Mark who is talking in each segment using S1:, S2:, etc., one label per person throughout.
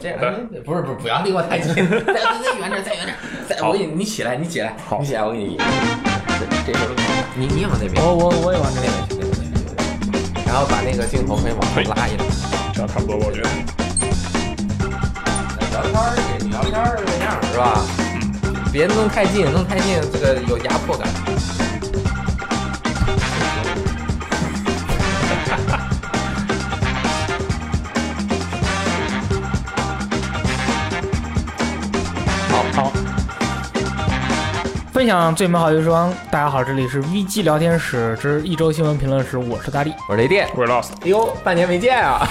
S1: 这样
S2: 好的
S1: 嗯不是不是，不要离我太近，再再远点，再远点，再我给你，你起来，你起来，
S2: 好
S1: 你起来，我给你，这这时候你你也往那边，
S3: 我我我也往这
S1: 那
S3: 里。
S1: 边去，那边去那边去，然后把那个镜头可以往后拉一拉，
S2: 这样差不多吧，我觉得。
S1: 聊天儿也聊天儿这样是吧？别弄太近，弄太近这个有压迫感。
S3: 好，分享最美好的时光。大家好，这里是 V G 聊天室之一周新闻评论室，我是大力。
S1: 我是雷电，
S2: We're lost，
S1: 哎呦，半年没见啊！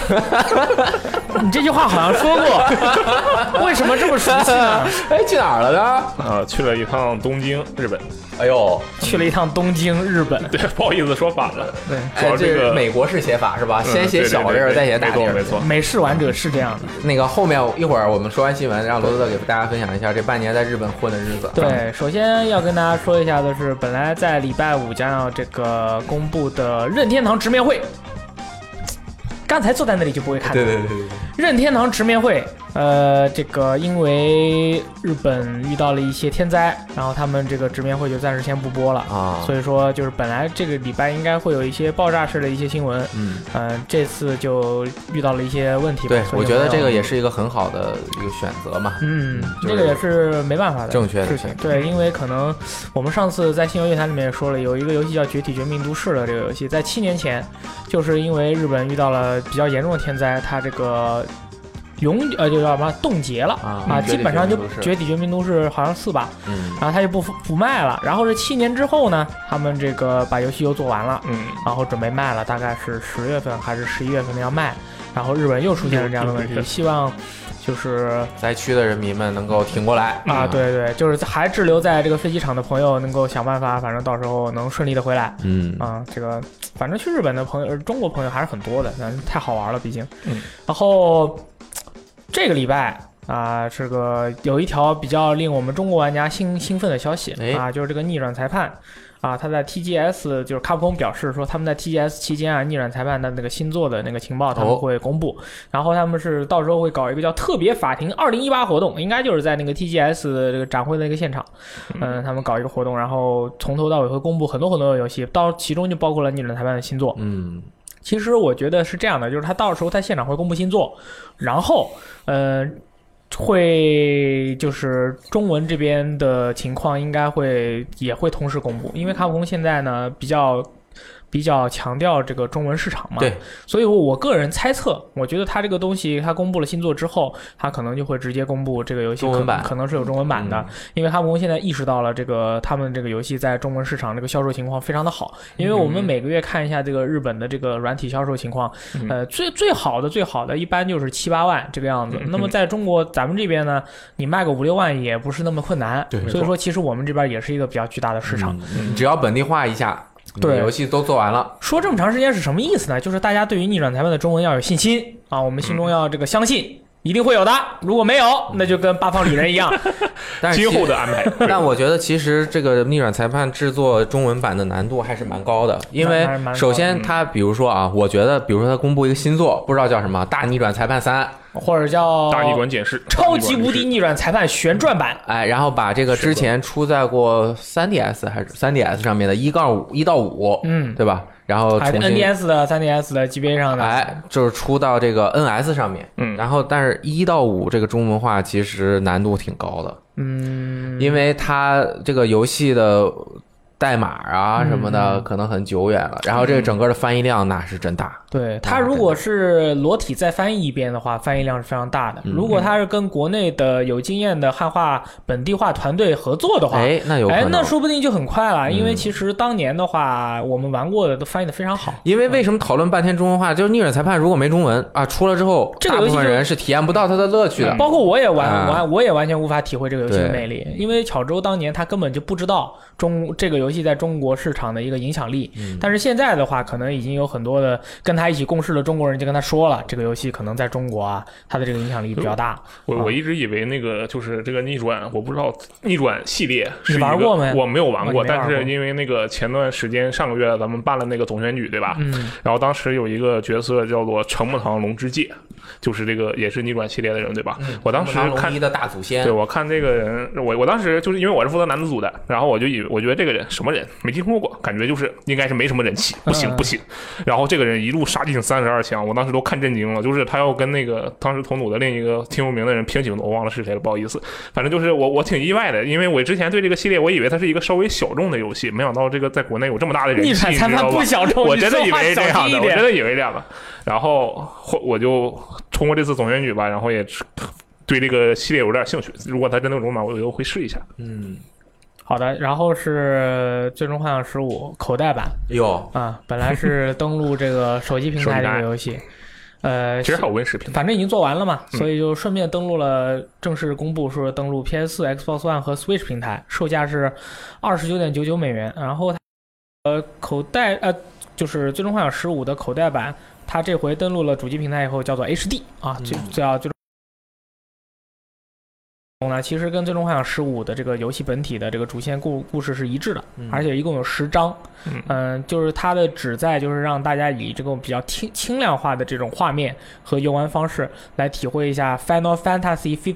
S3: 你这句话好像说过，为什么这么熟悉呢？
S1: 哎，去哪儿了呢？
S2: 呃，去了一趟东京，日本。
S1: 哎呦，
S3: 去了一趟东京，日本。
S2: 对， 不好意思，说反了。
S3: 对，
S2: 主
S1: 哎
S2: 要，这
S1: 是
S2: 个
S1: 美国式写法是
S3: 啊
S1: 吧？
S2: 嗯
S1: 先写小字儿，
S2: 对对对
S1: 再写大字儿。
S2: 没错，没错。
S3: 美式玩者是这样的。
S1: 那个后面一会儿我们说完新闻，让罗斯特给大家分享一下这半年在日本混的日子。啊
S3: 对，首先要跟大家说一下的是，本来在礼拜五将要这个公布的任天堂直面会，刚才坐在那里就不会看。
S1: 对对对对对，
S3: 任天堂直面会，呃，这个因为日本遇到了一些天灾，然后他们这个直面会就暂时先不播了
S1: 啊
S3: 所以说，就是本来这个礼拜应该会有一些爆炸式的一些新闻，
S1: 嗯，
S3: 嗯、这次就遇到了一些问题吧。
S1: 对，
S3: 所以
S1: 我觉得
S3: 没有
S1: 这个也，是一个很好的一个选择嘛。
S3: 嗯，
S1: 就是
S3: 这个也是没办法的
S1: 正确的
S3: 事情
S1: 选。择
S3: 对，因为可能我们上次在新游乐坛里面也说了，有一个游戏叫《绝体绝命毒师》的这个游戏，在七年前，就是因为日本遇到了比较严重的天灾，它这个永呃就叫什么冻结了。
S1: 啊
S3: 啊，基本上就
S1: 绝对
S3: 绝体绝命都市好像四吧，
S1: 嗯
S3: 然后他就不不卖了。然后这七年之后呢，他们这个把游戏又做完了，
S2: 嗯，
S3: 然后准备卖了，大概是十月份还是十一月份要卖。然后日本又出现了这样的问
S2: 嗯嗯
S3: 题，
S2: 嗯
S3: 希望就是
S1: 灾区的人民们能够挺过来
S3: 啊，，对对，就是还滞留在这个飞机场的朋友能够想办法，反正到时候能顺利的回来。
S1: 嗯
S3: 啊，这个反正去日本的朋友，呃中国朋友还是很多的，但是太好玩了，毕竟。
S2: 嗯。
S3: 然后这个礼拜啊、这个有一条比较令我们中国玩家兴兴奋的消息
S1: 哎
S3: 啊，就是这个逆转裁判。啊，他在 TGS 就是卡普空表示说，他们在 TGS 期间啊，逆转裁判的那个新作的那个情报他
S1: 哦
S3: 们会公布，然后他们是到时候会搞一个叫特别法庭二零一八活动，应该就是在那个 TGS 这个展会的那个现场，嗯，他们搞一个活动，然后从头到尾会公布很多很多的游戏，到其中就包括了逆转裁判的新作。
S1: 嗯
S3: 其实我觉得是这样的，就是他到时候在现场会公布新作，然后呃，会就是中文这边的情况应该会也会同时公布，因为卡普空现在呢比较。比较强调这个中文市场嘛，
S1: 对，
S3: 所以我个人猜测，我觉得他这个东西，他公布了新作之后，他可能就会直接公布这个游戏
S1: 中文
S3: 可
S1: 版嗯
S3: 可能是有中文版的，因为哈姆公现在意识到了这个他们这个游戏在中文市场这个销售情况非常的好，因为我
S1: 嗯
S3: 们每个月看一下这个日本的这个软体销售情况，
S2: 嗯
S3: 呃，最最好的最好的一般就是七八万这个样子。
S2: 嗯
S3: 那么在中国咱们这边呢，你卖个五六万也不是那么困难，
S1: 对
S3: 所以说其实我们这边也是一个比较巨大的市场。
S1: 嗯只要本地化一下，你
S3: 对
S1: 游戏都做完了，
S3: 说这么长时间是什么意思呢？就是大家对于逆转裁判的中文要有信心啊，我们心
S1: 嗯
S3: 中要这个相信。一定会有的，如果没有，那就跟八方旅人一 样。
S1: 但是
S2: 今
S1: 其
S2: 后的安排。 对
S1: 但我觉得其实这个逆转裁判制作中文版的难度还是蛮高的，因为
S3: 还是蛮高的
S1: 首先
S2: 嗯
S1: 他比如说啊，我觉得比如说他公布一个新作，不知道叫什么《大逆转裁判三》，
S3: 或者叫
S2: 大逆转检视，
S3: 超级无敌逆转裁判旋转版，
S1: 哎，然后把这个之前出在过 3DS 还是 3DS 上面的一杠五一到五，
S3: 嗯
S1: 对吧？然后
S3: 还是
S1: 重新
S3: NDS 的、3DS 的 GBA 上的，
S1: 哎，就是出到这个 NS 上面，
S2: 嗯
S1: 然后但是一到五这个中文化其实难度挺高的，
S3: 嗯，
S1: 因为它这个游戏的代码啊
S3: 嗯
S1: 什么的可能很久远了，然后这个整个的翻译量那是真大，
S3: 对它如果是裸体再翻译一遍的话，翻译量是非常大的。
S1: 嗯
S3: 如果它是跟国内的有经验的汉化本地化团队合作的话，哎，
S1: 哎，那有可能
S3: 那。说不定就很快了。
S1: 嗯
S3: 因为其实当年的话，我们玩过的都翻译的非常好。
S1: 因为为什么讨论半天中文化？就是逆转裁判如果没中文啊，出了之后，
S3: 这个
S1: 大
S3: 游
S1: 部
S3: 戏
S1: 分
S3: 就嗯
S1: 人是体验不到它的乐趣的。
S3: 包括我也完
S1: 啊
S3: 完，我也完全无法体会这个游戏的
S1: 对
S3: 魅力，因为巧周当年他根本就不知道中这个游游戏在中国市场的一个影响力。
S4: 嗯
S3: 但是现在的话，可能已经有很多的跟他一起共事的中国人就跟他说了，这个游戏可能在中国啊，它的这个影响力比较大。
S2: 我我一直以为那个就是这个逆转，我不知道逆转系列是一
S3: 你玩
S2: 个
S3: 过没
S2: 我没有
S3: 哦
S2: 玩
S3: 你没
S2: 过，
S3: 玩
S2: 但
S3: 过
S2: 是因为那个前段时间上个月咱们办了那个总选举，对吧？
S3: 嗯，
S2: 然后当时有一个角色叫做成木堂龙之介，就是这个也是逆转系列的人，对吧？
S3: 嗯
S2: 我当时
S4: 木狼
S2: 看
S4: 龙一的大祖先
S2: 对，，我看这个人，我我当时就是因为我是负责男子组的，然后我就以我觉得这个人什么人没听说过，感觉就是应该是没什么人气，不行
S3: 嗯
S2: 不行。然后这个人一路杀进三十二强，我当时都看震惊了，就是他要跟那个当时同组的另一个挺有名的人平行的，我忘了是谁了，不好意思。反正就是我我挺意外的，因为我之前对这个系列我以为它是一个稍微小众的游戏，没想到这个在国内有这么 大的人气，
S3: 逆
S2: 你
S3: 转
S2: 知
S3: 裁判
S2: 道吧
S3: 不？小 众，
S2: 我
S3: 你
S2: 真的
S3: 说
S2: 以
S3: 话
S2: 为这
S3: 小
S2: 样的，
S3: 心一
S2: 我
S3: 点
S2: 真的以为这样的。然后后我就通过这次总选举吧，然后也对这个系列有点兴趣。如果它真的有龙马，我以后会试一下。
S4: 嗯，
S3: 好的，然后是《最终幻想十五》口袋版
S4: 有
S3: 啊，本来是登录这个手机平台这
S2: 手
S3: 个
S2: 机
S3: 游戏，呃，
S2: 其实还有 Win 视频，
S3: 反正已经做完了嘛，
S2: 嗯
S3: 所以就顺便登录了，正式公布说登录 PS 4 Xbox One 和 Switch 平台，售价是二十九点九九美元。然后它，呃，口袋呃，就是《最终幻想十五》的口袋版，它这回登录了主机平台以后叫做 HD 啊，
S4: 嗯
S3: 最最要最终。呢，其实跟《最终幻想十五》的这个游戏本体的这个主线故故事是一致的，
S4: 嗯
S3: 而且一共有十章，
S2: 嗯
S3: 嗯，就是它的旨在就是让大家以这种比较轻轻量化的这种画面和游玩方式来体会一下《Final Fantasy 15》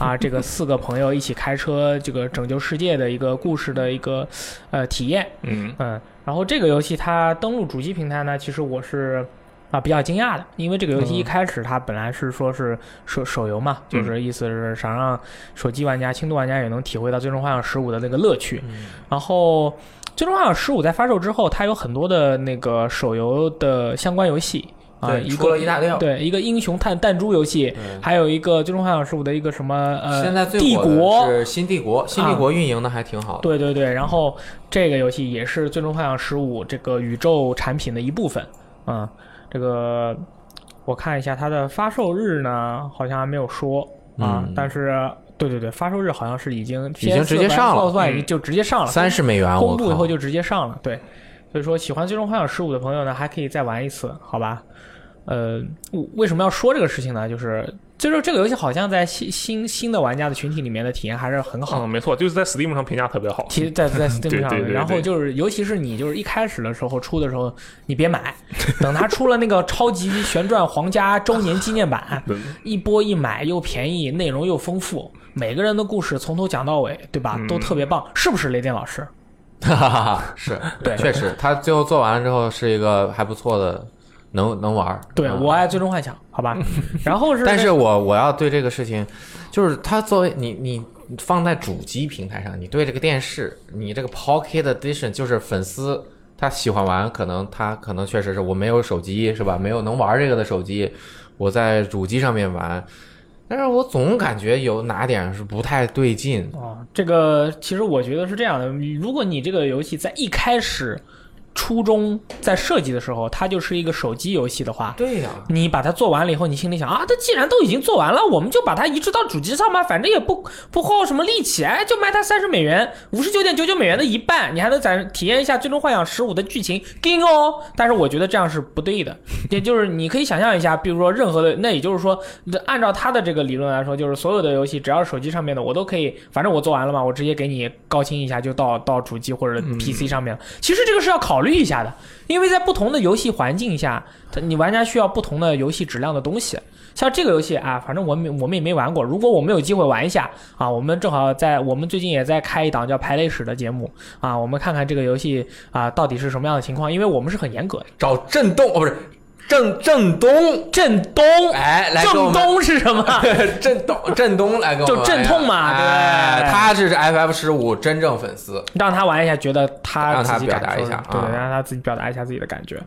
S3: 啊，这个四个朋友一起开车这个拯救世界的一个故事的一个呃体验。
S2: 嗯，
S3: 嗯，然后这个游戏它登陆主机平台呢，其实我是。啊，比较惊讶的，因为这个游戏一开始它本来是说是手手游嘛，就是意思是想让手机玩家、轻度玩家也能体会到《最终幻想十五》的那个乐
S4: 嗯
S3: 趣。然后，《最终幻想十五》在发售之后，它有很多的那个手游的相关游戏啊，
S4: 对
S3: 一
S4: 出
S3: 个
S4: 了一大堆。
S3: 对一个英雄探弹珠游戏，
S4: 对
S3: 还有一个《最终幻想十五》的一个什么呃，
S4: 现在最
S3: 帝
S4: 火的
S3: 国啊
S4: 是新帝国，新帝国运营的还挺好的。
S3: 对对对，然后这个游戏也是《最终幻想十五》这个宇宙产品的一部分。嗯，这个我看一下它的发售日呢，好像还没有说啊，
S4: 嗯
S3: 但是对对对，发售日好像是已经已
S4: 经直接上了
S3: 算已经
S2: 嗯
S3: 就直接上了，
S4: 三十美元，
S2: 啊
S3: 公
S4: 我
S3: 布以后
S4: 靠！
S3: 就直接上了。对，所以说喜欢《最终幻想十五》的朋友呢，还可以再玩一次，好吧？呃，我为什么要说这个事情呢？就是就是这个游戏好像在新新新的玩家的群体里面的体验还是很好的
S2: 嗯，没错，就是在 Steam 上评价特别好。
S3: 其实 在，在 Steam
S2: 对
S3: 上
S2: 对
S3: 的，
S2: 对
S3: 然后
S2: 对
S3: 就是，尤其是你就是一开始的时候出的时候，你别买，等它出了那个超级旋转皇家周年纪念版，
S2: 嗯
S3: 一波一买又便宜，内容又丰富，每个人的故事从头讲到尾，对吧？
S2: 嗯
S3: 都特别棒，是不是雷电老师？
S4: 哈哈哈，是，
S3: 对
S4: 确实，他最后做完了之后是一个还不错的，能能玩儿。
S3: 对
S4: 嗯
S3: 我爱最终幻想，啊好吧。然后是，
S4: 但是我我要对这个事情，就是它作为你你放在主机平台上，你对这个电视，你这个 Pocket Edition 就是粉丝他喜欢玩，可能他可能确实是我没有手机是吧？没有能玩这个的手机，我在主机上面玩，但是我总感觉有哪点是不太对劲。
S3: 哦，这个其实我觉得是这样的，如果你这个游戏在一开始初衷在设计的时候，它就是一个手机游戏的话，
S4: 对呀、
S3: 你把它做完了以后，你心里想啊，这既然都已经做完了，我们就把它移植到主机上吧，反正也不不耗什么力气，哎，就卖它三十美元，五十九点九九美元的一半，你还能再体验一下《最终幻想十五》的剧情，king 哦。但是我觉得这样是不对的，也就是你可以想象一下，比如说任何的，那也就是说，按照他的这个理论来说，就是所有的游戏只要是手机上面的，我都可以，反正我做完了嘛，我直接给你高清一下就到到主机或者 PC 上面了。其实这个是要考虑一下的，因为在不同的游戏环境下，它你玩家需要不同的游戏质量的东西。像这个游戏啊，反正我们我们也没玩过，如果我们有机会玩一下啊，我们正好在我们最近也在开一档叫排雷史的节目啊，我们看看这个游戏啊到底是什么样的情况，因为我们是很严格的。
S4: 找震动哦，不是郑郑东，
S3: 振东，
S4: 哎，来给我
S3: 正
S4: 们
S3: 东是什么？
S4: 振东，振东来跟我们
S3: 就阵痛嘛
S4: 玩
S3: 对
S4: 哎他是 FF 十五真正粉丝，
S3: 让他玩一下，觉得他
S4: 让他
S3: 自己感受
S4: 表达一下
S3: 对，
S4: 啊嗯
S3: 让他自己表达一下自己的感觉。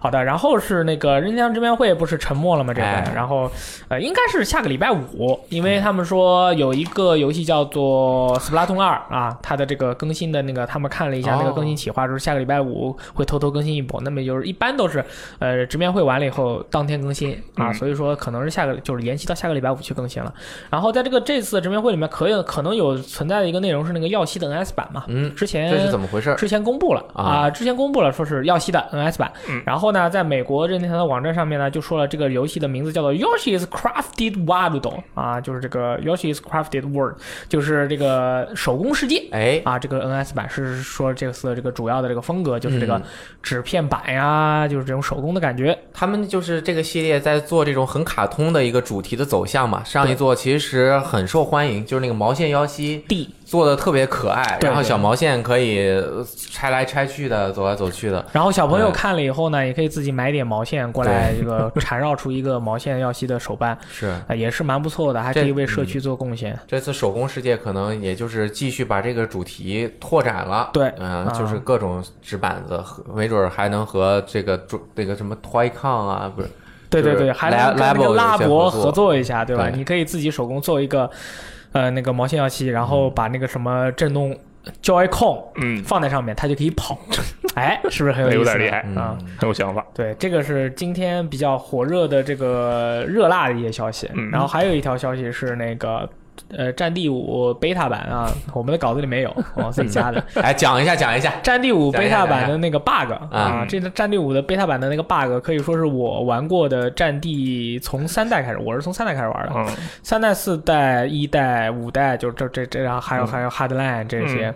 S3: 好的，然后是那个任天堂直面会不是沉默了吗？这回，
S4: 哎嗯
S3: 然后呃，应该是下个礼拜五，因为他们说有一个游戏叫做《Splatoon 二》啊，它的这个更新的那个，他们看了一下那个
S4: 哦
S3: 更新企划，就是下个礼拜五会偷偷更新一波。那么就是一般都是呃直面会完了以后当天更新啊，
S2: 嗯
S3: 所以说可能是下个就是延期到下个礼拜五去更新了。然后在这个这次的直面会里面，可有可能有存在的一个内容是那个耀西的 NS 版嘛，
S4: 嗯，
S3: 之前
S4: 这是怎么回事儿？
S3: 之前公布了
S4: 啊
S3: 啊、之前公布了说是耀西的 NS 版，
S2: 嗯
S3: 然后呢，在美国任天堂的网站上面呢，就说了这个游戏的名字叫做 Yoshi's Crafted World 啊，就是这个 Yoshi's Crafted World，就是这个手工世界。
S4: 哎，
S3: 啊，这个 NS 版是说这次这个主要的这个风格就是这个
S4: 嗯
S3: 纸片版呀、就是这种手工的感觉。
S4: 他们就是这个系列在做这种很卡通的一个主题的走向嘛。上一座其实很受欢迎，就是那个毛线妖姬
S3: D，
S4: 做的特别可爱，
S3: 对
S4: 然后
S3: 对
S4: 小毛线可以呃拆来拆去的，走来走去的。
S3: 然后小朋友
S4: 对
S3: 看了以后呢，也可以自己买点毛线过来，这个缠绕出一个毛线耀西的手办，
S4: 是，
S3: 啊，也是蛮不错的，还可
S4: 这嗯
S3: 以为社区做贡献。
S4: 这次手工世界可能也就是继续把这个主题拓展了，
S3: 对
S4: 嗯、
S3: 啊
S4: 就是各种纸板子，和没准儿还能和这个主那个什么 Toycon 啊，不是，
S3: 对对
S4: 就是
S3: 对，还
S4: 拉
S3: 能跟那个拉
S4: 拉博有些合作
S3: 博合作一下，对吧？
S4: 对
S3: 你可以自己手工做一个，呃，那个毛线耀西，然后把那个什么震动 Joy-Con
S2: 嗯，
S3: 放在上面，它就可以跑。哎，是不是很 有
S2: 有
S3: 意
S2: 点
S3: 思呢？
S2: 厉害，
S3: 啊
S4: 嗯，
S2: 很有想法。
S3: 对，这个是今天比较火热的这个热辣的一些消息。
S2: 嗯
S3: 然后还有一条消息是那个。呃，《战地五》贝塔版啊，我们的稿子里没有，我自己 加的。
S4: 哎，讲一下讲一下，
S3: 《战地五》
S4: 讲一
S3: 贝
S4: 下
S3: 塔版的那个 bug 啊，
S2: 嗯
S3: 这个《战地五》的贝塔版的那个 bug 可以说是我玩过的《战地》从三代开始，我是从三代开始玩的，
S2: 嗯，
S3: 三代、四代、一代、五代，就这这这，然后还有、
S2: 嗯
S3: 还有 Hardline 这些，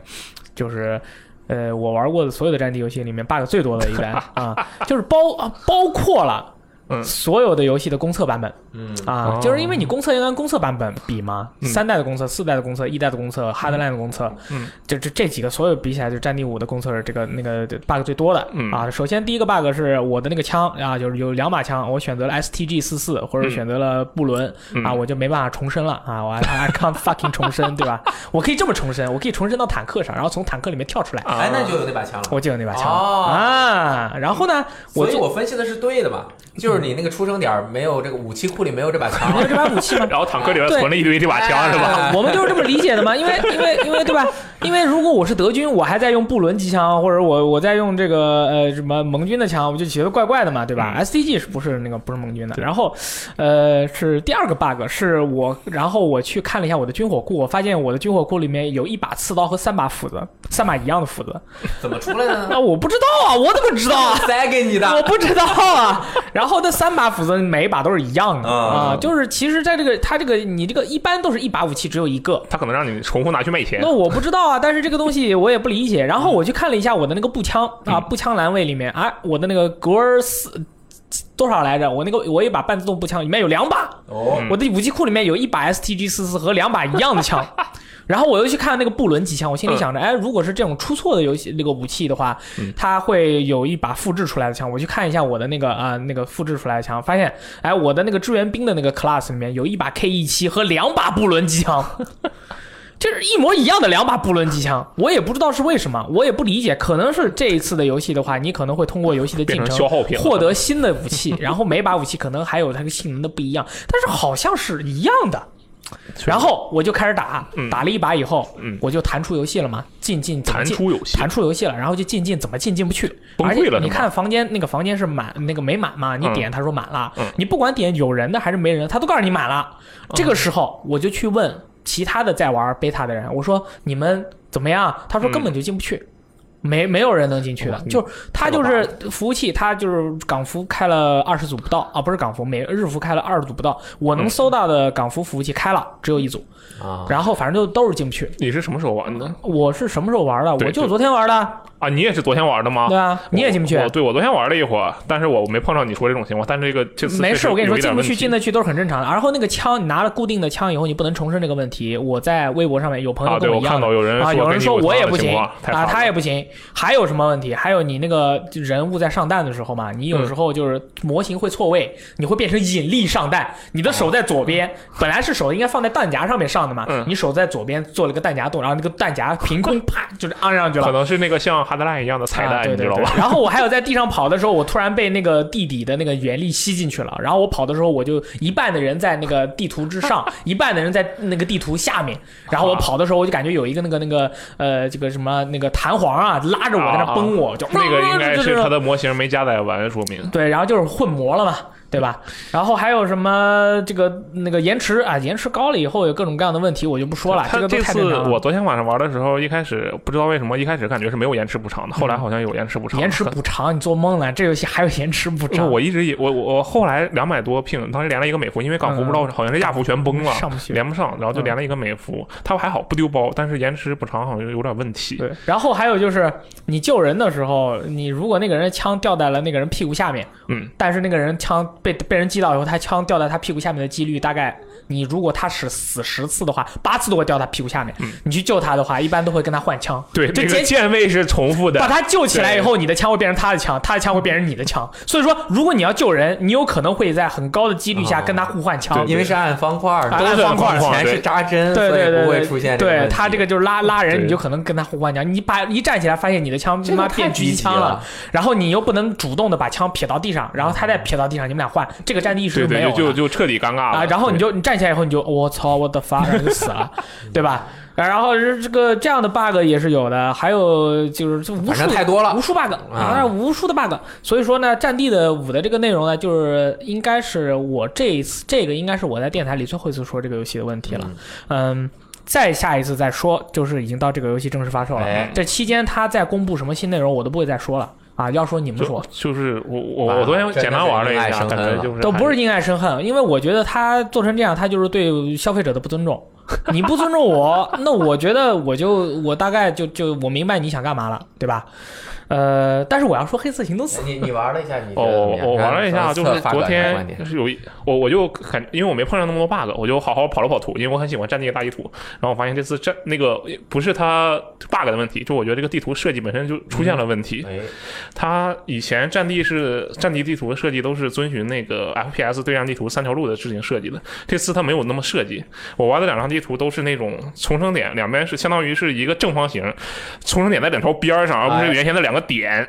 S3: 就是。呃，我玩过的所有的战地游戏里面 bug 最多的 一代啊，就是包啊包括了
S2: 嗯
S3: 所有的游戏的公测版本
S4: 嗯，
S3: 啊
S2: 哦，
S3: 就是因为你公测要跟公测版本比嘛，
S2: 嗯
S3: 三代的公测、四代的公测、一代的公测、Hardline 的公测，
S2: 嗯，
S3: 就这这几个所有比起来，就是战地五的公测是这个那个 bug 最多的
S2: 嗯
S3: 啊。首先第一个 bug 是我的那个枪啊，就是有两把枪，我选择了 STG 四四或者
S2: 嗯
S3: 选择了布伦，
S2: 嗯
S3: 啊，我就没办法重生了啊！我 I can't fucking 重生，对吧？我可以这么重生，我可以重生到坦克上，然后从坦克里面跳出来，
S2: 啊
S4: 哎，那就有那把枪了。
S3: 我就有那把枪、
S4: 哦
S3: 啊。然后呢，我
S4: 所以
S3: 就
S4: 我分析的是对的嘛，就是你那个出生点儿没有这个武器库里没有这把枪
S3: 没，有这把武器吗？
S2: 然后坦克里边存了一堆这把枪是吧？
S4: 哎
S3: 啊我们就是这么理解的嘛，因为因为因为对吧？因为如果我是德军，我还在用布伦机枪，或者我我在用这个呃什么盟军的枪，我就觉得怪怪的嘛，对吧、
S2: 嗯
S3: s d g 是不是那个不是盟军的？然后，呃，是第二个 bug，是我然后我去看了一下我的军火库，我发现我的军火库里面有一把刺刀和三把斧子，三把一样的斧子。
S4: 怎么出来的呢？
S3: 那我不知道啊，我怎么知 道啊？
S4: 塞给你
S3: 我
S4: 的，
S3: 不知道啊。然后那三把斧子每一把都是一样的
S4: 啊
S3: 啊，就是其实在这个它这个你这个一般都是一把武器只有一
S4: 哎
S3: 个，
S2: 他可能让你重复拿去卖钱
S3: 那。我不知道啊，但是这个东西我也不理解。然后我去看了一下我的那个步枪啊，
S2: 嗯
S3: 步枪栏位里面啊，我的那个格尔斯多少来着？我那个我一把半自动步枪里面有两把，
S4: 哦，
S2: 嗯
S3: 我的武器库里面有一把 STG 四四和两把一样的枪。然后我又去看那个布伦机枪，我心里想着，哎，如果是这种出错的游戏那个武器的话
S2: 嗯，
S3: 它会有一把复制出来的枪。我去看一下我的那个啊、那个复制出来的枪，发现，哎，我的那个支援兵的那个 class 里面有一把 KE 七和两把布伦机枪， 就是一模一样的两把布伦机枪。我也不知道是为什么，我也不理解，可能是这一次的游戏的话，你可能会通过游戏的
S2: 变
S3: 进
S2: 成
S3: 程
S2: 消耗品了
S3: 获得新的武器，然后每把武器可能还有它的性能的不一样，但是好像是一样的。然后我就开始打，
S2: 嗯
S3: 打了一把以后，
S2: 嗯
S3: 我就弹出游戏了嘛，进进怎么
S2: 弹
S3: 进？
S2: 出游戏，
S3: 弹出游戏了，然后就进进怎么进进不去，
S2: 崩
S3: 而
S2: 溃了
S3: 且
S2: 是吗
S3: 你看房间那个房间是满那个没满嘛？你点他说满了
S2: 嗯，
S3: 你不管点有人的还是没人，他都告诉你满了。这个时候我就去问其他的在玩贝塔的人，我说你们怎么样？他说
S2: 嗯
S3: 根本就进不去。没没有人能进去的
S2: 哇，你
S3: 就是
S2: 太
S3: 他
S2: 可
S3: 就
S2: 怕
S3: 是服务器，他就是港服开了二十组不到啊，不是港服，美日服开了二十组不到，我能
S2: 嗯
S3: 搜到的港服服务器开了只有一组，
S4: 啊，
S3: 然后反正就都是进不去。
S2: 你是什么时候玩
S4: 嗯
S2: 的
S3: 我是什么时候玩的？
S2: 对
S3: 我就是
S2: 对
S3: 昨天玩的，
S2: 啊？你也是昨天玩的吗？
S3: 对啊，你也进不去
S2: 我。对我昨天玩了一会儿，但是我没碰到你说这种情况。但是这个这次
S3: 没事，我跟你说，进不去、进
S2: 的
S3: 得去都是很正常的。然后那个枪，你拿了固定的枪以后，你不能重生这个问题。我在微博上面有朋友
S2: 啊，
S3: 跟
S2: 对我
S3: 一样
S2: 看
S3: 的
S2: 到有人
S3: 啊，有人说我也不行啊，他也
S2: 不
S3: 不行。还有什么问题？还有你那个人物在上弹的时候嘛，你
S2: 嗯
S3: 有时候就是模型会错位，你会变成引力上弹，你的手在左边，本来是手应该放在弹夹上面上的嘛，
S2: 嗯
S3: 你手在左边做了个弹夹洞，然后那个弹夹凭空啪就是按上去了
S2: 可。能是那个像哈德兰一样的彩
S3: 啊
S2: 蛋，
S3: 对
S2: 你
S3: 对
S2: 知道
S3: 对
S2: 吧？
S3: 然后我还有在地上跑的时候，我突然被那个地底的那个原力吸进去了。然后我跑的时候，我就一半的人在那个地图之 上，一半的人在那个地图下面。然后我跑的时候，我就感觉有一个那个那个呃，这个什么那个弹簧啊，嘛，拉着我在那崩我，就
S2: 啊那个应 该
S3: 就是
S2: 它的模型没加载完，说明
S3: 对，然后就是混磨了嘛，对吧？然后还有什么这个那个延迟啊，延迟高了以后有各种各样的问题，我就不说了，
S2: 它
S3: 个都
S2: 这
S3: 太
S2: 次
S3: 正常了。
S2: 我昨天晚上玩的时候，一开始不知道为什么，一开始感觉是没有延迟补偿的，后来好像有延迟补偿。
S3: 嗯延迟补偿，你做梦了，这游戏还有延迟补
S2: 不是，
S3: 偿，
S2: 我一直以我我我后来两百多 ping，当时连了一个美服，因为港服不知
S3: 嗯
S2: 道好像是亚服全崩了，
S3: 上不去
S2: 连不上，然后
S3: 嗯
S2: 就连了一个美服，它还好不丢包，但是延迟补偿好像有点问题。
S3: 对，然后还有就是，你救人的时候，你如果那个人的枪掉在了那个人屁股下面，
S2: 嗯，
S3: 但是那个人枪被被人击倒以后，他枪掉在他屁股下面的几率大概，你如果他是死十次的话，八次都会掉他屁股下面。你去救他的话，一般都会跟他换枪。
S2: 嗯对，
S3: 这
S2: 这个
S3: 捡起
S2: 键位是重复的
S3: 把，他救起来以后，你的枪会变成他的枪，他的枪会变成你的枪。所以说，如果你要救人，你有可能会在很高的几率下
S1: 哦
S3: 跟他互换枪。
S1: 因为是按方块儿的，
S3: 都是嗯
S2: 方
S3: 按
S2: 块儿
S1: 前
S2: 对
S1: 是扎针，
S3: 对对
S1: 所以
S3: 对
S1: 不
S3: 对，
S1: 会出现这个
S3: 对
S1: 问题
S3: 他这个就是拉拉人，
S2: 对
S3: 你就可能跟他互换枪。你把一站起来，发现你的枪他
S1: 这个
S3: 妈
S1: 太
S3: 变狙击
S1: 积极
S3: 枪
S1: 了，
S3: 然后你又不能主动的把枪撇到地上，然后他再撇到地上，你们俩换，这个占地意识
S2: 对
S3: 就没
S2: 对，
S3: 有
S2: 就就
S3: 了
S2: 就彻底尴尬了
S3: 啊。然后你就你站起来以后，你就我操我的发，然后就死 了，对吧？然后是这个这样的 bug 也是有的，还有就是这无
S1: 反
S3: 数
S1: 正太多了
S3: 无。数 bug 啊，无数的 bug。所以说呢，《战地的五》的这个内容呢，就是应该是我这一次，这个应该是我在电台里最后一次说这个游戏的问题了。嗯。再下一次再说，就是已经到这个游戏正式发售了。
S1: 哎
S3: 这期间他再公布什么新内容，我都不会再说了啊！要说你们说
S2: 就，就是我
S1: 哇
S2: 我我昨天简单玩了一下，
S1: 真的是
S2: 感
S1: 爱生恨了
S2: 觉就是
S3: 都不
S2: 还
S3: 是因爱生恨，因为我觉得他做成这样，他就是对消费者的不尊重。你不尊重我，那我觉得我就我大概就就我明白你想干嘛了，对吧？呃，但是我要说《黑色行动四》，
S1: 你你玩了一下，你觉得怎么
S2: 哦，我
S1: 样
S2: 我玩了一下，
S1: 看
S2: 就是
S1: 发
S2: 昨
S1: 表一下观
S2: 天
S1: 点
S2: 就是有一我我就感，因为我没碰上那么多 bug，我就好好跑了跑图，因为我很喜欢占那个大地图。然后我发现这次占那个不是它 bug 的问题，就我觉得这个地图设计本身就出现了问题。
S1: 哎，
S2: 它以前战地是战地地图的设计都是遵循那个 FPS 对战地图三条路的制定设计的，这次它没有那么设计。我玩的两张地图都是那种重生点，两边是相当于是一个正方形，重生点在两条边儿上，而不是原先的两个点，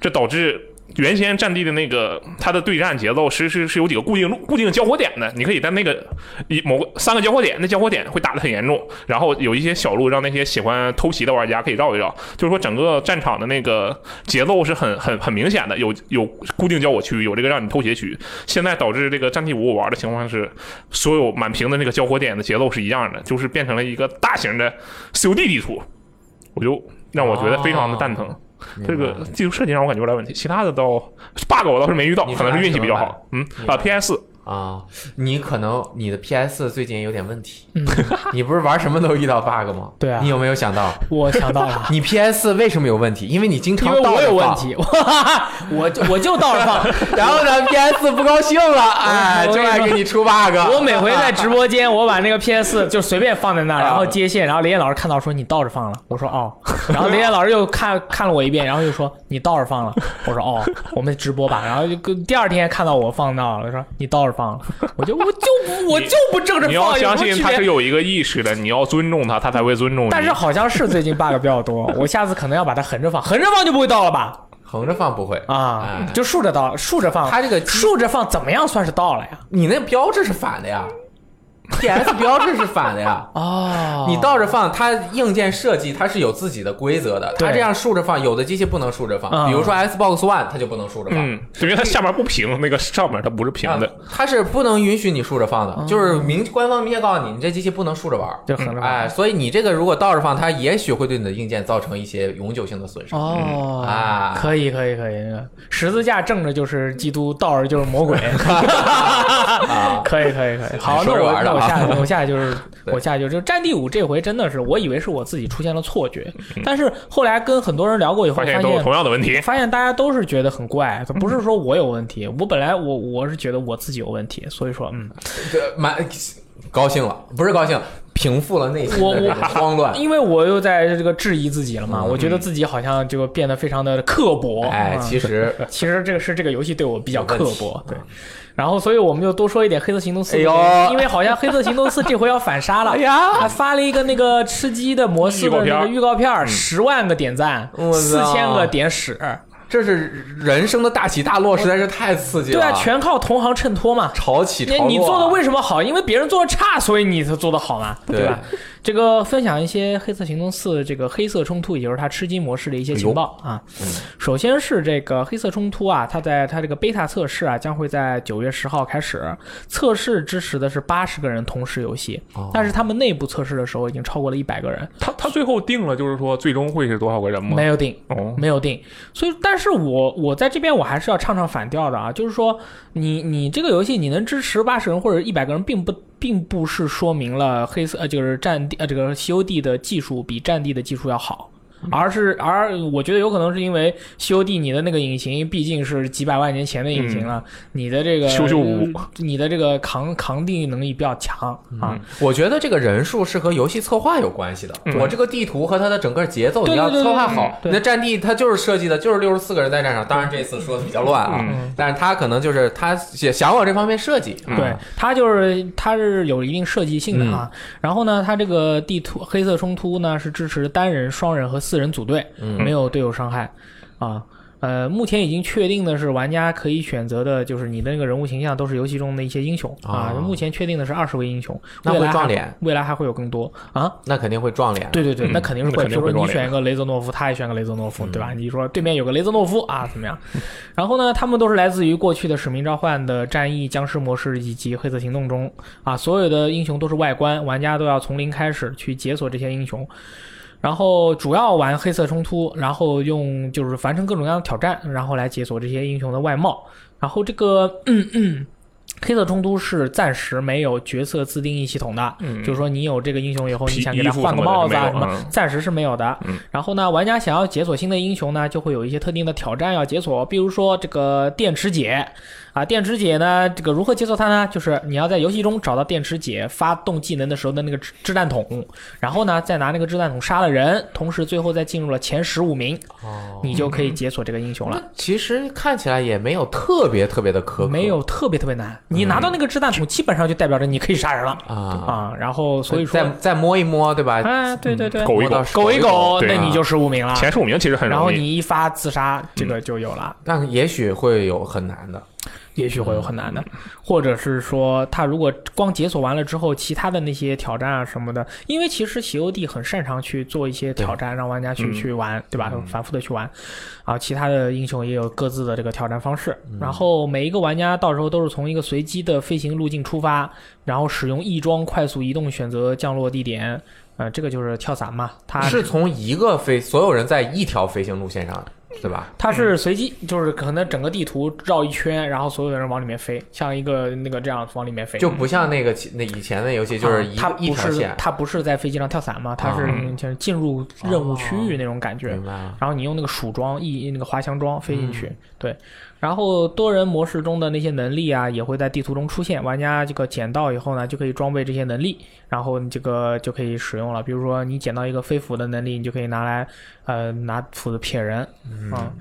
S2: 这导致。原先战地的那个它的对战节奏是是是有几个固定路固定交火点的，你可以在那个一某个三个交火点，那交火点会打得很严重，然后有一些小路让那些喜欢偷袭的玩家可以绕一绕，就是说整个战场的那个节奏是很很很明显的，有有固定交火区，有这个让你偷袭区。现在导致这个战地五我玩的情况是，所有满屏的那个交火点的节奏是一样的，就是变成了一个大型的 COD 地图，我就让我觉得非常的蛋疼。这个技术设计让我感觉有点问题，其他的倒 bug 我倒是没遇到，
S1: 你是
S2: 可能是
S1: 拿
S2: 运气比较
S1: 什么
S2: 好。嗯
S1: 你
S2: 啊
S1: 拿
S2: ，PS
S1: 啊，你可能你的 PS 最近有点问题，
S3: 嗯，
S1: 你不是玩什么都遇到 bug 吗？
S3: 对啊
S1: 你有没有想到，
S3: 我想到 了。
S1: 你 PS 为什么有问题？因为你经
S3: 因
S1: 常
S3: 为我
S1: 倒着
S3: 有问
S1: 放，
S3: 题， 我就我就倒着放。
S1: 然后呢，PS 不高兴了，哎，
S3: 我
S1: 就爱给你出 bug。
S3: 我每回在直播间，我把那 个 PS 就随便放在
S2: 啊
S3: 那儿，然后接线，然后雷燕老师看到说你倒着放了，我 说哦，然后雷燕老师又看看了我一遍，然后又说你倒着放了，我说哦，我们直播吧，然后就跟第二天看到我放那了，说你倒着放了，我就我就不我就不正着
S2: 你
S3: 放，
S2: 要
S3: 有
S2: 相信
S3: 什
S2: 他
S3: 么区
S2: 是
S3: 别？
S2: 有一个意识的，你要尊重他，他才会尊重你。
S3: 但是好像是最近 bug 比较多，我下次可能要把它横着放，横着放就不会倒了吧？
S1: 横着放不会，
S3: 啊
S1: 哎，
S3: 就竖着倒，竖着放，
S1: 它这个
S3: 竖着放怎么样算是倒了呀？
S1: 你那标志是反的呀，PS 标志是反的 呀。
S3: 哦
S1: 你倒着放，它硬件设计它是有自己的规则的。它
S3: 对
S1: 这样竖着放，有的机器不能竖着放，
S3: 嗯
S1: 比如说 Xbox One 它就不能竖着放。
S2: 嗯，因为它下面不平，那个上面它不是平
S1: 啊
S2: 的。，
S1: 它是不能允许你竖着放的，就是明官方明确告诉你，你这机器不能竖哦着玩儿。
S3: 就横着放
S1: 哎，所以你这个如果倒着放，它也许会对你的硬件造成一些永久性的损伤。
S3: 哦
S1: 嗯啊
S3: 可以可以可以，十字架正着就是基督，倒着就是魔 鬼。
S1: 啊，
S3: 可以可以可以，好，那
S1: 说着
S3: 我
S1: 玩儿的啊
S3: 那我下我下就是
S1: 对
S3: 我下就是《战地五》这回真的是，我以为是我自己出现了错觉，
S1: 嗯
S3: 但是后来跟很多人聊过以后，
S2: 发
S3: 发
S2: 现都有同样的问题。
S3: 发现大家都是觉得很怪，不是说我有 问题，我本来我我是觉得我自己有问题，所以说嗯，
S1: 这蛮高兴了，不是高兴，平复了内心
S3: 我
S1: 的这
S3: 我
S1: 种慌乱。
S3: 因为我又在这个质疑自己了嘛，
S1: 啊嗯
S3: 我觉得自己好像就变得非常的刻薄，
S1: 哎，
S3: 嗯
S1: 其实
S3: 其实这个是这个游戏对我比较刻
S1: 有
S3: 薄
S1: 问，题嗯
S3: 对。然后，所以我们就多说一点《黑色行动四
S1: 哎》
S3: 的，
S1: 呦
S3: 因为好像《黑色行动四》这回要反杀了，
S1: 哎呀
S3: 还发了一个那个吃鸡的模式的
S2: 预
S3: 那
S2: 告
S3: 个
S2: 片
S3: 预告片，十万个点赞，
S1: 嗯我
S3: 四
S1: 操啊
S3: 千个点使，
S1: 这是人生的大起大落，实在是太刺激了。
S3: 对啊，全靠同行衬托嘛。
S1: 潮起潮
S3: 那
S1: 落啊。
S3: 你做的为什么好？因为别人做的差，所以你才做的好嘛，
S1: 对
S3: 吧？这个分享一些《黑色行动四》这个黑色冲突，也就是它吃鸡模式的一些情报啊。首先是这个黑色冲突啊，它在它这个贝塔测试啊，将会在九月十号开始测试，支持的是八十个人同时游戏，
S4: 哦
S3: 但是他们内部测试的时候已经超过了一百个人，
S2: 他他最后定了，就是说最终会是多少个人吗？
S3: 没有定。
S2: 哦，
S3: 没有定，所以，但是我我在这边我还是要唱唱反调的啊，就是说你，你这个游戏你能支持八十人或者一百个人，并不并不是说明了黑色呃就是战地呃这个 COD 的技术比战地的技术要好，
S2: 嗯
S3: 而是而我觉得有可能是因为 COD 你的那个引擎毕竟是几百万年前的引擎了，你的这个
S2: 嗯修修武
S3: 你的这个扛扛地能力比较强啊，
S4: 我觉得这个人数是和游戏策划有关系的。
S2: 嗯
S4: 我这个地图和它的整个节奏，
S3: 对
S4: 你要
S3: 对对
S4: 策划
S3: 对
S4: 好，
S3: 对
S4: 你的战地它就是设计的就是六十四个人在战场。当然这次说的比较乱啊，
S2: 嗯
S4: 但是他可能就是他也想往这方面设计。啊
S3: 对，它就是它是有一定设计
S4: 嗯
S3: 性的啊。然后呢，它这个地图黑色冲突呢是支持单人、双人和四人组队，
S4: 嗯
S3: 没有队友伤害啊。呃，目前已经确定的是，玩家可以选择的就是你的那个人物形象都是游戏中的一些英雄啊。
S4: 哦
S3: 目前确定的是二十位英雄，
S4: 那会
S3: 未来还
S4: 撞脸，
S3: 未来还会有更多啊。
S4: 那肯定会撞脸。
S3: 对对对，
S2: 嗯
S3: 那肯定是会。
S2: 那肯
S3: 比
S2: 定
S3: 如
S2: 会
S3: 说你
S2: 撞脸嗯
S3: 选一个雷泽诺夫，他也选个雷泽诺夫，对吧？你说对面有个雷泽诺夫啊，怎么 样？然后呢，他们都是来自于过去的《使命召唤》的战役、僵尸模式以及黑色行动中啊，所有的英雄都是外观，玩家都要从零开始去解锁这些英雄。然后主要玩黑色冲突，然后用就是完成各种各样的挑战，然后来解锁这些英雄的外貌。然后这个嗯黑色冲突是暂时没有角色自定义系统的，
S2: 嗯
S3: 就是说你有这个英雄以后，
S2: 皮
S3: 你想给他
S2: 衣服
S3: 换个
S2: 什么的
S3: 帽子啊
S2: 没有
S3: 什么
S2: 嗯，
S3: 暂时是没有的
S2: 嗯。
S3: 然后呢，玩家想要解锁新的英雄呢，就会有一些特定的挑战要解锁，比如说这个电池姐。啊，电池姐呢？这个如何解锁它呢？就是你要在游戏中找到电池姐发动技能的时候的那个掷掷弹筒，然后呢，再拿那个掷弹筒杀了人，同时最后再进入了前十五名，
S4: 哦，
S3: 你就可以解锁这个英雄了
S4: 那。其实看起来也没有特别特别的苛刻，
S3: 没有特别特别难，
S2: 嗯
S3: 你拿到那个掷弹筒，基本上就代表着你可以杀人了。
S4: 啊。
S3: 啊，然后所以说
S4: 再，再摸一摸，对吧？
S3: 哎，对对对，
S2: 狗
S4: 摸
S2: 一
S4: 啊到
S2: 狗，
S4: 手
S3: 狗一狗，
S2: 对
S3: 哦那你就十五名了。
S2: 前十五名其实很
S3: 啊然后
S2: 容易。嗯
S3: 你一发自杀，这个就有了，
S4: 但也许会有很难的。
S3: 也许会有很难的，
S2: 嗯
S3: 或者是说他如果光解锁完了之后，其他的那些挑战啊什么的，因为其实喜游帝很擅长去做一些挑战，让玩家去
S2: 嗯
S3: 去玩，对吧？反复的去玩，啊，其他的英雄也有各自的这个挑战方式。
S2: 嗯
S3: 然后每一个玩家到时候都是从一个随机的飞行路径出发，然后使用翼装快速移动选择降落地点。呃，这个就是跳伞嘛，它
S4: 是从一个飞，所有人在一条飞行路线上，对吧？
S3: 它是随机，就是可能整个地图绕一圈，然后所有的人往里面飞，像一个那个这样往里面飞。
S4: 就不像那个其那以前的游戏，就是一
S3: 它
S4: 一条
S3: 啊不是
S4: 线。
S3: 它不是在飞机上跳伞嘛，它
S4: 啊
S3: 是就是进入任务区域那种感觉。
S4: 哦明白嗯了。
S3: 然后你用那个鼠装一那个滑翔装飞进去，对。然后多人模式中的那些能力啊，也会在地图中出现。玩家这个捡到以后呢，就可以装备这些能力，然后你这个就可以使用了。比如说你捡到一个飞斧的能力，你就可以拿来呃拿斧子撇人，
S1: 嗯
S4: 嗯
S3: 啊。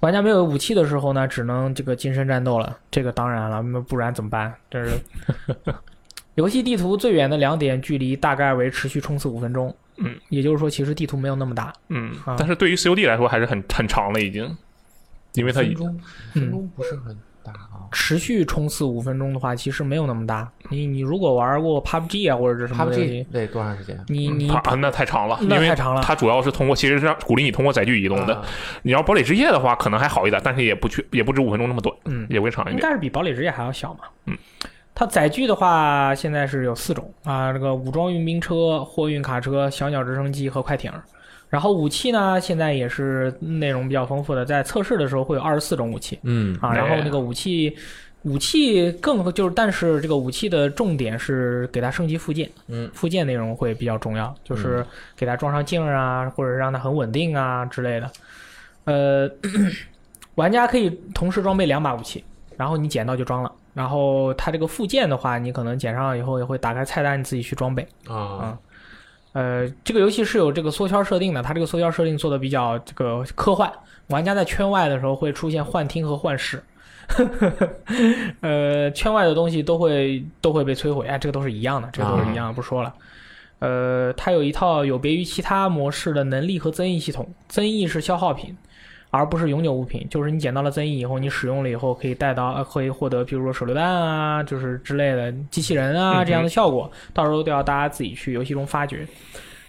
S3: 玩家没有武器的时候呢，只能这个近身战斗了。这个当然了，那不然怎么办？这是游戏地图最远的两点距离大概为持续冲刺五分钟。
S2: 嗯，
S3: 也就是说，其实地图没有那么大。
S2: 嗯
S3: 啊，
S2: 但是对于 COD 来说还是很很长了已经，因为它已
S4: 钟，
S3: 分
S4: 钟不是很大啊。
S3: 持续冲刺五分钟的话，其实没有那么大。你你如果玩过 PUBG 啊或者是什么的，
S4: PUBG 得多长时间？
S3: 你你
S2: 它啊那太长了，因
S3: 那
S2: 为
S3: 太长了
S2: 它主要是通过其实是让鼓励你通过载具移动的。
S4: 啊
S2: 你要堡垒之夜的话，可能还好一点，但是也不去也不止五分钟那么短，
S3: 嗯
S2: 也会长一
S3: 应
S2: 点。
S3: 该是比堡垒之夜还要小嘛。
S2: 嗯，
S3: 它载具的话，现在是有四种啊，这个武装运兵车、货运卡车、小鸟直升机和快艇。然后武器呢，现在也是内容比较丰富的，在测试的时候会有二十四种武器
S4: 嗯
S3: 啊。
S2: 哎
S3: 然后那个武器，武器更就是，但是这个武器的重点是给它升级附件，
S4: 嗯，
S3: 附件内容会比较重要，就是给它装上镜儿啊，或者让它很稳定啊之类的。呃， 玩家可以同时装备两把武器，然后你捡到就装了。然后它这个附件的话，你可能捡上以后也会打开菜单，你自己去装备。
S4: 啊
S3: 呃，这个游戏是有这个缩圈设定的，它这个缩圈设定做的比较这个科幻，玩家在圈外的时候会出现幻听和幻视。 呃，圈外的东西都会都会被摧毁，哎，这个都是一样的，这个都是
S2: 啊
S3: 一样的，不说了。呃，它有一套有别于其他模式的能力和增益系统，增益是消耗品，而不是永久物品。就是你捡到了增益以后，你使用了以后可以带到，呃可以获得，譬如说手榴弹啊，就是之类的机器人
S2: 嗯
S3: 啊
S2: 哼
S3: 这样的效果，到时候都要大家自己去游戏中发掘。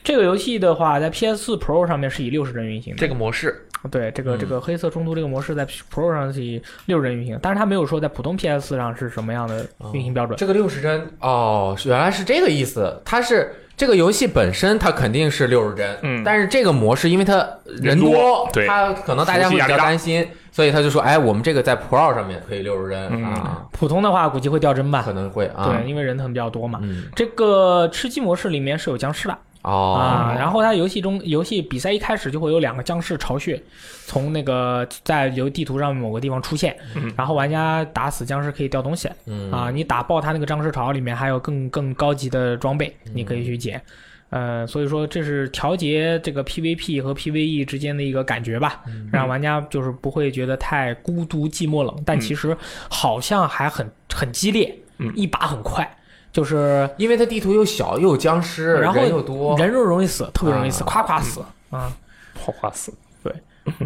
S3: 这个游戏的话，在 PS4 Pro 上面是以六十帧运行的，
S1: 这个模式，
S3: 对，这个
S1: 嗯
S3: 这个黑色中途这个模式在 Pro 上是以六人运行，但是它没有说在普通 PS 上是什么样的运行标准。
S1: 这个六十帧嗯哦，原来是这个意思。它是这个游戏本身，它肯定是六十帧，
S2: 嗯
S1: 但是这个模式因为它人
S2: 人多对
S1: 它可能大家会比较担心，所以他就说，哎，我们这个在 Pro 上面可以六十帧
S2: 嗯
S1: 啊，
S3: 普通的话估计会掉帧吧
S1: 可，能会啊
S3: 对，，因为人可能比较多嘛。
S1: 嗯，
S3: 这个吃鸡模式里面是有僵尸的啊，
S1: 哦，
S3: 然后它游戏中游戏比赛一开始就会有两个僵尸巢穴，从那个在游地图上面某个地方出现
S2: 嗯，
S3: 然后玩家打死僵尸可以掉东西，
S1: 嗯
S3: 啊，你打爆他那个僵尸巢里面还有更更高级的装备，你可以去捡。呃，所以说这是调节这个 PVP 和 PVE 之间的一个感觉吧，让玩家就是不会觉得太孤独、寂寞、冷，但其实好像还很很激烈，
S2: 嗯
S3: 一把很快，就是
S1: 因为它地图又小又有僵尸，
S3: 然后
S1: 人又多，
S3: 人肉容易死，特别容易死，
S1: 啊
S3: 夸夸死啊。
S2: 好花死，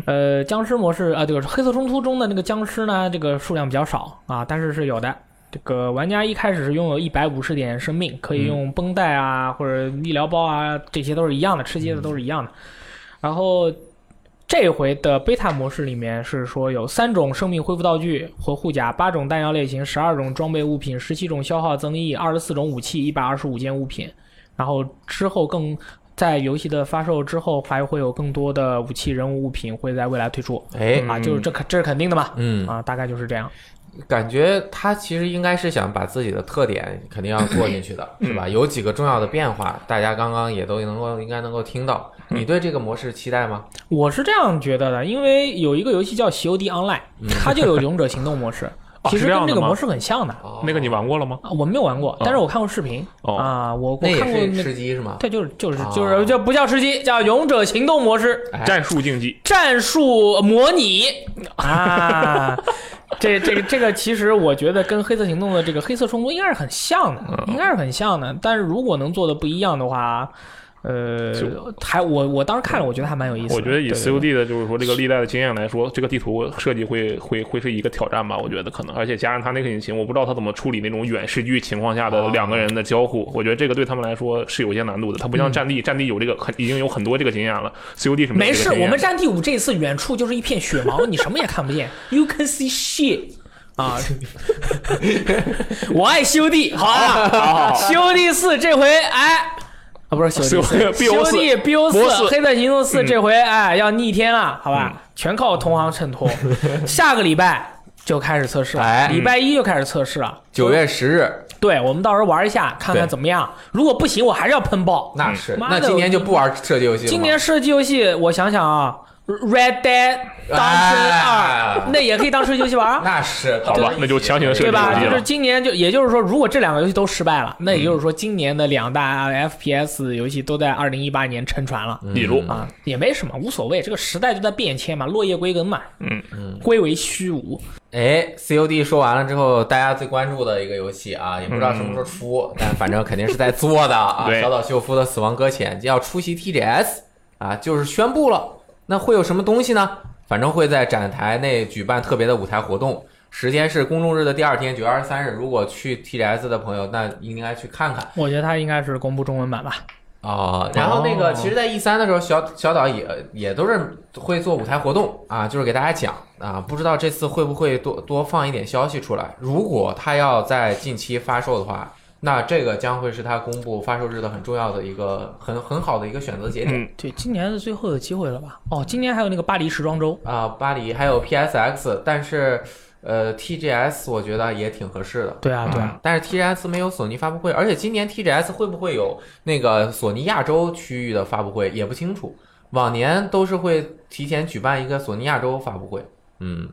S3: 呃，僵尸模式啊，这个黑色冲突中的那个僵尸呢，这个数量比较少啊，但是是有的。这个玩家一开始是拥有一百五十点生命，可以用绷带啊、或者医疗包啊，这些都是一样的，吃鸡的都是一样的。然后这回的贝塔模式里面是说有三种生命恢复道具和护甲，八种弹药类型，十二种装备物品，十七种消耗增益，二十四种武器，一百二十五件物品。然后之后更在游戏的发售之后，还会有更多的武器、人物、物品会在未来推出
S1: 哎，
S3: 啊，就是这肯这是肯定的嘛。
S1: 嗯，
S3: 啊，大概就是这样。
S1: 感觉他其实应该是想把自己的特点肯定要做进去 的，是吧？
S2: 嗯
S1: 有几个重要的变化，大家刚刚也都能够应该能够听到。
S2: 嗯
S1: 你对这个模式期待吗？
S3: 我是这样觉得的，因为有一个游戏叫《COD Online》，它 就有勇者行动模式，
S2: 哦
S3: 其
S2: 是
S3: 实
S2: 这样
S3: 跟
S2: 的
S3: 这个
S2: 吗
S3: 模式很像的。
S1: 哦
S2: 那个你玩过了吗？
S3: 啊我没有玩过，但是我看过视频
S2: 哦
S3: 啊，我我
S1: 那
S3: 看过
S1: 也是
S3: 那，
S1: 吃鸡是吗？
S3: 对，就是就是
S1: 哦
S3: 就是这不叫吃鸡，叫勇者行动模式，
S1: 哎
S2: 战术竞技，
S3: 战术模拟啊。这这个这个，其实我觉得跟黑色行动的这个黑色冲突应该是很像
S2: 嗯
S3: 的，应该是很像的。但是如果能做的不一样的话，呃，还我我当时看了，我觉得还蛮有意思的。
S2: 我觉得以
S3: 对
S2: COD 的就是说这个历代的经验来说，这个地图设计会会会是一个挑战吧？我觉得可能，而且加上它那个引擎，我不知道它怎么处理那种远视距情况下的
S1: 哦
S2: 两个人的交
S3: 啊
S2: 互。我觉得这个对他们来说是有些难度的。它不
S3: 嗯
S2: 像战地，战地有这个很已经有很多这个经验了，COD 是
S3: 没
S2: 有这
S3: 事，
S2: 个经验
S3: 我
S2: 的
S3: 们战地五这次远处就是一片雪茫，你什么也看不见。You can see shit。啊，我爱修弟，好啊，修弟四这回哎，啊不是修弟四，
S2: COD
S3: 修弟
S2: 博
S3: BO 四嗯
S2: 四
S3: 黑色行动四这回哎要逆天了，好吧，全靠同行衬 托。下个礼拜就开始测试了，
S1: 哎
S3: 礼拜一就开始测试了。
S1: 九月十日，
S3: 对，我们到时候玩一下，看看
S1: 对
S3: 怎么样。如果不行，我还是要喷爆。
S1: 那是
S2: 嗯
S3: 妈
S1: 那
S3: 的
S1: 今年就不玩射击游戏了吗。
S3: 今年射击游戏，我想想啊，Red Dead 当真
S1: 哎
S3: 二，那也可以当射击游戏玩儿，
S1: 那是
S2: 好 吧，那就强行设
S3: 对
S2: 计游戏
S3: 吧？就是
S2: 了。嗯
S3: 今年就，也就是说，如果这两个游戏都失败了，那也就是说，今年的两大 FPS 游戏都在二零一八年沉船了。
S2: 比如，
S3: 啊，也没什么，无所谓，这个时代就在变迁嘛，落叶归根嘛，
S2: 嗯
S3: 归为虚无。
S1: 哎，COD 说完了之后，大家最关注的一个游戏啊，也不知道什么时候出，但反正肯定是在做的啊。
S2: 对
S1: 小岛秀夫的《死亡搁浅》要出席 TGS 啊，就是宣布了。那会有什么东西呢？反正会在展台内举办特别的舞台活动，时间是公众日的第二天，九月二十三日。如果去 TGS 的朋友，那应该去看看。
S3: 我觉得它应该是公布中文版吧。
S1: 哦，然后那个，
S2: 哦
S1: 其实，在 E 三的时候，小小岛也也都是会做舞台活动啊，就是给大家讲啊，不知道这次会不会多多放一点消息出来。如果他要在近期发售的话，那这个将会是他公布发售日的很重要的一个很很好的一个选择节点
S2: 嗯，
S3: 对，今年是最后的机会了吧？哦，今年还有那个巴黎时装周，
S1: 啊、巴黎还有 PSX，但是呃 TGS 我觉得也挺合适的。
S3: 对啊，对啊，
S1: 但是 TGS 没有索尼发布会，而且今年 TGS 会不会有那个索尼亚洲区域的发布会也不清楚。往年都是会提前举办一个索尼亚洲发布会，嗯。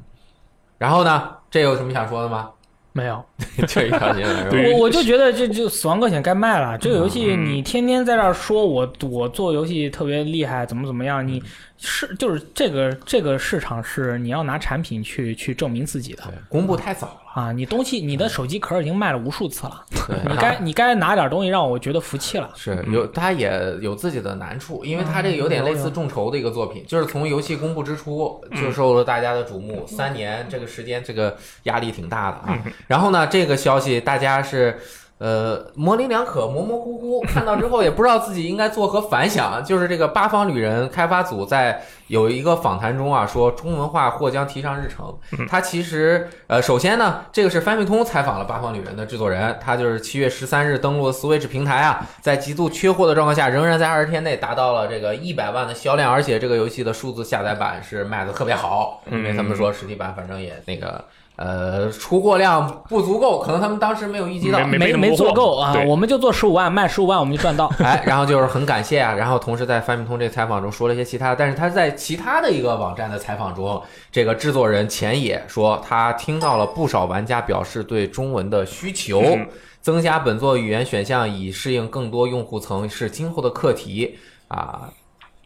S1: 然后呢，这有什么想说的吗？
S3: 没有。
S1: 这一条新闻是吧
S2: 对于嗯
S3: 我我就觉得这就死亡搁浅该卖了。这个游戏你天天在这儿说我我做游戏特别厉害，怎么怎么样，你是就是这个这个市场是你要拿产品去去证明自己的
S1: 对，公布太早了。
S3: 啊！你东西你的手机壳已经卖了无数次了，
S1: 对
S2: 啊
S3: 你该你该拿点东西让我觉得服气了。
S1: 是有，他也有自己的难处，因为他这个嗯有点类似众筹的一个作品，就是从游戏公布之初就受了大家的瞩目，三年这个时间，这个压力挺大的啊。 然后呢，这个消息大家是。呃，模棱两可，模模糊糊，看到之后也不知道自己应该作何反响。就是这个八方旅人开发组在有一个访谈中啊，说中文化或将提上日程。他其实呃，首先呢，这个是翻译通采访了《八方旅人》的制作人，他就是七月十三日登陆 Switch 平台啊，在极度缺货的状况下，仍然在二十天内达到了这个一百万的销量，而且这个游戏的数字下载版是卖的特别好，因为他们说实体版反正也那个。呃，出货量不足够，可能他们当时没有预计到，
S2: 没
S3: 没
S2: 那么
S3: 做
S2: 货
S3: 够啊
S2: 对！
S3: 我们就做十五万，卖十五万我们就 赚到。
S1: 哎，然后就是很感谢啊，然后同时在翻米通这个采访中说了一些其他的，但是他在其他的一个网站的采访中，这个制作人钱野说他听到了不少玩家表示对中文的需求，
S2: 嗯
S1: 增加本作语言选项以适应更多用户层是今后的课题啊。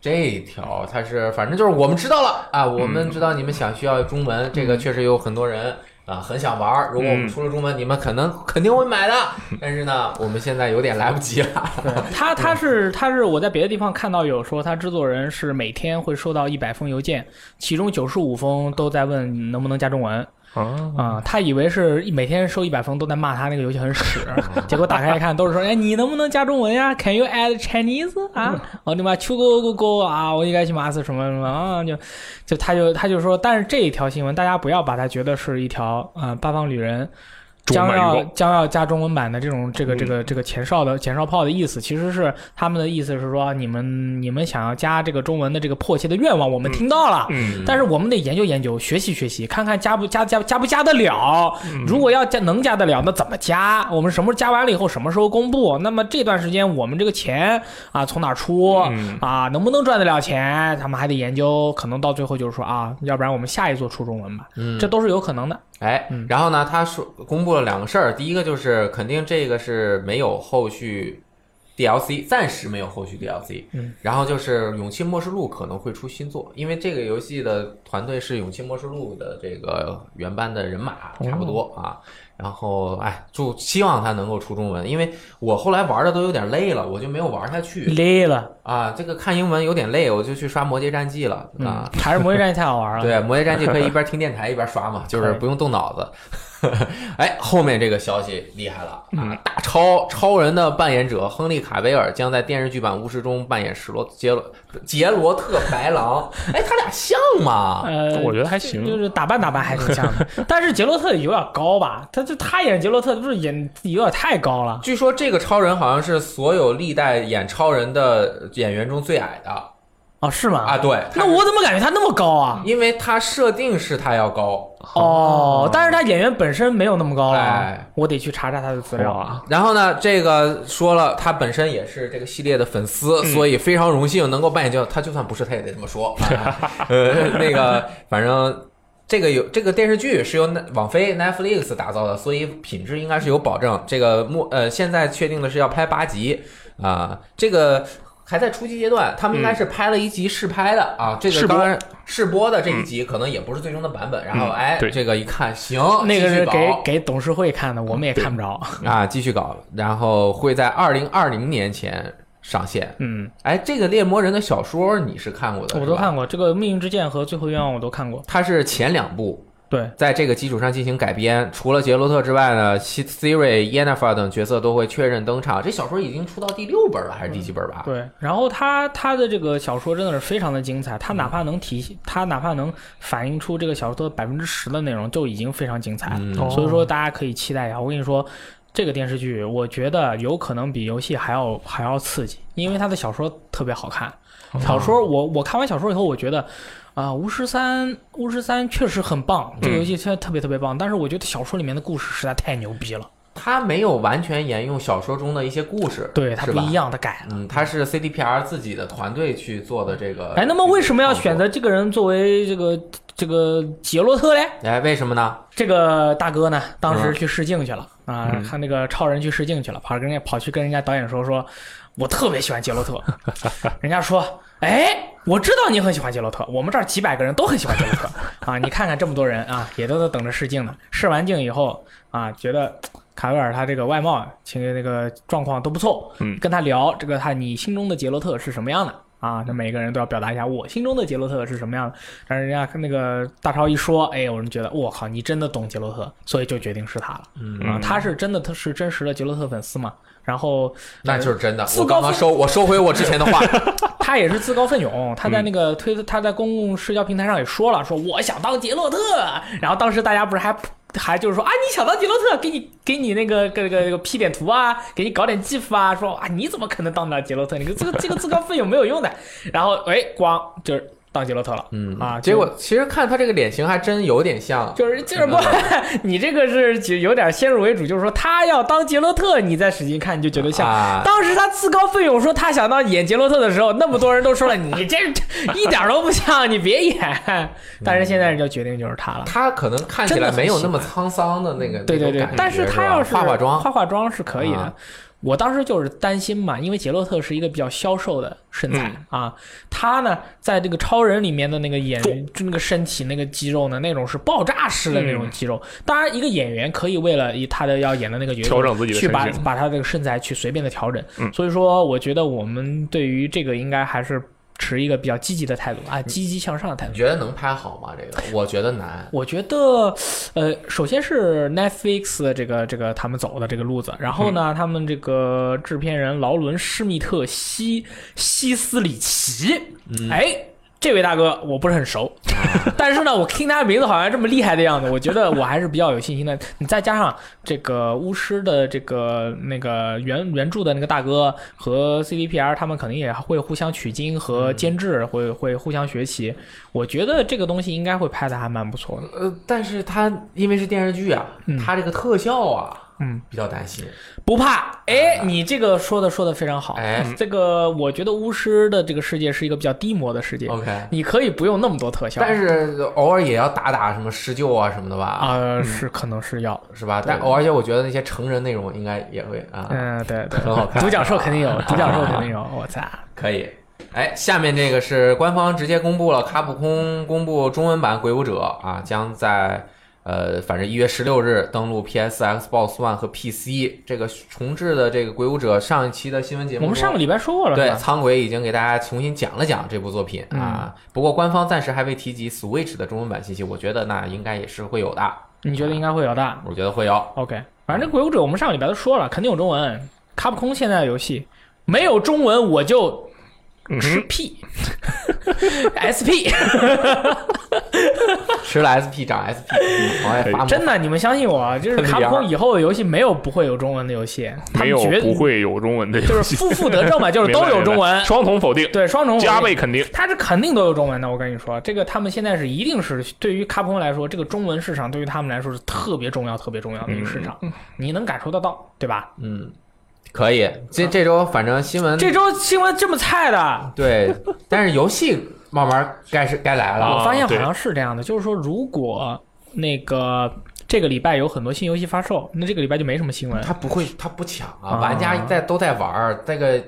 S1: 这条它是反正就是我们知道了啊，我
S2: 嗯
S1: 们知道你们想需要中文，这个确实有很多人。啊，很想玩儿。如果我们
S2: 嗯
S1: 出了中文，你们可能肯定会买的。但是呢，我们现在有点来不及了。
S3: 他他是他是我在别的地方看到有说他制作人是每天会收到一百封邮件，其中九十五封都在问能不能加中文
S2: 啊，
S3: 啊、他以为是每天收一百封都在骂他那个邮件 很屎，结果打开一看都是说哎你能不能加中文呀？Can you add Chinese
S2: 嗯
S3: 啊？我的妈，秋哥哥哥啊，我应该去马斯什么什么啊？就就他就他就说，但是这一条新闻大家不要把它觉得是一条啊、呃八方旅人
S2: 中
S3: 将
S2: 文版预
S3: 要
S2: 告
S3: 将要加中文版的这种这个
S2: 嗯
S3: 这个这个前哨的前哨炮的意思，其实是他们的意思是说，你们你们想要加这个中文的这个迫切的愿望，我们
S2: 嗯
S3: 听到了。
S2: 嗯，
S3: 但是我们得研究研究，学习学习，看看加不加加加不加得了。
S1: 嗯
S3: 如果要加能加得了，那怎么加？我们什么时候加完了以后，什么时候公布？那么这段时间我们这个钱啊从哪儿出？
S2: 嗯
S3: 啊，能不能赚得了钱？他们还得研究，可能到最后就是说啊，要不然我们下一座出中文吧，
S1: 嗯
S3: 这都是有可能的。
S1: 哎
S3: 嗯，
S1: 然后呢，他说公布了两个事儿，第一个就是肯定这个是没有后续 DLC，暂时没有后续 DLC。
S3: 嗯，
S1: 然后就是《勇气末世录》可能会出新作，因为这个游戏的团队是《勇气末世录》的这个原班的人马，差不多
S3: 哦
S1: 啊。然后，哎，祝希望它能够出中文，因为我后来玩的都有点累了，我就没有玩下去
S3: 累了，
S1: 啊。这个看英文有点累，我就去刷《魔界战记》了
S3: 嗯
S1: 啊。，
S3: 还是魔界战太好玩了。
S1: 对，啊《魔界战记》可以一边听电台一边刷嘛，就是不用动脑子。 哎，后面这个消息厉害了啊！大超超人的扮演者亨利·卡维尔将在电视剧版《巫师》中扮演史罗杰罗杰罗特白狼。哎，他俩像吗？
S3: 呃，
S2: 我觉得还行
S3: 就就是打扮打扮还挺像 的，但是杰洛特有点高吧？他就他演杰洛特，不是演有点太高了。
S1: 据说这个超人好像是所有历代演超人的演员中最矮的
S3: 哦，是吗？
S1: 啊！对，
S3: 那我怎么感觉他那么高啊？
S1: 因为他设定是他要高，
S3: 哦，但是他演员本身没有那么高了啊
S1: 哎，
S3: 我得去查查他的资料。
S2: 哇，
S1: 然后呢，这个说了，他本身也是这个系列的粉丝，所以非常荣幸能够扮演角。他就算不是，他也得这么说。啊呃，那个，反正这个有这个电视剧是由奈网飞 Netflix 打造的，所以品质应该是有保证。这个目呃，现在确定的是要拍八集啊、这个。还在初期阶段，他们应该是拍了一集试拍的、啊，这个
S2: 试播
S1: 当然试播的这一集可能也不是最终的版本，然后
S2: 嗯
S1: 哎，
S2: 对
S1: 这个一看行，
S3: 那个
S1: 继续
S3: 是
S1: 搞
S3: 给给董事会看的，我们也看不着。
S1: 啊，继续搞，然后会在二零二零年前上线。
S3: 嗯，
S1: 哎，这个猎魔人的小说你是看过的，
S3: 我都
S1: 是吧。
S3: 看过这个《命运之剑》和《最后愿望》，我都看过。
S1: 它是前两部
S3: 对，
S1: 在这个基础上进行改编，除了杰洛特之外呢，西 Siri、耶纳法等角色都会确认登场。这小说已经出到第六本了，还是第几本吧？
S3: 对，然后他他的这个小说真的是非常的精彩，他
S1: 嗯
S3: 哪怕能体，他哪怕能反映出这个小说百分之十的内容，就已经非常精彩了。
S1: 嗯
S2: 哦
S3: 所以说大家可以期待一下。我跟你说，这个电视剧我觉得有可能比游戏还要还要刺激，因为他的小说特别好看。
S1: 哦
S3: 小说我我看完小说以后，我觉得。啊，巫师三，巫
S1: 嗯
S3: 师三确实很棒，这个游戏确实特别特别棒。但是我觉得小说里面的故事实在太牛逼了，
S1: 它没有完全沿用小说中的一些故事，
S3: 对，它
S1: 是
S3: 不
S1: 吧
S3: 一。样，它改了。
S1: 嗯，它是 CDPR 自己的团队去做的这个。
S3: 哎，那么为什么要选？择这个人作为这个这个杰洛特嘞？
S1: 哎，为什么呢？
S3: 这个大哥呢，当时
S1: 嗯
S3: 去试镜去了啊，
S1: 嗯
S3: 看那个超人去试镜去了，跑跟人家跑去跟人家导演说说，我特别喜欢杰洛特， 人家说，哎，我知道你很喜欢杰洛特，我们这儿几百个人都很喜欢杰洛特啊，你看看这么多人啊，也都在等着试镜呢，试完镜以后啊，觉得。卡维尔他这个外貌、情那个状况都不错，
S2: 嗯
S3: 跟他聊这个他你心中的杰洛特是什么样的啊？那每个人都要表达一下我心中的杰洛特是什么样的。但是人家那个大超一说，哎，有人觉得我靠，你真的懂杰洛特，所以就决定是他了。
S1: 嗯
S3: 啊，他是真的，他是真实的杰洛特粉丝嘛。然后
S1: 那就是真的。
S3: 自
S1: 我
S3: 告
S1: 刚刚
S3: 奋
S1: 收，我收回我之前的话。
S3: 他也是自告奋勇，他在那个推，他在公共社交平台上也说了，说我想当杰洛特。然后当时大家不是还还就是说啊，你想当杰洛特，给你给你那个给个个 P 点图啊，给你搞点 GIF 啊，说啊你怎么可能当得了杰洛特？你这个这个自告奋勇没有用的。然后哎，光就是当杰洛特了，
S1: 嗯
S3: 啊，
S1: 结果其实看他这个脸型还真有点像。
S3: 就是就是不， 你这个是就有点先入为主，就是说他要当杰洛特，你再使劲看你就觉得像。
S1: 啊
S3: 当时他自告奋勇说他想当演杰洛特的时候，那么多人都说了你这 一点都不像，你别演。但是现在人家决定就是他了。
S1: 他可能看起来没有那么沧桑的那个，
S3: 对对
S1: 那种
S3: 对
S1: 感，觉
S3: 但是他要是
S1: 吧化化妆，
S3: 化化妆是可以的
S1: 啊。
S3: 我当时就是担心嘛，因为杰洛特是一个比较消瘦的身材
S2: 嗯
S3: 啊，他呢在这个超人里面的那个演
S2: 重
S3: 就那个身体那个肌肉呢，那种是爆炸式的那种
S2: 嗯
S3: 肌肉。当然，一个演员可以为了以他的要演的那个角色
S2: 调整自己的
S3: 去
S2: 身
S3: 把
S2: 形。
S3: 把他这个身材去随便的调整。
S2: 嗯
S3: 所以说，我觉得我们对于这个应该还是持一个比较积极的态度啊，积极向上的态度
S1: 你。觉得能拍好吗？这个我觉得难。
S3: 我觉得，呃，首先是 Netflix 的这个这个他们走的这个路子，然后呢，他们这个制片人劳伦·施密特西西斯里奇，哎。这位大哥，我不是很熟，但是呢，我听他的名字好像这么厉害的样子，我觉得我还是比较有信心的。你再加上这个巫师的这个那个原原著的那个大哥和 CDPR，他们肯定也会互相取经和监制，会会互相学习。我觉得这个东西应该会拍的还蛮不错的。
S1: 呃，但是他因为是电视剧啊
S3: 嗯，
S1: 他这个特效啊，
S3: 嗯，
S1: 比较担心。
S3: 不怕。哎，你这个说的说的非常好。
S1: 哎
S3: 这个我觉得巫师的这个世界是一个比较低模的世界，
S1: ，OK，
S3: 你可以不用那么多特效，
S1: 哦但是偶尔也要打打什么施救啊什么的吧，
S3: 啊是可能是要，
S1: 是吧？但偶而且我觉得那些成人内容应该也会啊，
S3: 嗯，对对，
S1: 很好看啊
S3: 独角兽肯定有，独角兽肯定有，我操，
S1: 可以。哎，下面这个是官方直接公布了，卡普空公布中文版《鬼武者》啊，将在呃，反正一月十六日登陆 PS、Xbox One 和 PC。这个重置的这个《鬼武者》，上一期的新闻节目
S3: 我
S1: 中，
S3: 们上个礼拜说过了，
S1: 对
S3: 是吧嗯
S1: 苍鬼已经给大家重新讲了讲这部作品啊。不过官方暂时还未提及 Switch 的中文版信息，我觉得那应该也是会有的，
S3: 你觉得应该会有的
S1: 我觉得会 有。
S3: ？OK，反
S1: 嗯
S3: 正这鬼武者我们上个礼拜都说了，肯定有中文。卡普空现在的游戏没有中文我就
S2: 嗯
S3: 吃
S2: 哼，
S3: 屁 ，SP，
S1: 啊吃了 SP 长 SP，往嗯外发
S3: 真的，你们相信我，就是卡普空以后的游戏没有不会有中文的游戏，他
S2: 没有
S3: 们绝
S2: 不会有中文的
S3: 就
S2: 游
S3: 是
S2: 戏，
S3: 负负得正嘛，就是都有
S2: 明白
S3: 中
S2: 明
S3: 文
S2: 白，双重否定，
S3: 对双重
S2: 加倍肯定。
S3: 他是肯定都有中文的，我跟你说，这个他们现在是一定是对于卡普空来说，这个中文市场对于他们来说是特别重要、特别重要的一个市场，
S2: 嗯
S3: 你能感受得到，对吧？
S1: 嗯，可以。这这周反正新
S2: 嗯
S1: 闻
S3: 这周新闻这么菜的，
S1: 对，但是游戏慢慢该是该来了
S2: 啊
S1: 啊。
S3: 我发现好
S2: 对
S3: 像是这样的，就是说，如果那个这个礼拜有很多新游戏发售，那这个礼拜就没什么新 闻。
S1: 他不会，他不抢啊，
S3: 啊
S1: 玩家在都在玩儿，这个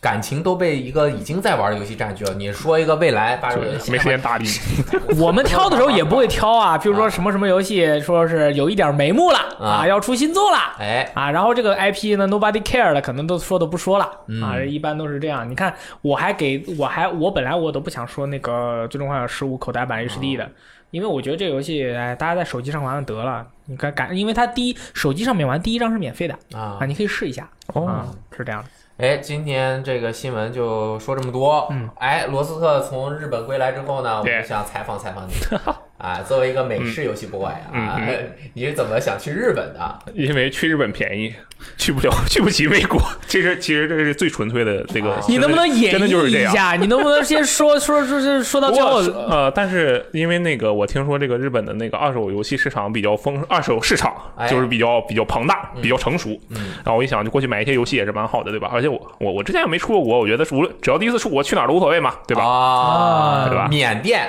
S1: 感情都被一个已经在玩的游戏占据了。你说一个未来发售游戏，
S2: 没时间搭理你，
S3: 我们挑的时候也不会挑啊，比如说什么什么游戏，说是有一点眉目了
S1: 啊
S3: 啊，要出新作了。
S1: 哎，
S3: 啊，然后这个 IP 呢，Nobody Care 的可能都说的不说了、
S1: 嗯
S3: 啊，一般都是这样。你看，我还给我还我本来我都不想说那个《最终幻想十五》口袋版 HD
S2: 哦
S3: 的，因为我觉得这游戏哎，大家在手机上玩玩得了。你看感，因为它第一手机上面玩第一张是免费的
S1: 啊
S3: 啊，，你可以试一下。
S2: 哦
S3: 啊，是这样的。
S1: 哎，今天这个新闻就说这么多。
S3: 嗯，
S1: 哎，罗斯特从日本归来之后呢，我
S2: 对
S1: 们想采访采访你，啊，作为一个美式游戏 boy 啊，
S2: 嗯
S1: 你是怎么想去日本的？
S2: 因为去日本便宜，去不了， 去不起美国。哦其实其实这是最纯粹的这个
S1: 啊，
S3: 你能不能演
S2: 真的就是
S3: 绎
S2: 这
S3: 一
S2: 样？
S3: 下？你能不能先说说说说说到
S2: 不
S3: 最
S2: 过
S3: 后？
S2: 呃，但是因为那个，我听说这个日本的那个二手游戏市场比较丰，二手市场
S1: 哎
S2: 就是比较比较庞大，比较成熟。
S1: 嗯
S2: 然后我一想，就过去买一些游戏也是蛮好的，对吧？而且我我我之前也没出过国，我觉得是无论只要第一次出国去哪儿都无所谓嘛，对吧？
S1: 啊，
S2: 对吧
S1: 缅甸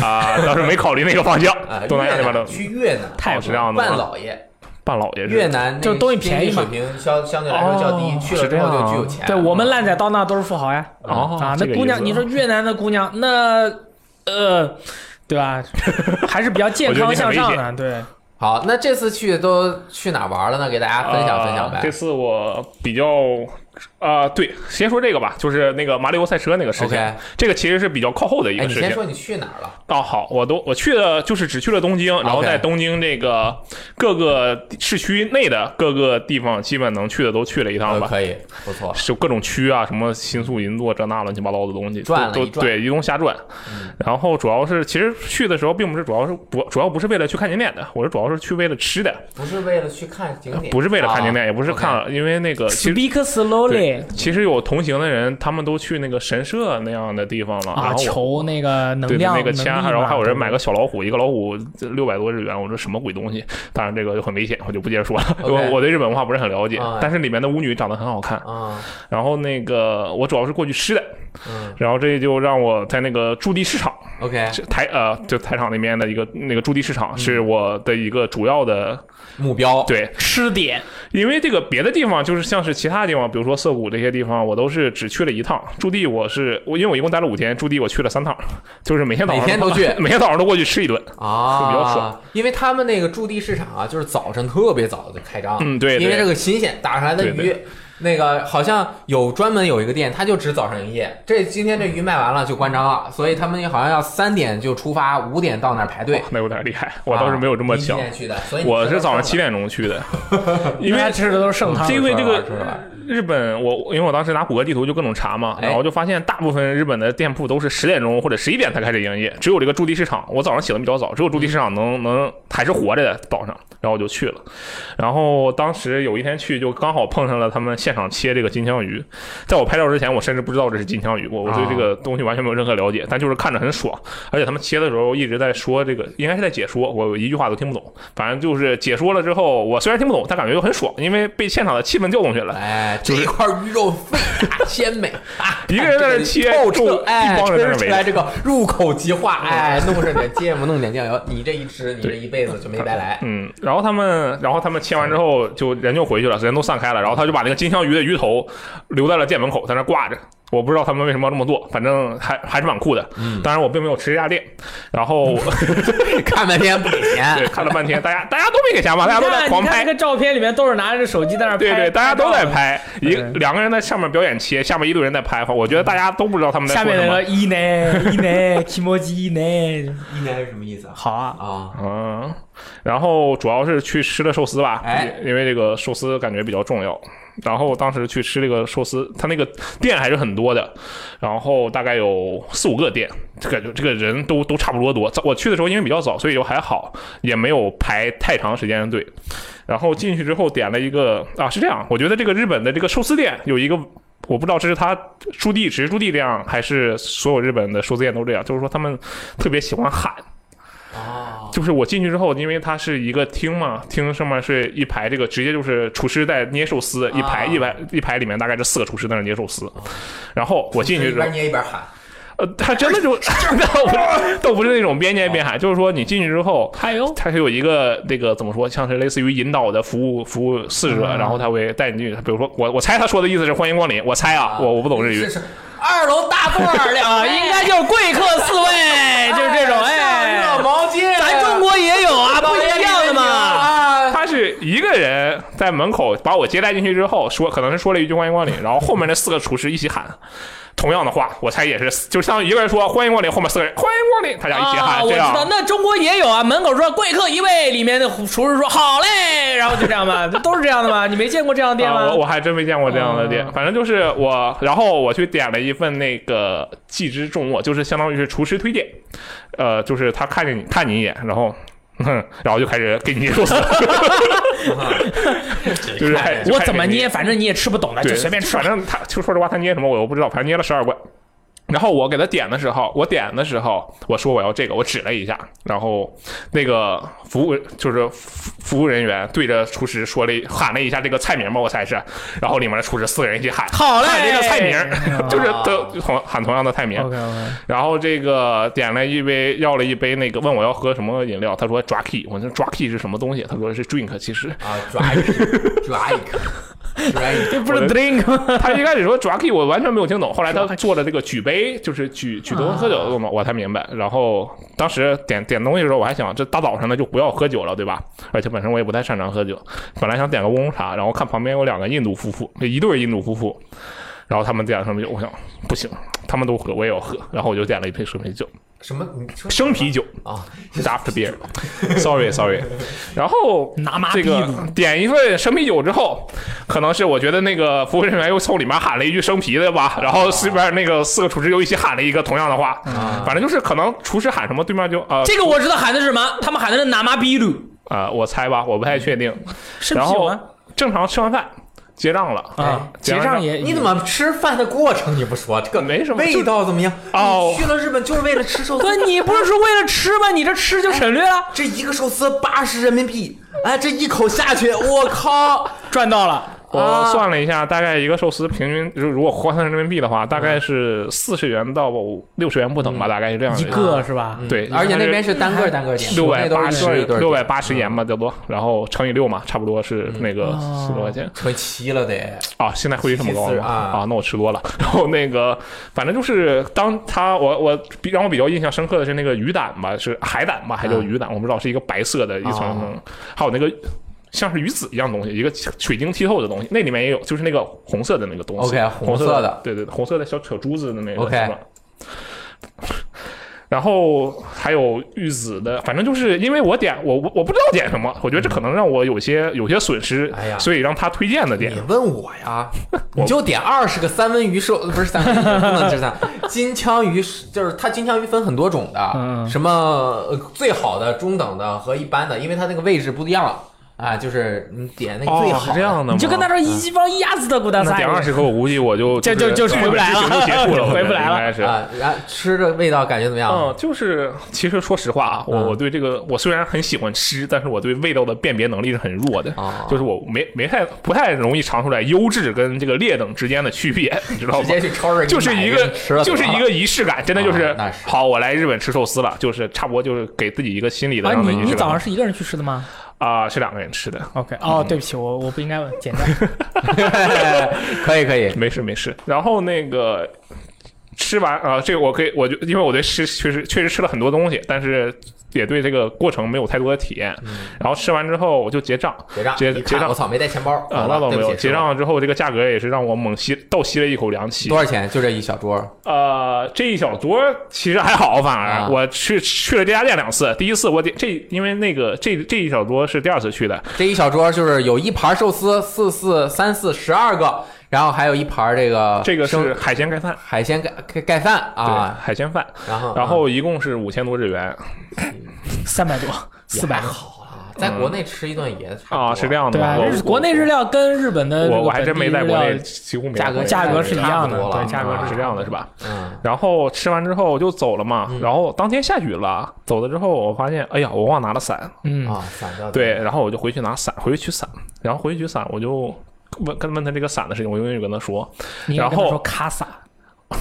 S2: 啊，当时没考虑那个方向
S1: 啊，，
S2: 东南亚
S1: 越
S2: 那边
S1: 南
S2: 的
S1: 去越南，
S2: 哦是这样的
S1: 半
S2: 吗？
S1: 老爷，
S2: 半老也是
S1: 越南那
S3: 就东西便宜
S1: 经济
S3: 嘛
S1: 水平相相对来说较低，
S3: 哦
S1: 去了之后就巨有钱。
S3: 对我
S2: 啊
S3: 们烂仔到那都是富豪呀！
S2: 哦
S3: 啊，
S2: 这
S3: 那
S2: 个
S3: 姑
S2: 意
S3: 娘，
S2: 思
S3: 你说越南的姑娘，那呃，对吧？ 还是比较健
S2: 我觉得
S3: 康
S2: 你很
S3: 向
S2: 危
S3: 上
S2: 险
S3: 的，对。
S1: 好，那这次去都去哪儿玩了呢？给大家分享分享
S2: 啊这
S1: 呗。
S2: 次我比较啊、对，先说这个吧，就是那个马里奥赛车那个事情
S1: OK
S2: 这个其实是比较靠后的一
S1: 哎，
S2: 个
S1: 你
S2: 事
S1: 先
S2: 情。
S1: 说你去哪儿了？
S2: 倒好，我都我去了，就是只去了东京，然后
S1: OK
S2: 在东京这个各个市区内的各个地方，基本能去的都去了一趟
S1: 呃
S2: 吧。
S1: 可以，不错。
S2: 是各种区啊，什么新宿、银座这那乱七八糟的东西，
S1: 转了一
S2: 都都
S1: 转嗯
S2: 对一通瞎转。然后主要是，其实去的时候并不是主要是主主要不是为了去看景点的，我是主要是去为了吃的，
S1: 不是为了去看景点，
S2: 不是为了看景点，
S1: 啊
S2: 也不是看
S1: OK
S2: 因为那个其实
S3: Speak
S2: 对
S3: slowly，
S2: 其实有同行的人，他们都去那个神社那样的地方了，
S3: 啊，
S2: 然后我
S3: 求那个能
S2: 对
S3: 量
S2: 那个
S3: 能
S2: 签，
S3: 力
S2: 然后
S3: 嘛
S2: 还有人
S3: 对
S2: 买个小老虎，一个老虎六百多日元，我说什么鬼东西？当然这个就很危险，我就不接着说了。
S1: OK
S2: 因为我对日本文化不是很了解
S1: 啊，
S2: 但是里面的舞女长得很好看。
S1: 啊，
S2: 然后那个我主要是过去吃的，
S1: 嗯
S2: 然后这就让我在那个驻地市场
S1: ，OK，
S2: 是台呃就台场那边的一个那个驻地市
S1: 嗯
S2: 场是我的一个主要的
S1: 目标
S2: 对，
S3: 吃点，
S2: 因为这个别的地方就是像是其他地方，比如说涩谷这些地方，我都是只去了一趟。驻地我是我，因为我一共待了五天，驻地我去了三趟， 就是每天早上
S1: 每天都去
S2: 每天早上都过去吃一顿。
S1: 啊，
S2: 比较爽，
S1: 因为他们那个驻地市场啊，就是早上特别早就开张，
S2: 嗯对对
S1: 因为这个新鲜打上来的鱼。
S2: 对
S1: 那个好像有专门有一个店，它就只早上营业。这今天这鱼卖完了就关张了，所以他们好像要三点就出发，五点到那儿排队。
S2: 那有点厉害，我倒是没有这 么
S1: 啊你几
S2: 强。
S1: 点去的，所以你
S2: 我是早上
S1: 吃
S2: 七点钟去的，因
S3: 大家
S2: 为
S3: 吃的都是盛汤。
S2: 因为嗯这
S1: 吃了吧
S2: 个日本，我因为我当时拿谷歌地图就各种查嘛，
S1: 哎
S2: 然后就发现大部分日本的店铺都是十点钟或者十一点才开始营业，只有这个驻地市场，我早上起得比较早，只有驻地市场
S3: 嗯
S2: 能能还是活着的早上，然后我就去了。然后当时有一天去，就刚好碰上了他们现场切这个金枪鱼，在我拍照之前，我甚至不知道这是金枪鱼，我我对这
S3: 啊
S2: 个东西完全没有任何了解，但就是看着很爽，而且他们切的时候一直在说这个，应该是在解说，我一句话都听不懂，反正就是解说了之后，我虽然听不懂，但感觉又很爽，因为被现场的气氛调动起来
S1: 饭了。。哎，这
S2: 就是
S1: 一块鱼肉肥大鲜美啊，
S2: 一个人在那切
S1: 透
S2: 众
S1: 彻，
S2: 一
S1: 哎，
S2: 帮人在那
S1: 吃起
S2: 围
S1: 来这个入口即 化，哎，弄上点芥末，弄点酱油，你这一吃，你这
S2: 对
S1: 一辈子就没白 来。
S2: 嗯，然后他们，然后他们切完之后，就人就回去了，人都散开了。然后他就把那个金枪鱼的鱼头留在了店门口，在那挂着。我不知道他们为什么要这么做，反正还还是蛮酷的。嗯，当然我并没有吃这家店。然后我、
S1: 看半天不给钱
S2: 对，看了半天，大家大家都没给钱吧？大家都
S3: 你看
S2: 在狂
S3: 你看
S2: 拍
S3: 那。个照片里面都是拿着手机在那 儿拍，
S2: 对对，大家都在
S3: 照的。
S2: 拍，一
S3: 对
S2: 两个人在上面表演切，下面一堆人在拍，我觉得大家都不知道他们在
S3: 下
S2: 说
S3: 面
S2: 什
S3: 那
S2: 么
S3: 个。一呢一呢，提莫基一呢，
S1: 应该是什么意思啊？
S3: 好啊，
S1: 啊，
S2: 嗯，然后主要是去吃了寿司吧，
S1: 哎
S2: 因为这个寿司感觉比较重要。然后当时去吃这个寿司，它那个店还是很多的，然后大概有四五个店，这个这个人都都差不多多。我去的时候因为比较早，所以就还好，也没有排太长时间的队。然后进去之后点了一个啊，是这样，我觉得这个日本的这个寿司店有一个。我不知道这是他驻地只是驻地这样，还是所有日本的寿司店都这样。就是说，他们特别喜欢喊，
S1: 哦，
S2: 就是我进去之后，因为它是一个厅嘛，厅上面是一排这个，直接就是厨师在捏寿司，一
S1: 啊
S2: 排一排一排里面大概这四个厨师在那捏寿司。然后我进去
S1: 哦一
S2: 之后
S1: 边，捏一边喊，
S2: 呃，他真的 就倒不是倒不是那种边捏边喊，就是说你进去之后，
S3: 还有
S2: 它是有一个那个怎么说，像是类似于引导的服务服务侍者，
S3: 嗯
S2: 然后他会带你进去。比如说我我猜他说的意思是欢迎光临，我猜啊，我我不懂日语
S1: 是。是，二楼大座儿两
S3: 啊，
S1: 位
S3: 应该就是贵客四位，就是这种
S1: 上热
S3: 哎，
S1: 毛巾，
S3: 咱中国也有啊，
S1: 到
S3: 不一样的嘛。
S1: 啊，
S2: 他是是一个人在门口把我接待进去之后，说可能是说了一句欢迎光临，然后后面那四个厨师一起喊。同样的话，我猜也是，就像一个人说“欢迎光临”，后面四个人“欢迎光临”，大家一起喊，
S3: 啊，我
S2: 这
S3: 知
S2: 样
S3: 道，那中国也有啊，门口说贵客一位，里面的厨师说好嘞，然后就这样嘛，这 都是这样的嘛，你没见过这样的店
S2: 啊、
S3: 吗
S2: 我？我还真没见过这样的店。
S3: 嗯
S2: 反正就是我，然后我去点了一份那个寄之重物，就是相当于是厨师推荐，呃，就是他看见你看你一眼，然后。哼，然后就开始给你肉丝，
S1: 啊
S2: 就是还
S1: 哎
S2: 就
S3: 我
S2: 开始
S3: 怎么
S2: 给你
S3: 捏，反正你也吃不懂的，
S2: 对，
S3: 就随便吃
S2: 反。正他就说实话，他捏什么我又不知道，反正捏了十二罐。然后我给他点的时候，我点的时候我说我要这个，我指了一下，然后那个服务就是服服务人员对着厨师说了一喊了一下这个菜名吧，我猜是，然后里面的厨师四个人一起喊，
S3: 好嘞
S2: 喊这个菜名
S3: 啊
S2: 儿，就是都就同喊同样的菜名。
S3: OK OK，
S2: 然后这个呃点了一杯，要了一杯那个，问我要喝什么饮料，他说 d r a k y 我说 d r a k y 是什么东西？他说是 drink，其实
S1: 啊，drink，drink，drink，
S3: 这不是 drink 吗？
S2: 他一开始说 d r a k y 我完全没有听懂。后来他做了这个举杯，就是举举东西喝酒的动作，我才明白。然后当时点点东西的时候，我还想这大早上的就不要喝酒了，对吧？而且本身我也不太擅长喝酒，本来想点个乌龙茶，然后看旁边有两个印度夫妇，一对印度夫妇，然后他们点了什么酒，我想不行，他们都喝，我也要喝，然后我就点了一杯生啤酒，
S1: 什么？你说
S2: 生啤酒
S1: 啊
S2: ，Draft Beer，Sorry Sorry，然后
S3: 拿马
S2: 这
S3: 屁股
S2: 个点一份生啤酒之后，可能是我觉得那个服务人员又冲里面喊了一句生啤的
S3: 啊
S2: 吧，然后这边那个四个厨师又一起喊了一个同样的话，反正就是可能厨师喊什么，对面就呃
S3: 啊这个我知道喊的是什么，他们喊的是拿马比鲁，
S2: 呃，我猜吧，我不太确定。
S3: 是不
S2: 然
S3: 是有
S2: 后
S3: 吗？
S2: 正常吃完饭结账了哎
S3: 啊，
S2: 结
S3: 结
S2: 完
S3: 账
S2: 账
S3: 也
S1: 你怎么吃饭的过程你不说？这个
S2: 没什么就
S1: 味
S2: 是
S1: 道怎么样？
S2: 哦
S1: 你去了日本就是为了吃寿司
S3: 哥，，你不是说为了吃吗？你这吃就省略了，
S1: 这一个寿司八十人民币，哎，这一口下去，我靠！
S3: 赚到了。
S2: 我算了一下，大概一个寿司平均，如如果换算成人民币的话，大概是四十元到六十元不等吧，大概是这样的
S3: 嗯一
S2: 一
S3: 个是吧？
S2: 对，
S1: 而且那边是单个单个点，
S2: 六
S1: 国
S2: 百
S1: 内都
S2: 八
S1: 是一对
S2: 十
S1: 一对儿
S2: 六百八十元吧，叫做，然后乘以六嘛，差不多是
S1: 嗯
S2: 那个
S1: 哦
S2: 四十块钱
S1: 乘以七了得。
S2: 啊。现在汇率这么高
S1: 74
S2: 了
S1: 啊
S2: 啊，那我吃多了。 然后那个，反正就是当他我我比让我比较印象深刻的是那个鱼胆吧，是海胆吧，还
S1: 嗯
S2: 叫鱼胆，我不知道是一个白色的一
S1: 哦
S2: 层，还有那个。像是鱼子一样东西，一个水晶剔透的东西，那里面也有，就是那个红色的那个东西
S1: OK，
S2: 红
S1: 红色
S2: 的
S1: 的，
S2: 对对，对红色的小小珠子的那个
S1: OK
S2: 是吧然后还有玉子的，反正就是因为我点我我我不知道点什么，我觉得这可能让我有些有些损失，
S1: 哎呀
S2: 所以让他推荐的点
S1: 你问我 呀，你就点二十个三文鱼寿， 不是三文鱼，不能吃三 金枪鱼，就是它金枪鱼分很多种的，
S3: 嗯
S1: 什么呃最好的、中等的和一般的，因为它那个位置不一样啊，就是你
S3: 哎
S1: 点那个最
S2: 哦，
S1: 好
S2: 是这
S1: 的。
S2: 样的吗？
S3: 你就跟他说一鸡包鸭子的骨大
S2: 那
S3: 赛
S2: 点，二十个，我估计我就
S3: 这
S2: 是
S3: 就就回不来了
S2: 整个节目结束了，
S3: 回不来了
S2: 我觉得应该是。
S1: 啊，然后吃着味道感觉怎么样？
S2: 嗯，就是其实说实话啊，我
S1: 嗯
S2: 我对这个我虽然很喜欢吃，但是我对味道的辨别能力是很弱的，
S3: 啊
S1: 哦
S2: 就是我没没太不太容易尝出来优质跟这个劣等之间的区别，你知道吗？
S1: 直接去超市给你
S2: 就是
S1: 买
S2: 一
S1: 一
S2: 个
S1: 个吃了
S2: 就是
S1: 得了
S2: 一个仪式感，真的就是、
S1: 啊那是
S2: 好，我来日本吃寿司了，就是差不多就是给自己一个心理的
S3: 啊，
S2: 上的
S3: 你
S2: 仪
S3: 你
S2: 式
S3: 早上
S2: 感
S3: 是一个人去吃的吗
S2: 啊、是两个人吃的，
S3: ？OK，哦，对不起，我我不应该问，简单。
S1: 可以可以，
S2: 没事没事。然后那个吃完啊、这个我可以，我就因为我对吃确实确实吃了很多东西，但是也对这个过程没有太多的体验。
S1: 嗯
S2: 然后吃完之后我就结账，
S1: 结账
S2: 结
S1: 一
S2: 结
S1: 看
S2: 账
S1: 我操，没带钱包
S2: 啊、
S1: 完
S2: 那
S1: 了
S2: 倒
S1: 对
S2: 没
S1: 不起
S2: 有。结
S1: 是吧
S2: 账之后，这个价格也是让我猛吸倒吸了一口凉气
S1: 多。少钱？就这一小桌，
S2: 呃，这一小桌其实还好，反而、
S1: 啊
S2: 我去去了这家店两次，第一次我点这因为那个这这一小桌是第二次去的，
S1: 这一小桌就是有一盘寿司，四四三四十二个，然后还有一盘这个
S2: 这个
S1: 啊生
S2: 是海鲜盖饭
S1: 海鲜盖盖盖饭啊，
S2: 对，海鲜饭，
S1: 然后
S2: 然后一共是五千多日元
S3: 三 百多，四百
S1: 还。好啦，在国内吃一顿也差不多
S2: 啊，是这样的
S3: 对
S2: 吗
S3: 啊，？
S2: 我
S3: 日国内日料跟日本的这
S2: 我
S3: 个
S2: 我还真
S3: 呃
S2: 没
S3: 本地
S2: 在
S3: 日
S2: 国
S3: 料
S2: 内几乎没
S1: 价格
S2: 在
S3: 价
S2: 国内
S3: 格是一样
S1: 差不，
S3: 的
S1: 多
S3: 对，
S1: 了
S3: 价格
S2: 啊
S3: 是
S2: 是
S3: 一
S2: 这
S3: 样
S2: 样的，是吧？
S1: 嗯，
S2: 然后吃完之后我就走了嘛，
S3: 嗯
S2: 然后当天下雨了，走了之后我发现，哎呀，我忘拿了伞，
S3: 嗯，
S1: 啊，散掉的
S2: 对，，然后我就回去拿伞，回去取伞，然后回去取伞，我就问跟问他这个伞的事情，我用英语跟他说，
S3: 你应该
S2: 然
S3: 跟他
S2: 后
S3: 说卡萨，？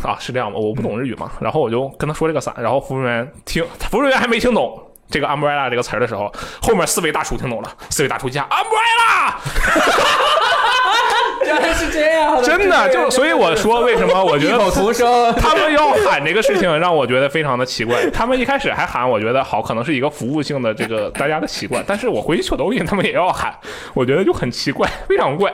S2: 啊，是这样吗？我不懂日语嘛，然后我就跟他说这个伞，然后服务员听，服务员还没听懂。这个 umbrella 这个词儿的时候，后面四位大厨听懂了，四位大厨一下 umbrella，
S1: 来 是这样的，
S2: 真的就是，所以我说为什么我觉
S1: 异
S2: 得
S1: 口同声。
S2: 他们要喊这个事情，让我觉得非常的奇怪。他们一开始还喊，我觉得好，可能是一个服务性的这个大家的习惯。但是我回去瞅抖音，他们也要喊，我觉得就很奇怪，非常怪。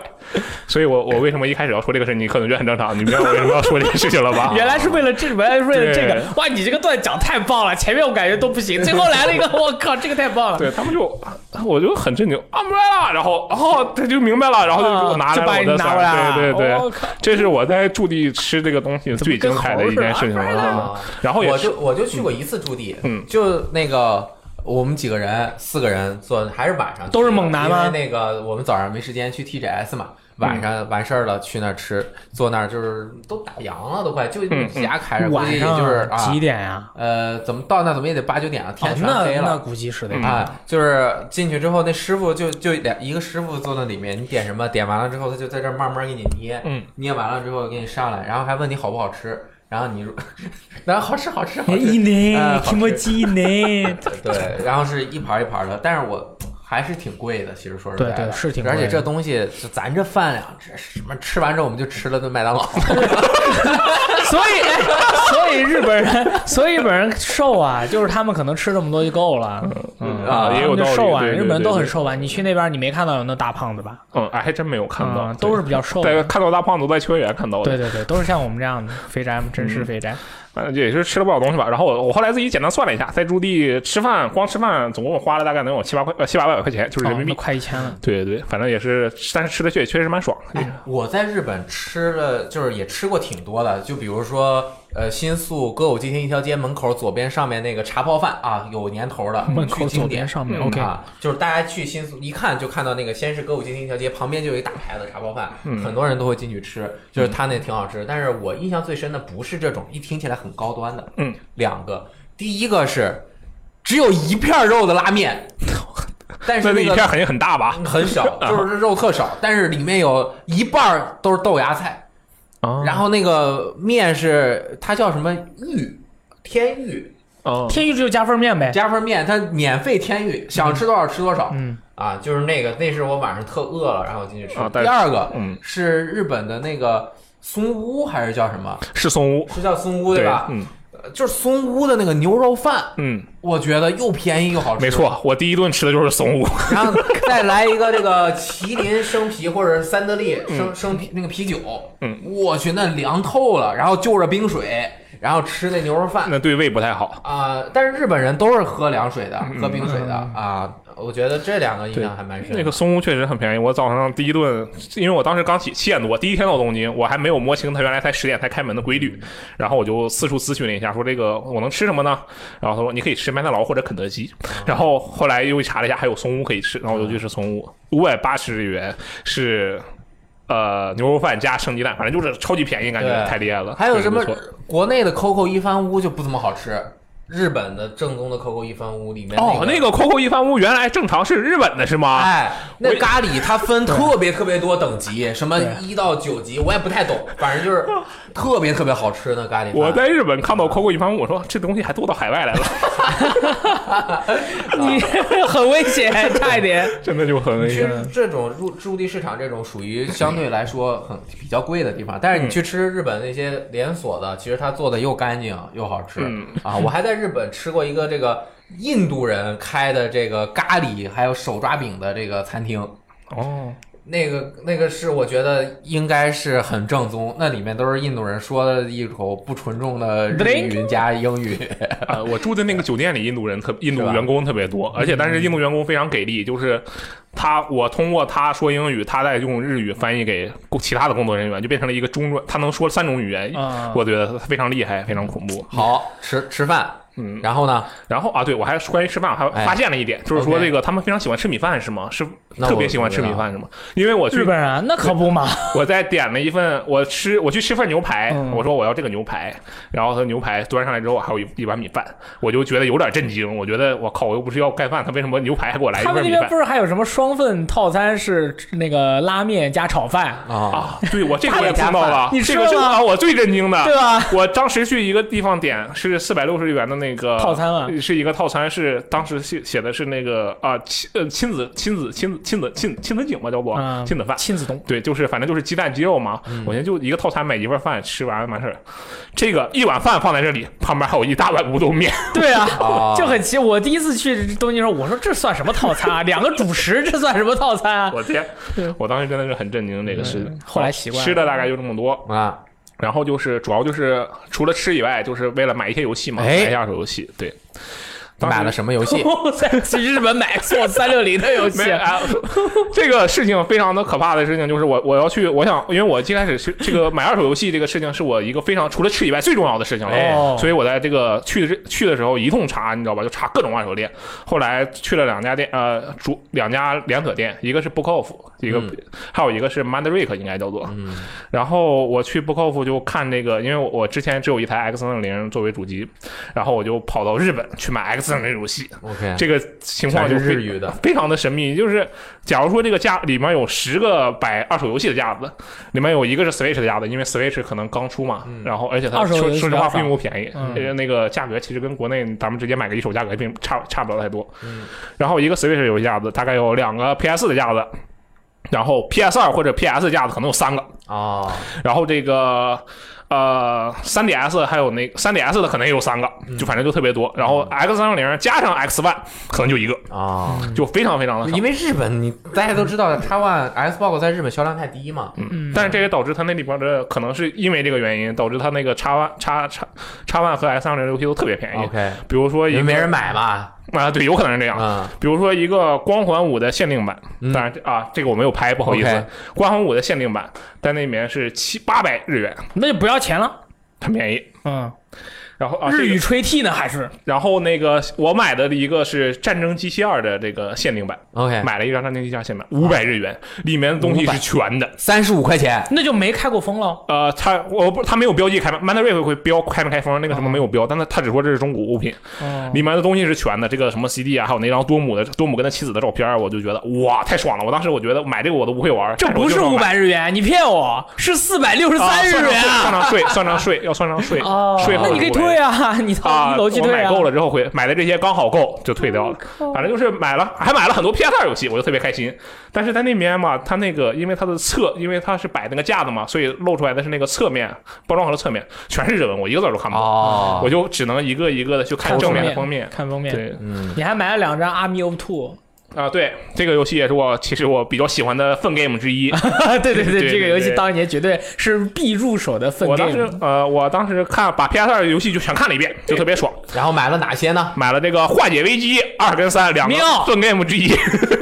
S2: 所以我我为什么一开始要说这个事？你可能觉得很正常，你明白我为什么要说这个事情了吧
S3: 原来是为了这，原来是为了这
S2: 对
S3: 个。哇，你这个段讲太棒了，前面我感觉都不行，最后 来了一个，我靠，这个太棒了。
S2: 对他们就，我就很震惊啊，明白了，然后哦，他就明白了，然后就给我拿来
S3: 就把
S2: 了我
S3: 你
S2: 的
S3: 拿
S2: 伞
S3: 过来了
S2: 对对
S3: 我
S2: 对
S3: 靠，
S2: 这是我在驻地吃这个东西最精彩的一件事情
S3: 怎么跟猴似的
S2: 了
S1: 啊。
S2: 然后也
S1: 我
S2: 是
S1: 就我就去过一次驻地，
S2: 嗯
S1: 就那个我们几个人，四个人坐，还是晚上去
S3: 都是猛男吗嗯
S1: 因为那个我们早上没时间去 TGS 嘛，晚上完事儿了去那儿吃，坐那儿就是都打烊了，都快就
S2: 嗯
S1: 牙开着，估
S3: 晚
S1: 计
S3: 上
S1: 就是啊
S3: 几，点呀？
S1: 呃，怎么到那怎么也得八九点了，天
S3: 哦
S1: 全
S3: 那
S1: 黑
S3: 那
S1: 了。
S3: 估计是的。
S2: 嗯
S1: 啊，就是进去之后，那师傅就就两一个师傅坐那里面，你点什么，点完了之后，他就在这儿慢慢给你捏，
S2: 嗯，
S1: 捏完了之后给你上来，然后还问你好不好吃，然后你如， 然后好吃好吃好吃，
S3: 呢
S1: 哎好吃
S3: 鸡呢？
S1: 对，然后是一盘一盘的，但是我还是挺贵的，其实说实在的，
S3: 对对是挺贵
S1: 而
S3: 的
S1: 且这东西就咱这饭量，这什么吃完之后我们就吃了顿麦当劳，
S3: 所以，哎所以日本人，所以日本人瘦啊，就是他们可能吃这么多就够了。嗯
S2: 啊也有道
S3: 他
S2: 理
S3: 们瘦啊，
S2: 对对
S3: 日本人
S2: 对
S3: 都很
S2: 对
S3: 瘦吧？你去那边，你没看到有那大胖子吧？
S2: 嗯，哎，还真没有看到
S3: 嗯，都是比较瘦
S2: 对在
S3: 的。
S2: 看到大胖子在球员看到的
S3: 对。对对，都是像我们这样的肥宅，真
S2: 嗯
S3: 是肥宅。
S2: 反正就也是吃了不少东西吧。然后我我后来自己简单算了一下，在驻地吃饭，光吃饭总共花了大概能有七八块呃七八百块钱，就是人民币。
S3: 哦那快一千了。
S2: 对对，反正也是，但是吃的确确实蛮爽的。
S1: 我在日本吃了，就是也吃过挺多的，就比如说，呃，新宿歌舞伎町一条街门口左边上面那个茶泡饭啊，有年头的，
S3: 门
S1: 巨
S3: 口左
S1: 经
S3: 边
S1: 典。
S3: 上面
S2: 嗯
S3: ，OK，
S1: 啊，就是大家去新宿一看就看到那个，先是歌舞伎町一条街旁边就有一大牌子茶包饭，嗯很多人都会进去吃，就是他那挺好吃。但是我印象最深的不是这种，一听起来很高端的，
S2: 嗯，
S1: 两个，第一个是只有一片肉的拉 面，但是
S2: 那
S1: 那
S2: 一
S1: 个
S2: 片肯定很大吧？
S1: 很 少，就是肉特少，但是里面有一半儿都是豆芽菜，
S2: 啊
S1: 然后那个面是它叫什么玉天玉
S2: 哦，
S3: 天宇只有加份面呗。
S1: 加份面，它免费天玉，
S2: 嗯
S1: 想吃多少吃多少。
S3: 嗯，
S1: 啊，就是那个，那是我晚上特饿了，然后我进去吃。
S2: 啊但
S1: 第二个，
S2: 嗯，
S1: 是日本的那个松屋还是叫什么？
S2: 是松屋，
S1: 是叫松屋
S2: 对
S1: 吧？
S2: 嗯
S1: 呃就是松屋的那个牛肉饭，
S2: 嗯，
S1: 我觉得又便宜又好吃。
S2: 没。错，我第一顿吃的就是松屋。
S1: 然后再来一个这个麒麟生啤或者是三得利生生啤那个啤酒，
S2: 嗯，
S1: 我去那凉透了，然后就着冰水，然后吃那牛肉饭。
S2: 那对胃不太好。
S1: 啊、但是日本人都是喝凉水的，
S2: 嗯
S1: 喝冰水的啊、我觉得这两个印象还蛮深的。
S2: 那个松屋确实很便宜，我早上第一顿，因为我当时刚起七点多，第一天到东京，我还没有摸清它原来才十点才开门的规律，然后我就四处咨询了一下，说这个我能吃什么呢？然后他说你可以吃麦当劳或者肯德基，
S1: 嗯
S2: 然后后来又查了一下还有松屋可以吃，然后我就去吃松屋，五百八十日元是。呃，牛肉饭加生鸡蛋，反正就是超级便宜，感觉
S1: 对
S2: 太厉害了。
S1: 还有什么
S2: 确实不错
S1: 国内的 COCO 一番屋就不怎么好吃，日本的正宗的 COCO 一番屋里面
S2: 哦，那
S1: 那
S2: 个 COCO 一番屋原来正常是日本的是吗？
S1: 哎，
S2: 我
S1: 那
S2: 也
S1: 咖喱它分特别特别多等级，什么
S3: 对
S1: 一到九级，我也不太懂，反正 就是特别特别好吃那咖喱饭。
S2: 我在日本看到 COCO 一番屋，我说这东西还做到海外 来了，
S3: 你 很危险，差一点。
S2: 真的就很危
S1: 其
S2: 险。
S1: 实这种入驻地市场这种属于相对来说很比较贵的地方，但是你
S2: 嗯
S1: 去吃日本那些连锁的，其实它做的又干净又好吃、
S2: 嗯
S1: 啊！我还在日本吃过一个这个印度人开的这个咖喱还有手抓饼的这个餐厅，
S2: 哦，
S1: 那个那个是我觉得应该是很正宗，那里面都是印度人说的一口不纯正的日语加英语，
S2: 呃，我住的那个酒店里，印度人特印度
S1: 是吧嗯
S2: 员工特别多，而且但是印度员工非常给力，就是他我通过他说英语，他再用日语翻译给其他的工作人员，就变成了一个中专，他能说三种语言，
S3: 啊
S2: 我觉得非常厉害，非常恐怖。
S1: 好吃吃饭，
S2: 嗯
S1: 然后呢，
S2: 然后啊，对我还关于吃饭，我还
S1: 哎
S2: 发现了一点，就是说
S1: OK
S2: 这个他们非常喜欢吃米饭是吗？是
S1: 那
S2: 特
S1: 我
S2: 别喜欢
S1: 不
S2: 吃
S1: 知
S2: 米
S1: 道
S2: 饭是吗？因为我去
S3: 日本人啊那可不嘛，
S2: 我再点了一份，我吃我去吃份牛排，
S3: 嗯
S2: 我说我要这个牛排，然后他牛排端上来之后还有一一碗米饭，我就觉得有点震惊，我觉得我靠，我又不是要盖饭，他为什么牛排还给我来一
S3: 他们
S2: 份
S3: 那
S2: 米
S3: 边
S2: 饭
S3: 不？是还有什么双份套餐是那个拉面加炒饭，
S1: 啊，
S2: 啊，对我这个我也碰到了，
S3: 你吃
S2: 这
S3: 了
S2: 个
S3: 吗
S2: 是啊，我最震惊的。
S3: 对吧？
S2: 我当时去一个地方点是四百六十元的那个
S3: 套餐啊，
S2: 是一个套餐，是当时写写的是那个啊亲呃亲子亲子亲子亲子亲亲子景吧，叫做
S3: 嗯
S2: 亲子饭。
S3: 亲 子东
S2: 对，就是反正就是鸡蛋鸡肉嘛，
S3: 嗯
S2: 我先就一个套餐买一份饭，吃完完事儿。这个一碗饭放在这里，旁边还有一大碗乌冬面，
S3: 对啊，
S1: 哦
S3: 就很奇。我第一次去东京的时候，我说这算什么套餐啊？两个主食，这算什么套餐啊？
S2: 我 天！我当时真的是很震惊，这个是
S3: 嗯后来习惯了？
S2: 吃的大概就这么多，
S1: 啊，
S2: 然后就是主要就是除了吃以外，就是为了买一些游戏嘛，
S4: 哎
S2: 买一下手游戏。对，
S1: 你买了
S2: 时
S1: 什么游戏
S3: 我在去日本买 Xbox 三六零的游戏
S2: 没，有啊，这个事情非常的可怕的事情就是我我要去，我想，因为我最开始是这个买二手游戏这个事情是我一个非常除了吃以外最重要的事情了，
S3: 哦
S2: 所以我在这个去的去的时候一通查，你知道吧，就查各种二手店。后来去了两家店，呃，主两家连锁店，一个是 Book Off，一个、还有一个是 Mandrake，应该叫
S1: 嗯
S2: 做。然后我去 Book Off 就看那个，因为我我之前只有一台 X 3 0零作为主机，然后我就跑到日本去买 X 3 0游戏，
S1: OK
S2: 这个情况就
S1: 全是
S2: 非
S1: 日语的
S2: 非常的神秘。就是假如说这个架里面有十个摆二手游戏的架子，里面有一个是 Switch 的架子，因为 Switch 可能刚出嘛，
S1: 嗯
S2: 然后而且它
S3: 二手游
S2: 说
S3: 戏
S2: 说实
S3: 比
S2: 话
S3: 较少
S2: 并不便宜，
S3: 嗯
S2: 呃那个价格其实跟国内咱们直接买个一手价格并差差不了太多。
S1: 嗯
S2: 然后一个 Switch 游戏架子大概有两个 PS 的架子。然后 PS 二或者 PS 架子可能有三个，
S1: 哦，
S2: 然后这个呃 3DS 还有那 3DS 的可能也有三个，
S1: 嗯
S2: 就反正就特别多。然后 X 三六零加上 X One 可能就一个，
S1: 哦，
S2: 就非常非常的少
S1: 因。为日本你大家都知道，台湾 Xbox 在日本销量太低嘛，
S2: 嗯但是这也导致它那里边的可能是因为这个原因，导致它那个叉 One 叉叉叉 One 和 X 三六零游戏都特别便宜。
S1: 哦 OK
S2: 比如说一
S1: 因
S2: 个
S1: 为没人买嘛，
S2: 啊，对，有可能是这样。
S1: 嗯，
S2: 比如说一个《光环五》的限定版，
S1: 嗯
S2: 当然啊，这个我没有拍，不好意思，
S1: OK
S2: 光环五》的限定版，但那里面是七八百日元，
S3: 那就不要钱了。
S2: 很便宜。
S3: 嗯，
S2: 然后啊，这
S3: 日
S2: 个
S3: 语吹替呢还是
S2: 然后那个我买的一个是《战争机器二》的这个限定版
S1: OK
S2: 买了一张《战争机器二》限定版，五百日元，里面的东西是全的。
S1: 三十五块钱，
S3: 那就没开过封了。
S2: 呃，它我不，它没有标记开门 m a n d a r i n 会标开没开封，那个什么没有标，但它它只说这是中古物品，
S3: 嗯，
S2: 里面的东西是全的。这个什么 CD 啊，还有那张多姆的多姆跟他妻子的照片，我就觉得哇，太爽了！我当时我觉得买这个我都不会玩，
S3: 这
S2: 但
S3: 不
S2: 我就是要
S3: 五
S2: 买
S3: 百日元，你骗我，是四百六十
S2: 啊
S3: 三日
S2: 算上
S3: 元啊！
S2: 税算上税，算上税要算上税，
S3: 哦，
S2: 税后
S3: 那你可以
S2: 就500
S3: 退啊，你到
S2: 啊，
S3: 一楼去
S2: 我
S3: 退
S2: 买
S3: 啊。
S2: 够了之后回买的这些刚好够就退掉了，反正就是买了，还买了很多 PS 二游戏，我就特别开心。但是在那边嘛，它那个因为它的侧，因为它是摆那个架子嘛，所以露出来的是那个侧面包装盒的侧面全是日文，我一个字儿都看不懂，
S1: 哦
S2: 我就只能一个一个的去看
S3: 看
S2: 正
S3: 封
S2: 面的
S3: 面，
S2: 封面。
S3: 看封面。
S2: 对
S1: 嗯
S3: 你还买了两张《Army of Two，
S2: 啊，对，这个游戏也是我其实我比较喜欢的 fun game 之一。》
S3: 对对
S2: 对
S3: 对，这个游戏
S2: 对
S3: 当年绝对是必入手的分
S2: 我当时
S3: game。
S2: 呃，我当时看把 PS 二游戏就全看了一遍，就特别爽。
S1: 然后买了哪些呢？
S2: 买了这个《化解危机》二跟三两个
S3: 妙
S2: fun game 之一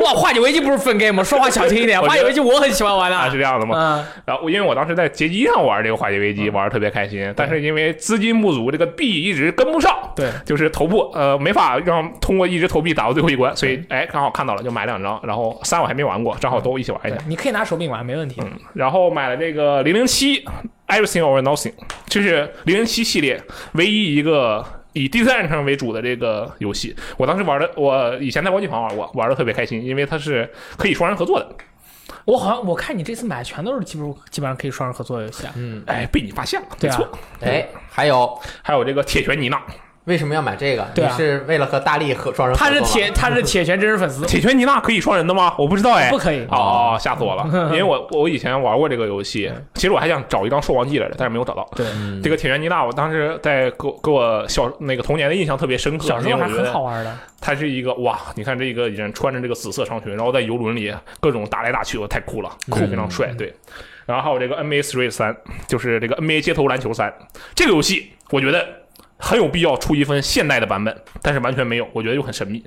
S3: 哇，化解危机不是分 game 吗？说话小心一点，
S2: 我觉
S3: 化
S2: 得
S3: 解危机 我很喜欢玩
S2: 啊，是这
S3: 的。
S2: 样的吗？
S3: 嗯，
S2: 然后因为我当时在街机上玩这个化解危机，玩的特别开心，但是因为资金不足，这个币一直跟不上，
S3: 对，
S2: 就是头部呃没法让通过一直投币打到最后一关，所以哎刚好看到了就买两张，然后三我还没玩过，正好都一起玩一下
S3: 嗯对，嗯你可以拿手柄玩，没问题。
S2: 然后买了这个零零七 Everything or Nothing，这是零零七系列唯一一个。以第三人称为主的这个游戏，我当时玩的，我以前在玩具房玩过，玩的特别开心，因为它是可以双人合作的。
S3: 我好像我看你这次买的全都是基本基本上可以双人合作的游戏啊。
S2: 哎，被你发现了，没
S3: 对啊
S2: 错。
S1: 哎，还有
S2: 还有这个铁拳妮娜，
S1: 为什么要买这个？
S3: 对
S1: 你
S3: 啊
S1: 是为了和大力合双人合
S3: 他
S1: 作吗？
S3: 是铁， 他是铁啊拳真实粉丝，
S2: 铁拳妮娜可以双人的吗？我不知道哎，
S3: 不可以。
S2: 哦，吓死我 了！因为我我以前玩过这个游戏，其实我还想找一张《兽王记》来着，但是没有找到。
S3: 对，
S1: 嗯
S2: 这个铁拳妮娜，我当时在给我给我小那个童年的印象特别深刻，
S3: 小时
S2: 因
S3: 候
S2: 为
S3: 还
S2: 我觉
S3: 很好
S2: 得
S3: 玩的。
S2: 她是一个哇，你看这个人穿着这个紫色长裙，然后在游轮里各种打来打去，我太酷了，
S3: 嗯
S2: 酷非常帅，对。然后还有这个 NBA Street 三，就是这个 NBA 街头篮球三，这个游戏我觉得很有必要出一份现代的版本，但是完全没有，我觉得又很神秘。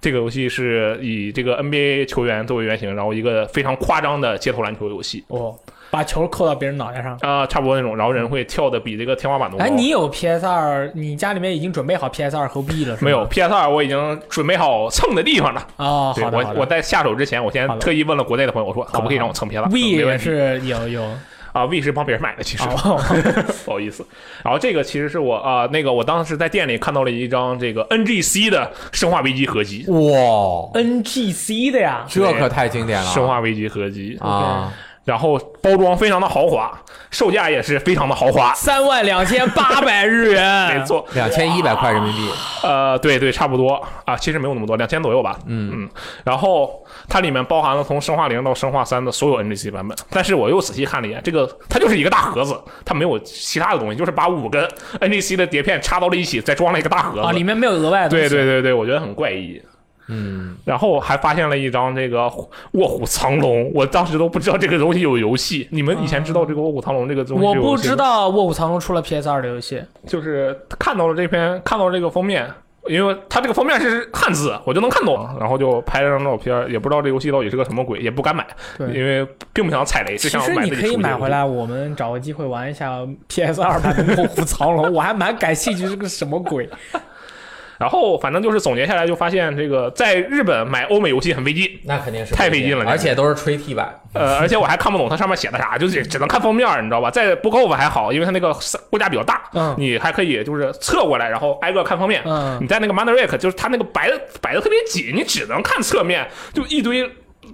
S2: 这个游戏是以这个 NBA 球员作为原型，然后一个非常夸张的街头篮球游戏
S3: 哦，把球扣到别人脑袋上。
S2: 啊、差不多那种，然后人会跳的比这个天花板都高。
S3: 哎，你有 PS 二？你家里面已经准备好 PS 二和 B 了？是吗
S2: 没有 PS 二，我已经准备好蹭的地方了。
S3: 哦，
S2: 对
S3: 好的，
S2: 我
S3: 好，的
S2: 我在下手之前，我先
S3: 好的
S2: 特意问了国内的朋友，我说可不可以让我蹭 PS 二
S3: V
S2: 没问
S3: 也
S2: 题
S3: 是有有
S2: 啊，V 是帮别人买的，其实、
S3: 哦，
S2: 不好意思。然后这个其实是我啊、那个我当时在店里看到了一张这个 NGC 的《生化危机》合集，
S1: 哇，
S3: NGC 的呀，啊
S1: 这可太经典了，
S2: 生化危机》合集
S1: 啊，
S2: 然后包装非常的豪华，售价也是非常的豪华。
S3: 三万两千 八百日元，
S2: 没错，
S4: 两千一百块人民币，
S2: 呃，对对，差不多啊，其实没有那么多，两千左右吧。嗯嗯，然后它里面包含了从生化零到生化三的所有 NGC 版本，但是我又仔细看了一眼，这个它就是一个大盒子，它没有其他的东西，就是把五个 NGC 的碟片插到了一起，再装了一个大盒子。
S3: 啊，里面没有额外的东
S2: 对
S3: 西。
S2: 对对对，我觉得很怪异。嗯，然后还发现了一张这个《卧虎藏龙》，我当时都不知道这个东西有游戏。你们以前知道这个《卧虎藏龙》这个东西？
S3: 我不知，道《卧虎藏龙》出了 PS 二的游戏，
S2: 就是看到了这篇，看到了这个封面，因为它这个封面是汉字，我就能看懂。然后就拍了张照片，也不知道这游戏到底是个什么鬼，也不敢买，
S3: 对
S2: 因为并不想踩雷，
S3: 其
S2: 就想
S3: 实
S2: 买
S3: 你
S2: 自己
S3: 可以
S2: 熟悉的
S3: 买
S2: 游戏
S3: 回。来，我们找个机会玩一下 PS 二版的《卧虎藏龙》，我还蛮感兴趣，这个什么鬼？
S2: 然后反正就是总结下来，就发现这个在日本买欧美游戏很费劲。
S1: 那肯定是
S2: 太费劲了
S1: 而且都是吹替 版，
S2: 呃，而且我还看不懂它上面写的啥，就是只能看封面儿，你知道吧？在 Book Off 还好，因为它那个构架比较大，
S3: 嗯
S2: 你还可以就是侧过来，然后挨个看封面。
S3: 嗯
S2: 你在那个 Mandrake，就是它那个摆的摆的特别紧，你只能看侧面，就一堆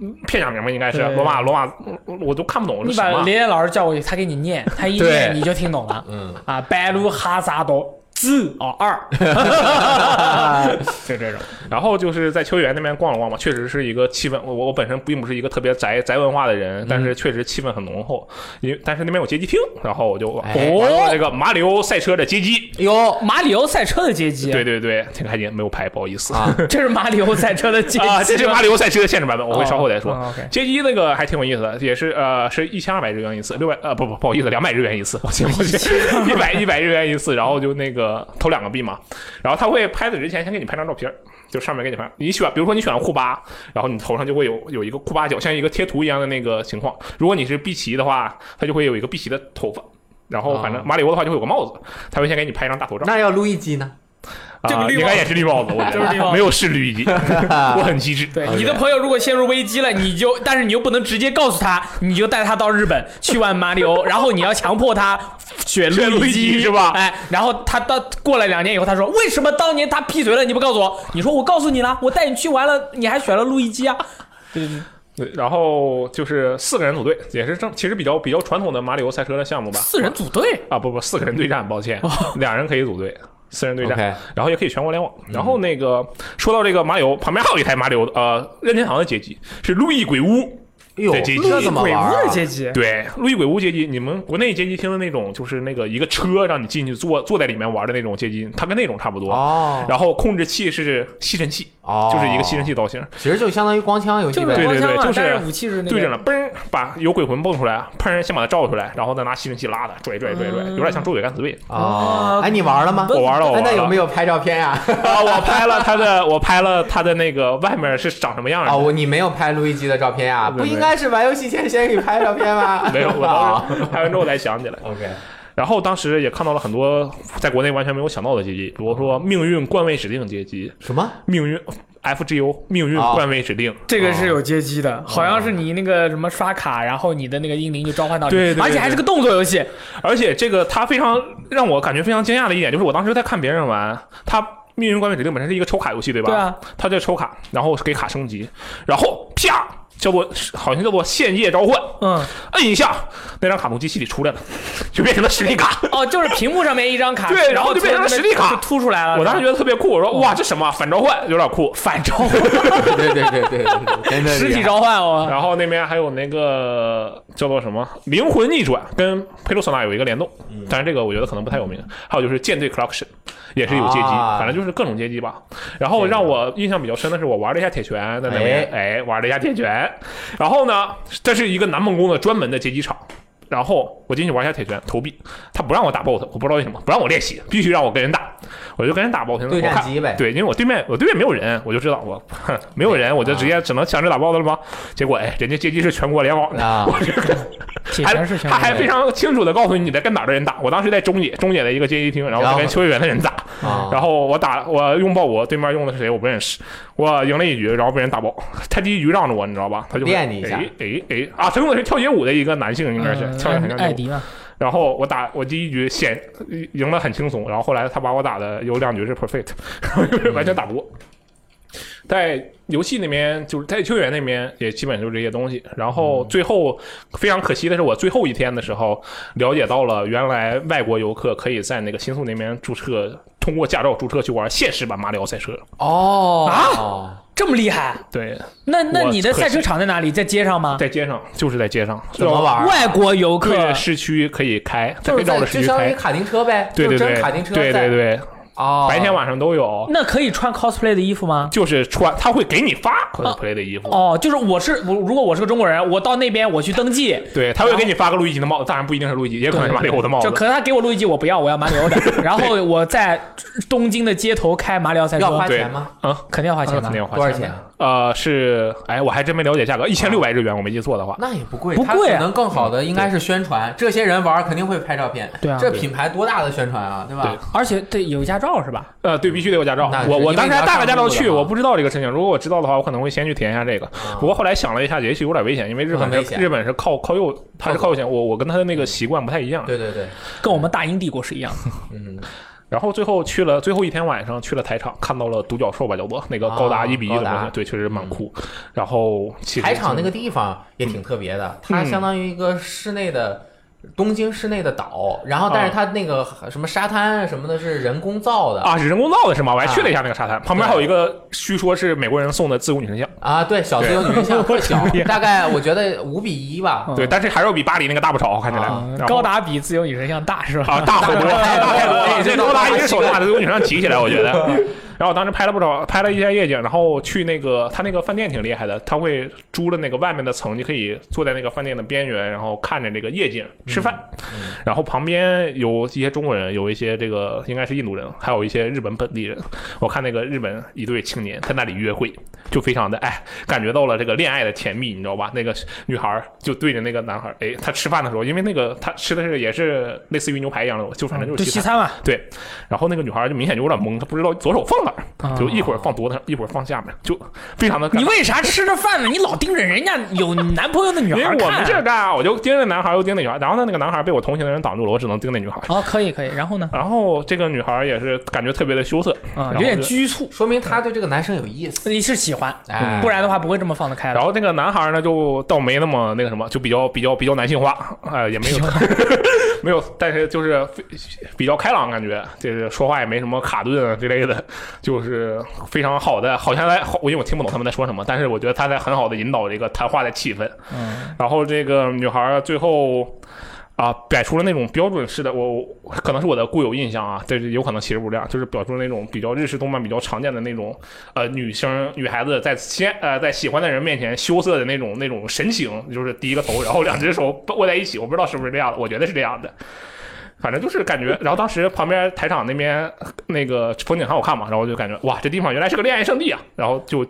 S2: 嗯片假名吧，应该是
S3: 对
S2: 罗马罗马，嗯我都看不懂
S3: 你
S2: 是什
S3: 把
S2: 么。啊
S3: 林岩老师叫过去，他给你 念，他一念
S2: 对
S3: 你就听懂了。
S1: 嗯
S3: 啊，白鹿哈萨多字哦二， 就这种。
S2: 然后就是在秋园那边逛了逛嘛，确实是一个气氛。我我本身并不是一个特别宅宅文化的人，但
S3: 嗯
S2: 是确实气氛很浓厚。因为但是那边有街机厅，然后我就玩
S4: 哎
S3: 哦
S2: 玩过这个马里奥赛车的街机。
S3: 哟，马里奥赛车的街机，
S2: 对，对对，挺开心，没有拍，不好意 思
S4: 啊。
S3: 这是马里奥赛车的街机吗，
S2: 啊，这是马里奥赛车的限制版本，我会稍后再说
S3: 哦嗯。OK
S2: 街机那个还挺有意思的，也是呃是一千二百日元一次，六百呃不不不好意思，两百日元一次，我去我去，一百一百日元一次，然后就那个投两个币嘛，然后他会拍子之前先给你拍张照片儿，就上面给你拍，你选比如说你选库巴，然后你头上就会有有一个库巴角，像一个贴图一样的那个情况，如果你是碧琪的话，它就会有一个碧琪的头发。然后反正马里奥的话就会有个帽子，他会先给你拍一张大头照。
S1: 那要路易基呢？
S3: 这
S2: 啊，
S3: 个绿
S2: 应
S3: 帽
S2: 该也是绿帽子，我觉
S3: 就是绿帽
S2: 得
S3: 子
S2: 没有是绿 衣，我很机智。啊
S3: 对你的朋友如果陷入危机了，你就，但是你又不能直接告诉他，你就带他到日本去玩马里奥，然后你要强迫他选
S2: 选
S3: 路
S2: 路
S3: 易
S2: 易
S3: 基
S2: 基是吧
S3: 哎，然后他到过了两年以后，他说为什么当年他闭嘴了，你不告诉我？你说我告诉你了，我带你去玩了，你还选了路易基啊？对对
S2: 对，然后就是四个人组队，也是正其实比较比较传统的马里奥赛车的项目吧。
S3: 四人组队，
S2: 啊，不不，四个人对战，抱歉，
S3: 哦
S2: 两人可以组队，四人对战
S4: OK
S2: 然后也可以全国联网。
S3: 嗯
S2: 然后那个、说到这个马里奥，旁边还有一台马里奥的呃任天堂的街机，是路易鬼屋。
S1: 哎呦，
S2: 对街机
S1: 这怎么
S3: 鬼
S1: 玩
S3: 屋
S1: 啊
S3: 的阶级，
S2: 对，路易鬼屋街机，你们国内街机厅的那种，就是那个一个车让你进去坐坐在里面玩的那种街机，它跟那种差不多。
S4: 哦
S2: 然后控制器是吸尘器，
S4: 哦，
S2: 就是一个吸尘器造型。
S4: 其实就相当于光枪游戏
S3: 就
S4: 呗。
S3: 是
S2: 对
S3: 光枪嘛，啊
S2: 对就是
S3: 但是武器是那个
S2: 对准了，嘣儿，把有鬼魂蹦出来，砰，先把它照出来，然后再拿吸尘器拉它，拽拽拽
S3: 嗯
S2: 拽，有点像咒嘴干死队。
S4: 哦，哎，你玩了吗？
S2: 我啊玩了，我
S4: 哎
S2: 玩了。
S4: 那有没有拍照片 呀？
S2: 啊，我拍了它的，我拍了它的那个外面是长什么样
S4: 啊，
S2: 的。
S4: 我你没有拍路易基的照片呀？
S2: 没
S4: 不应该是玩游戏前先给你拍照片吗？ 哦
S2: 没有，我
S4: 啊
S2: 当时拍完之后才想起来。
S4: OK，
S2: 然后当时也看到了很多在国内完全没有想到的街机，比如说命运冠位指定街机，
S4: 什么？
S2: 命运 FGO 命运
S4: 啊
S2: 冠位指定，
S3: 这个是有街机
S2: 哦
S3: 的，好像是你那个什么刷卡，然后你的那个英灵就召唤到你，
S2: 对对对
S3: 而且还是个动作游戏，
S2: 而且这个它非常让我感觉非常惊讶的一点就是，我当时在看别人玩它。命运冠位指定本身是一个抽卡游戏，对吧？
S3: 对啊，
S2: 它在抽卡，然后给卡升级，然后啪，叫做好像叫做限界召唤，
S3: 嗯，
S2: 摁一下，那张卡从机器里出来了，就变成了实体卡。
S3: 哦，就是屏幕上面一张卡，
S2: 对然后就变成了
S3: 从
S2: 实力卡
S3: 就突出来了。
S2: 我当时觉得特别酷，我说哇，这什么啊反召唤，有点酷，啊反召唤。
S4: 对对对对对对，真的
S3: 实
S4: 厉
S3: 体
S4: 害
S3: 召唤哦，
S2: 然后那边还有那个叫做什么灵魂逆转，跟佩洛索纳有一个联动，
S1: 嗯
S2: 但是这个我觉得可能不太有名。还有就是舰队 collection 也是有街机，
S4: 啊
S2: 反正就是各种街机吧。然后让我印象比较深的是，我玩了一下铁拳，在那边哎玩了一下铁拳，然后呢，这是一个南梦宫的专门的街机场。然后我进去玩一下铁拳，投币，他不让我打 BOSS，我不知道为什么，不让我练习，必须让我跟人打，我就跟人打 BOSS。
S1: 对
S2: 我
S1: 战
S2: 看
S1: 机呗
S2: 对，因为我对面我对面没有人，我就知道我 哼没有人，我就直接只能强制打 BOSS 了吗？结果哎，人家街机是全国联网的，
S4: 啊！
S3: 铁
S2: 还
S3: 拳是全
S2: 他还非常清楚的告诉你你在跟哪儿的人打。我当时在中野中野的一个街机厅，然后
S4: 然
S2: 在
S4: 后
S2: 跟秋叶原的人打，
S4: 啊
S2: 然后我打我拥抱我对面用的是谁我不认识，我赢了一局，然后被人打爆。 他第一局让着我，你知道吧？他就会
S4: 练你一下
S2: 哎哎哎啊！他用的是跳街舞的一个男性，应该是
S3: 嗯
S2: 跳得很像街舞
S3: 艾迪嘛，
S2: 然后我打我第一局险赢 得很轻松，然后后来他把我打的有两局是 perfect，完全打不过。在游戏那边，就是在秋园那边也基本就是这些东西。然
S1: 嗯
S2: 后最后非常可惜的是，我最后一天的时候了解到了，原来外国游客可以在那个新宿那边注册，通过驾照注册去玩现实版马里奥赛车。
S4: 哦
S3: 啊这么厉害？
S2: 对，
S3: 那那
S2: 我
S3: 你的
S2: 可
S3: 赛车
S2: 惜
S3: 场在哪里？在街上吗？
S2: 在街上就是在街上，
S4: 怎么玩？
S3: 外国游
S2: 对
S3: 客
S2: 着市区可以开，在
S1: 就是
S2: 绕
S1: 在
S2: 着市
S1: 就
S2: 区
S1: 相当于
S2: 开。
S1: 卡丁车呗，
S2: 对对
S1: 就真
S2: 对，
S1: 卡丁车
S2: 对对
S1: 在
S2: 对，
S1: 哦，
S2: 白天晚上都有。
S3: 那可以穿 cosplay 的衣服吗？
S2: 就是穿，他会给你发啊 cosplay 的衣服，
S3: 哦，就是我是我，如果我是个中国人，我到那边我去登记，
S2: 对他会给你发个路易吉的帽子，当然不一定是路易吉，也可 能是马里奥的帽
S3: 就
S2: 子。
S3: 可能他给我路易吉，我不要，我要马里奥的。 然后我在东京的街头开马里奥赛车，
S1: 要花
S2: 对嗯
S1: 钱吗？
S2: 啊
S3: 肯定要花钱
S2: 那
S3: 的
S2: 肯。定要花
S1: 多少
S2: 钱
S1: 钱啊
S2: 的？？呃，是，哎，我还真没了解价格，一千六百日元，我没记错的话。
S1: 那也不贵，
S3: 不贵啊
S1: 它可能更好
S2: 嗯
S1: 的应该是宣传，这些人玩儿肯定会拍照片。
S3: 对啊
S1: 这品牌多大的宣传啊，对吧？
S3: 而且对有驾照是吧？
S2: 呃，对，必须得有驾照
S1: 那。是
S2: 我
S1: 因
S2: 我
S1: 为
S2: 当时
S1: 你
S2: 还
S1: 要
S2: 带了
S1: 上
S2: 驾照
S1: 路的
S2: 去，
S1: 嘛
S2: 我不知道这个事情。如果我知道的话，我可能会先去体验一下这个。不过后来想了一下，也许有点危险，因为日本
S1: 很
S2: 的
S1: 危险嗯
S2: 日本是靠靠右，他是靠右行。我我跟他的那个习惯不太一样。
S1: 对对对，
S3: 跟我们大英帝国是一样的。
S1: 嗯，
S2: 然后最后去了最后一天晚上去了台场，看到了独角兽吧，叫做那个高达
S1: 啊
S2: 一比一的
S1: 高
S2: 东
S1: 达
S2: 西，对，确实蛮酷。然后其实
S1: 台场
S2: 就
S1: 那个地方也挺特别的，它
S2: 嗯
S1: 相当于一个室内的。东京室内的岛，然后但是它那个什么沙滩什么的是人工造的
S2: 啊是人工造的是吗？我还去了一下那个沙滩，旁边
S1: 对
S2: 还有一个据说是美国人送的自由女神像。
S1: 啊，对，小自由女神像特小，大概我觉得五比一吧，
S3: 嗯
S2: 对，但是还是要比巴黎那个大不少，看起来。
S1: 啊
S2: 然后
S3: 高达比自由女神像大是吧？
S2: 啊，大很多，
S1: 大
S2: 大太多
S1: 哎
S2: 了。这
S1: 这
S2: 高
S1: 高达
S2: 达一只手
S1: 这
S2: 能
S1: 个
S2: 把这个女上提起来，我觉得。然后我当时拍了不少，拍了一些夜景，然后去那个他那个饭店挺厉害的，他会租了那个外面的层，你可以坐在那个饭店的边缘，然后看着这个夜景吃饭。然后旁边有一些中国人，有一些这个应该是印度人，还有一些日本本地人。我看那个日本一对青年在那里约会，就非常的哎，感觉到了这个恋爱的甜蜜，你知道吧？那个女孩儿就对着那个男孩儿，哎，他吃饭的时候，因为那个他吃的是也是类似于牛排一样的，就反正嗯就是
S3: 嗯就西
S2: 西餐。
S3: 餐嘛，
S2: 对，然后那个女孩儿就明显就有点懵，她不知道左手放哪
S3: 啊
S2: 儿，就一会儿放脖子上，一会儿放下面，就非常的尴尬。
S3: 你为啥吃着饭呢？你老盯着人家有男朋友的女
S2: 因
S3: 孩
S2: 为
S3: 看？啊
S2: 我 们这干，我就盯着男孩儿，又盯着女孩儿，然后呢，那个男孩儿被我同行的人挡住了，我只能盯着女孩儿。
S3: 哦，可以可以。然后呢？
S2: 然后这个女孩儿也是感觉特别的羞涩，然
S3: 啊，
S2: 后
S3: 有点
S2: 就
S3: 拘束，
S1: 说明他对这个男生有意思。
S3: 你是喜欢，
S1: 哎，
S3: 不然的话不会这么放得开的
S2: 然。后那个男孩儿呢，就倒没那么那个什么，就比较比较比较男性化，啊、也没有 没有，但是就是非比较开朗，感觉就是说话也没什么卡顿啊之类的，就是非常好的，好像在好，因为我听不懂他们在说什么，但是我觉得他在很好的引导这个谈话的气氛。
S3: 嗯，
S2: 然后这个女孩儿最后啊、摆出了那种标准式的，我我可能是我的固有印象啊，但是有可能其实不是这样，就是表出那种比较日式动漫比较常见的那种呃女生女孩子在先呃在喜欢的人面前羞涩的那种那种神情，就是低一个头，然后两只手握在一起，我不知道是不是这样的，我觉得是这样的。反正就是感觉，然后当时旁边台场那边那个风景很好看嘛，然后我就感觉哇，这地方原来是个恋爱圣地啊，然后就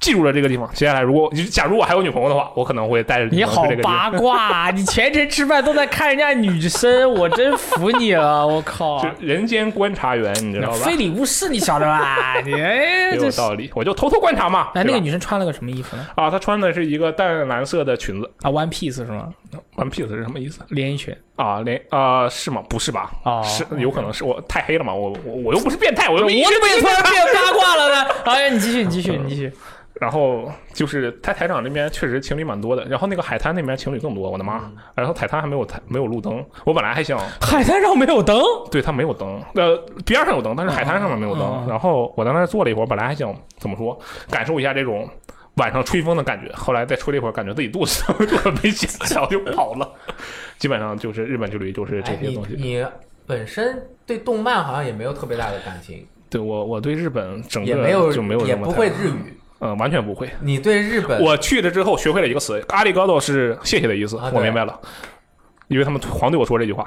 S2: 记住了这个地方。接下来如果假如我还有女朋友的话，我可能会带着女 朋
S3: 你
S2: 友
S3: 好
S2: 去这个地方。
S3: 八卦啊，你全程吃饭都在看人家女生，我真服你了，我靠！
S2: 就人间观察员，你知道吧
S3: 啊非？礼勿视，你晓 得吧？你哎，
S2: 也
S3: 这
S2: 有
S3: 是
S2: 道理，我就偷偷观察嘛。
S3: 哎，那
S2: 对
S3: 个
S2: 吧
S3: 女生穿了个什么衣服呢？
S2: 啊，她穿的是一个淡蓝色的裙子
S3: 啊，One Piece 是吗？
S2: ，One Piece 是什么意思
S3: 连衣裙。
S2: 啊？连啊、是吗？不是吧？
S3: 哦
S2: 是有可能是我太黑了嘛？我我我又不是变态，我又
S3: 我
S2: 没意识
S3: 怎么也突
S2: 到
S3: 然变八卦了呢？哎，你继续，你继续，
S2: 嗯
S3: 你继续。
S2: 然后就是在台场那边确实情侣蛮多的，然后那个海滩那边情侣更多，我的
S3: 嗯
S2: 妈！然后海滩还没有台没有路灯，我本来还想
S3: 海滩上没有灯，
S2: 对，它没有灯，呃，边上有灯，但是海滩上面没有灯。
S3: 嗯嗯嗯
S2: 然后我在那儿坐了一会儿，本来还想怎么说，感受一下这种晚上吹风的感觉，后来再吹了一会儿，感觉自己肚子 饿没劲，然后就跑了。 基本上就是日本之旅，就是这
S1: 哎，
S2: 些
S1: 你
S2: 东西。
S1: 你本身对动漫好像也没有特别大的感情，
S2: 对我，我对日本整
S1: 也
S2: 个
S1: 没有
S2: 就没有
S1: 也
S2: 什么
S1: 不
S2: 太
S1: 会
S2: 大，
S1: 日语。
S2: 嗯、完全不会。
S1: 你对日本
S2: 我去了之后学会了一个词，阿里高多是谢谢的意思，
S1: 啊
S2: 我
S1: 对啊
S2: 明白了，因为他们黄对我说这句话。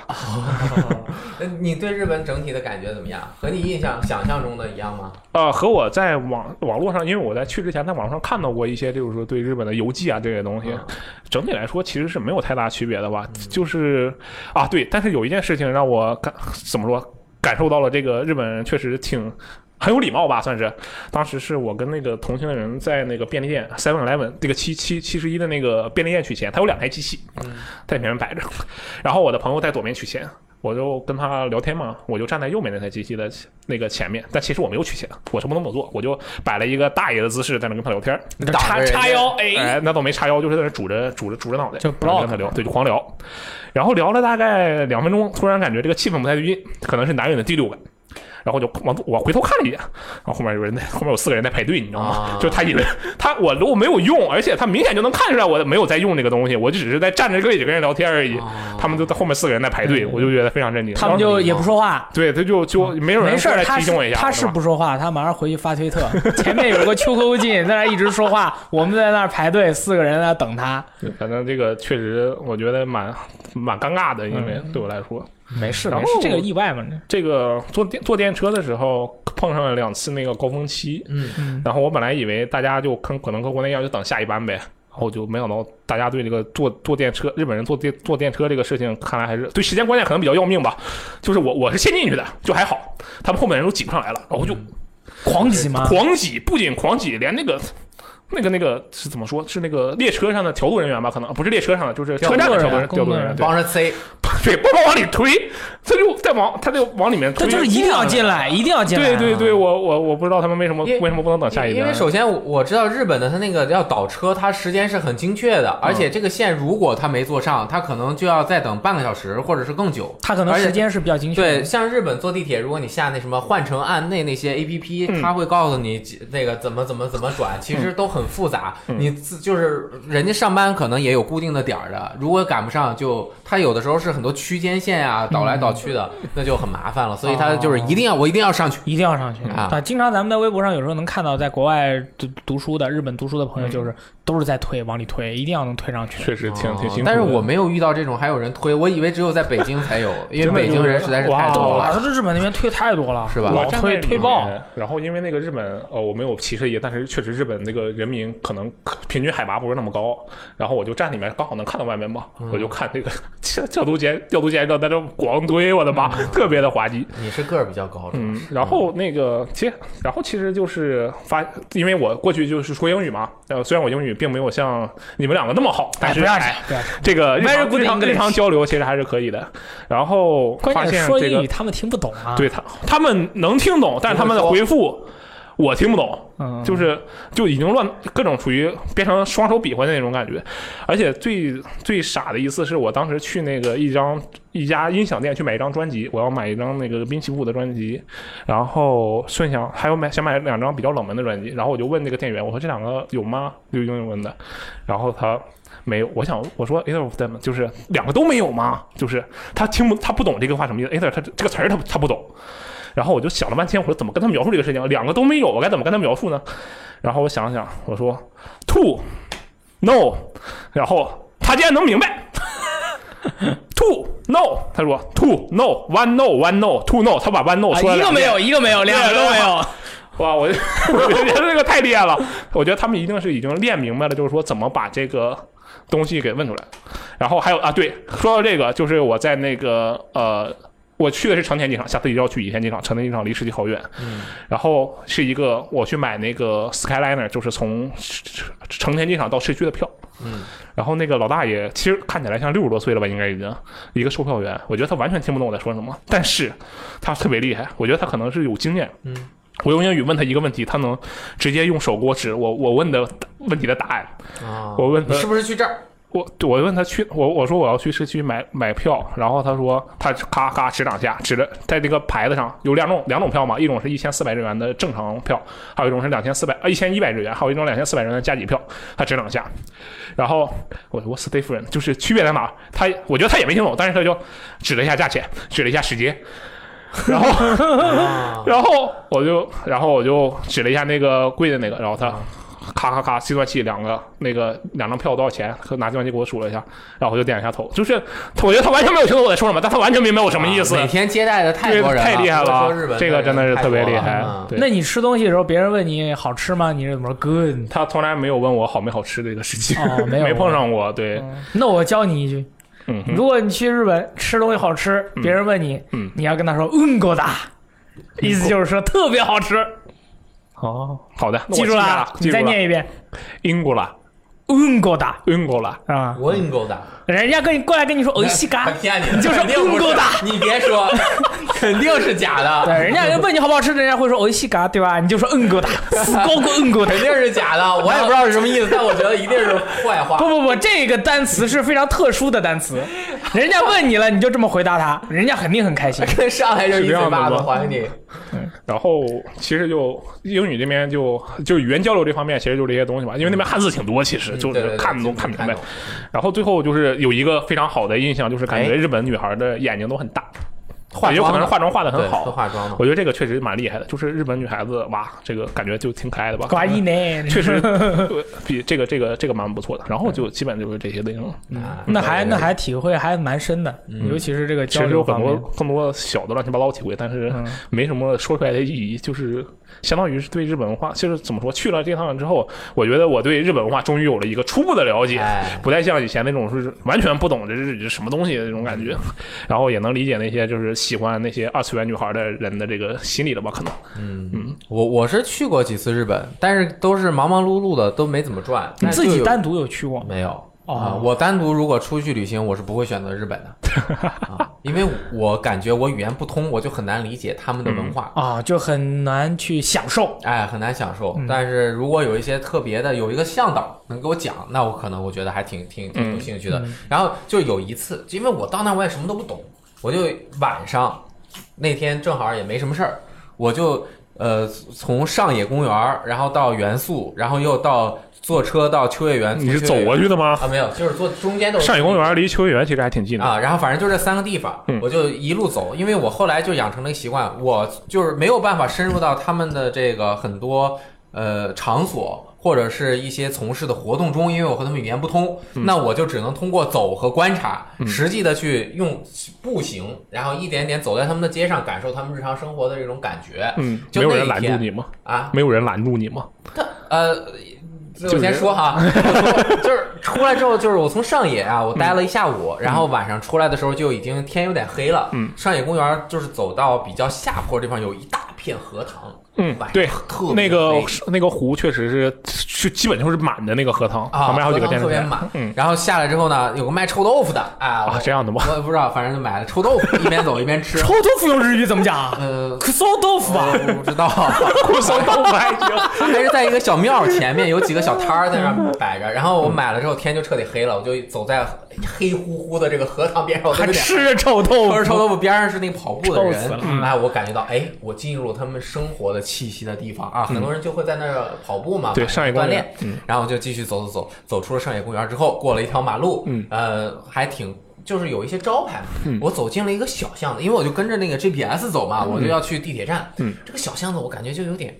S1: 呃你对日本整体的感觉怎么样？和你印象想象中的一样吗？
S2: 呃，和我在网网络上，因为我在去之前在网上看到过一些，就是说对日本的游记啊这些东西，
S1: 嗯
S2: 整体来说其实是没有太大区别的吧。就是啊，对，但是有一件事情让我感怎么说，感受到了这个日本人确实挺。很有礼貌吧，算是。当时是我跟那个同行的人在那个便利店 Seven Eleven 这个七七七十一的那个便利店取钱，他有两台机器在前面摆着，然后我的朋友在左边取钱，我就跟他聊天嘛，我就站在右边那台机器的那个前面，但其实我没有取钱，我什么都没有做，我就摆了一个大爷的姿势在那跟他聊天，
S4: 挡着
S3: 叉
S4: 人家
S3: 叉腰，哎，
S2: 哎，那倒没叉腰，就是在那拄着拄着拄着脑袋，
S3: 就
S2: 然后
S3: block
S2: 跟他聊，对，就狂聊，然后聊了大概两分钟，突然感觉这个气氛不太对劲，可能是男人的第六感。然后就往我回头看了一眼，然后后面有人在，后面有四个人在排队，你知道吗？
S4: 啊
S2: 就他以 为他我如果没有用，而且他明显就能看出来我没有在用这个东西，我就只是在站着柜子跟人聊天而已。他们就在后面四个人在排队，我就觉得非常震惊。
S3: 哦他们
S2: 然
S3: 就
S2: 后
S3: 也不说话，
S2: 对，他就就没有人
S3: 没事
S2: 过
S3: 儿，
S2: 来
S3: 他
S2: 提
S3: 是
S2: 醒我一下，
S3: 他
S2: 对
S3: 是
S2: 吧
S3: 不说话，他马上回去发推特。 前面有个秋后进在那一直说话， 我们在那儿排队，四个人在那儿等他。
S2: 反正这个确实我觉得蛮蛮尴尬的，因为
S3: 嗯
S2: 对我来说，
S3: 没事，
S2: 然
S3: 没
S2: 后
S3: 事，这个意外嘛。
S2: 这
S3: 这
S2: 个坐电坐电车的时候碰上了两次那个高峰期，
S3: 嗯，
S2: 然后我本来以为大家就跟可能跟国内一样就等下一班呗，然后我就没想到大家对这个坐坐电车日本人坐电坐电车这个事情，看来还是对时间观念可能比较要命吧。就是我我是先进去的，就还好，他们后面人都挤不上来了，然后就
S3: 狂喜嘛，
S2: 狂挤，不仅狂挤，连那个。那个那个是怎么说？是那个列车上的调度人员吧？可能不是列车上的，就是车站的调度人
S3: 工作
S2: 调度人
S3: 人员
S2: 员，对
S1: 帮着塞，
S2: 对，帮忙往里推，他就在往他就往里面推，
S3: 他就是一定要进来，一定要进来。
S2: 对对对，，我我我不知道他们为什么
S1: 因为
S2: 为什么不能等啊下一
S1: 因
S2: 班，
S1: 为首先我我知道日本的它那个要倒车，它时间是很精确的，而
S2: 嗯
S1: 且这个线如果它没坐上，它可能就要再等半个小时或者是更久。
S3: 他可能
S1: 而且
S3: 时间是比较精确的。
S1: 对，像日本坐地铁，如果你下那什么换乘按内那些 A P P，、
S2: 嗯
S1: 它会告诉你几那个怎么怎么怎么转，其实都很复杂。
S2: 嗯
S1: 你自就是人家上班可能也有固定的点儿的，如果赶不上就，它有的时候是很多区间线啊，倒来倒
S2: 哦
S1: 去的，那就很麻烦了。所以它就是一定要、我一定要上去。
S3: 一定要上去
S1: 啊！
S3: 经常咱们在微博上有时候能看到，在国外读读书的日本读书的朋
S1: 嗯
S3: 友，就是都是在推，往里推，一定要能推上去。
S2: 确实挺挺
S1: 哦
S2: 辛苦的。
S1: 但是我没有遇到这种还有人推，我以为只有在北京才 有，因为北京人实在是
S2: 哦
S1: 太多
S3: 哇，
S1: 了。
S3: 他这日本那边推太多了，
S1: 是吧
S2: 我
S3: 老
S2: 站在
S3: 推
S2: 里
S3: 推爆。
S2: 面。然后因为那个日本，呃，我没有歧视意，但是确实日本那个人民可能平均海拔不是那么高，然后我就站里面，刚好能看到外面嘛，
S1: 嗯
S2: 我就看那个调度间调度间在那狂堆，我的妈，
S1: 嗯
S2: 特别的滑稽。
S1: 你是个儿比较高，主要
S2: 嗯
S1: 是，
S2: 然后那个其实，然后其实就是发，因为我过去就是说英语嘛，呃，虽然我英语并没有像你们两个那么好，但
S3: 哎，
S2: 是
S3: 不要紧
S2: 哎，
S3: 不要紧。
S2: 这个日
S3: Very
S2: 常
S3: good
S2: 日常
S3: English
S2: 日常交流其实还是可以的。然后发
S3: 关键
S2: 现
S3: 是说
S2: 这
S3: 英
S2: 个
S3: 语他们听不懂啊。
S2: 对他他们能听懂，但是他们的回复我听不懂。
S3: 嗯，
S2: 就是是就已经乱各种处于变成双手比划的那种感觉，而且最最傻的一次是我当时去那个一张一家音响店去买一张专辑，我要买一张那个滨崎步的专辑，然后顺想还有买想买两张比较冷门的专辑，然后我就问那个店员，我说这两个有吗？有英文的，然后他。没有，我想我说 either of them 就是两个都没有吗？就是他听不他不懂这个话什么意思，either 他这个词儿他他不懂，然后我就想了半天，我说怎么跟他描述这个事情？两个都没有，我该怎么跟他描述呢？然后我想了想，我说 two no，然后他竟然能明白 two no，他说 two no one no one no two no，他把 one no
S3: 啊
S2: 说了
S3: 一
S2: 两
S3: 个
S2: 遍
S3: 没有，一个没有，两个都没有。
S2: 哇，我就 我觉得这个太厉害了。我觉得他们一定是已经练明白了，就是说怎么把这个东西给问出来。然后还有啊，对，说到这个，就是我在那个呃。我去的是成田机场，下次一定要去羽田机场。成田机场离市区好远，然后是一个我去买那个 Skyliner，就是从成田机场到市区的票。
S1: 嗯，
S2: 然后那个老大爷其实看起来像六十多岁了吧，应该已经一个售票员，我觉得他完全听不懂我在说什么，但是他特别厉害，我觉得他可能是有经验。
S1: 嗯，
S2: 我用英语问他一个问题，他能直接用手给我指我我问的问题的答案。
S1: 啊，
S2: 嗯我问他
S1: 你是不是去这 儿？
S2: 我我问他去，我我说我要去市区买买票，然后他说他咔咔指两下，指着在这个牌子上有两种两种票嘛，一种是一千四百日元的正常票，还有一种是两千四百啊一千一百日元，还有一种两千四百日元的加急票，他指两下，然后我我 stay friend 就是区别在哪儿？他我觉得他也没听懂，但是他就指了一下价钱，指了一下时间，然后。
S1: 啊，
S2: 然后我就，然后我就指了一下那个贵的那个，然后他
S1: 啊
S2: 咔咔咔计算器两个那个两张票多少钱，他拿计算器给我数了一下，然后我就点了一下头，就是他我觉得他完全没有听懂我在说什么，但他完全明白我什么意思，
S1: 啊每天接待的太
S2: 这
S1: 多
S2: 个
S1: 人
S2: 太厉害
S1: 不是说日
S2: 了
S1: 本，
S2: 这个真的是
S1: 太
S2: 特别
S1: 多
S2: 厉
S1: 了
S2: 害
S1: 啊嗯。
S2: 对，
S3: 那你吃东西的时候，别人问你好吃吗？你是怎么说 good？
S2: 他从来没有问我好没好吃这个事情，
S3: 哦 没
S2: 没
S3: 有
S2: 碰上过，对，
S3: 那我教你一句，
S2: 嗯哼，
S3: 如果你去日本吃东西好吃，别人问你
S2: 嗯，
S3: 你要跟他说嗯够大，意思就是说特别好吃。哦，
S2: 好的，那我
S3: 记住
S2: 了
S3: 了
S2: 啊
S3: 啊，，
S2: 记
S3: 你
S2: 住
S3: 再
S2: 了，
S3: 念一遍
S2: 英国了，
S3: 嗯够大
S2: 晕过了。
S3: 啊，嗯
S1: 我你够的，
S3: 人家跟你过来跟你说欧哦西
S1: 他
S3: 嘎，
S1: 骗你的，
S3: 你就是
S1: 肯定不
S3: 嗯够的
S1: 你别说，肯定是假
S3: 对，
S1: 的，
S3: 人家问你好不好吃，人家会说欧西嘎，对吧？你就说嗯 够大，死高个嗯够大
S1: 肯。定是假的，我也不知道是什么意思，但我觉得一定是坏话
S3: 不。不不，这个单词是非常特殊的单词，人家问你了，你就这么回答他，人家肯定很 开心。
S1: 跟上来就是一嘴巴
S2: 是这样的
S1: 子
S2: 吗
S1: 还你，
S2: 然后其实就英语这边就就语言交流这方面，其实就这些东西吧，因为那边汉字挺多，其实就
S1: 嗯对对对
S2: 是看不
S1: 就
S2: 懂看
S1: 是
S2: 明
S1: 看
S2: 白
S1: 懂。
S2: 然后最后就是有一个非常好的印象，就是感觉
S4: 哎
S2: 日本女孩的眼睛都很大，
S1: 化
S2: 也有可
S1: 妆
S2: 能是
S1: 的
S2: 化妆化的
S1: 哎对
S2: 很好
S1: 都。化妆了。
S2: 嗯我觉得这个确实蛮厉害的，就是日本女孩子哇，这个感觉就挺可爱的吧。
S3: 瓜一呢？
S2: 确实 呃比这个这个这个蛮不错的。然后就基本就是这些内容。
S1: 啊
S3: 那还那还体会还蛮深的，尤其是这个
S2: 其
S3: 交
S2: 实有
S3: 流
S2: 很
S3: 方
S2: 多
S3: 面。
S2: 更多小的乱七八糟体会，但是
S3: 嗯
S2: 没什么说出来的意义，就是相当于是对日本文化，就是怎么说，去了这趟之后，我觉得我对日本文化终于有了一个初步的了解，
S1: 哎
S2: 不再像以前那种是完全不懂这是这是什么东西的那种感觉，
S3: 嗯
S2: 然后也能理解那些就是喜欢那些二次元女孩的人的这个心理了吧？可能
S1: 我我是去过几次日本，但是都是忙忙碌碌的，都没怎么转。
S3: 你
S1: 但
S3: 自
S1: 就
S3: 己
S1: 有
S3: 单独有去过吗？
S1: 没有
S3: 哦
S1: 啊、我单独如果出去旅行，我是不会选择日本的， 啊，因为我感觉我语言不通，我就很难理解他们的文化。
S3: 啊，就很难去享受。
S1: 哎，很难享
S2: 嗯
S1: 受。但是如果有一些特别的，有一个向导能给我讲，那我可能我觉得还挺挺挺有兴趣的。
S2: 嗯
S1: 然后就有一次，因为我到那我也什么都不懂，我就晚上那天正好也没什么事儿，我就呃从上野公园儿，然后到元素，然后又到坐车到秋叶
S3: 嗯
S1: 原。从
S2: 哎你是
S1: 秋叶
S2: 走
S1: 原
S2: 过去的吗？
S1: 啊？没有，就是坐中间都是
S2: 上野公园离秋叶原其实还挺近的。
S1: 啊，然后反正就这三个地方
S2: 嗯，
S1: 我就一路走，因为我后来就养成了一个习惯，我就是没有办法深入到他们的这个很多呃场所或者是一些从事的活动中，因为我和他们语言不通，
S2: 嗯
S1: 那我就只能通过走和观察，实际的去用步行，然后一点点走在他们的街上，感受他们日常生活的这种感觉
S2: 嗯，
S1: 就
S2: 没有
S1: 那
S2: 人
S1: 一
S2: 拦住
S1: 天
S2: 你吗？
S1: 啊，
S2: 没有人拦住你吗？
S1: 他呃。
S2: 就
S1: 我
S2: 是
S1: 先说 哈，我就是出来之后，就是我从上野啊，我待了一下午，然后晚上出来的时候就已经天有点黑了。
S2: 嗯，
S1: 上野公园就是走到比较下坡的地方，有一大片荷塘。
S2: 嗯
S1: 晚上
S2: 对
S1: 特别
S2: 那个
S1: 黑
S2: 那个湖确实是，就基本就是满的那个荷塘，
S1: 啊，
S2: 旁边好几个
S1: 荷塘
S2: 电视
S1: 特别
S2: 台。
S1: 满。
S2: 嗯
S1: 然后下来之后呢，有个卖臭豆腐的啊，
S2: 啊，
S1: 我
S2: 这样的吗？
S1: 我也不知道，反正就买了臭豆腐，一边走一边吃
S3: 臭。豆腐用日语怎么讲啊？
S1: 呃，
S3: 可骚豆腐啊！
S1: 我不知 道，
S2: 酷搜豆腐还 行。
S1: 还是在一个小庙前面有几个小摊儿在那儿摆着，然后我买了之后天就彻底黑了，我就走在黑乎乎的这个荷塘边上，我都
S3: 还
S1: 有 点
S3: 吃着臭豆
S1: 或者臭
S3: 腐，
S1: 豆腐边上是那个跑步的
S3: 臭死了
S1: 人，哎，我感觉到，哎，我进入他们生活的气息的地方
S3: 嗯
S1: 啊，很多人就会在那儿跑步嘛，
S2: 对
S1: 晚
S2: 上野嗯公
S1: 锻
S2: 园
S1: 炼，然后我就继续走走走，走出了上野公园之后，过了一条马路，
S2: 嗯
S1: 呃，还挺。就是有一些招牌嘛，我走进了一个小巷子，因为我就跟着那个 GPS 走嘛，我就要去地铁站。
S2: 嗯
S1: 这个小巷子我感觉就有点，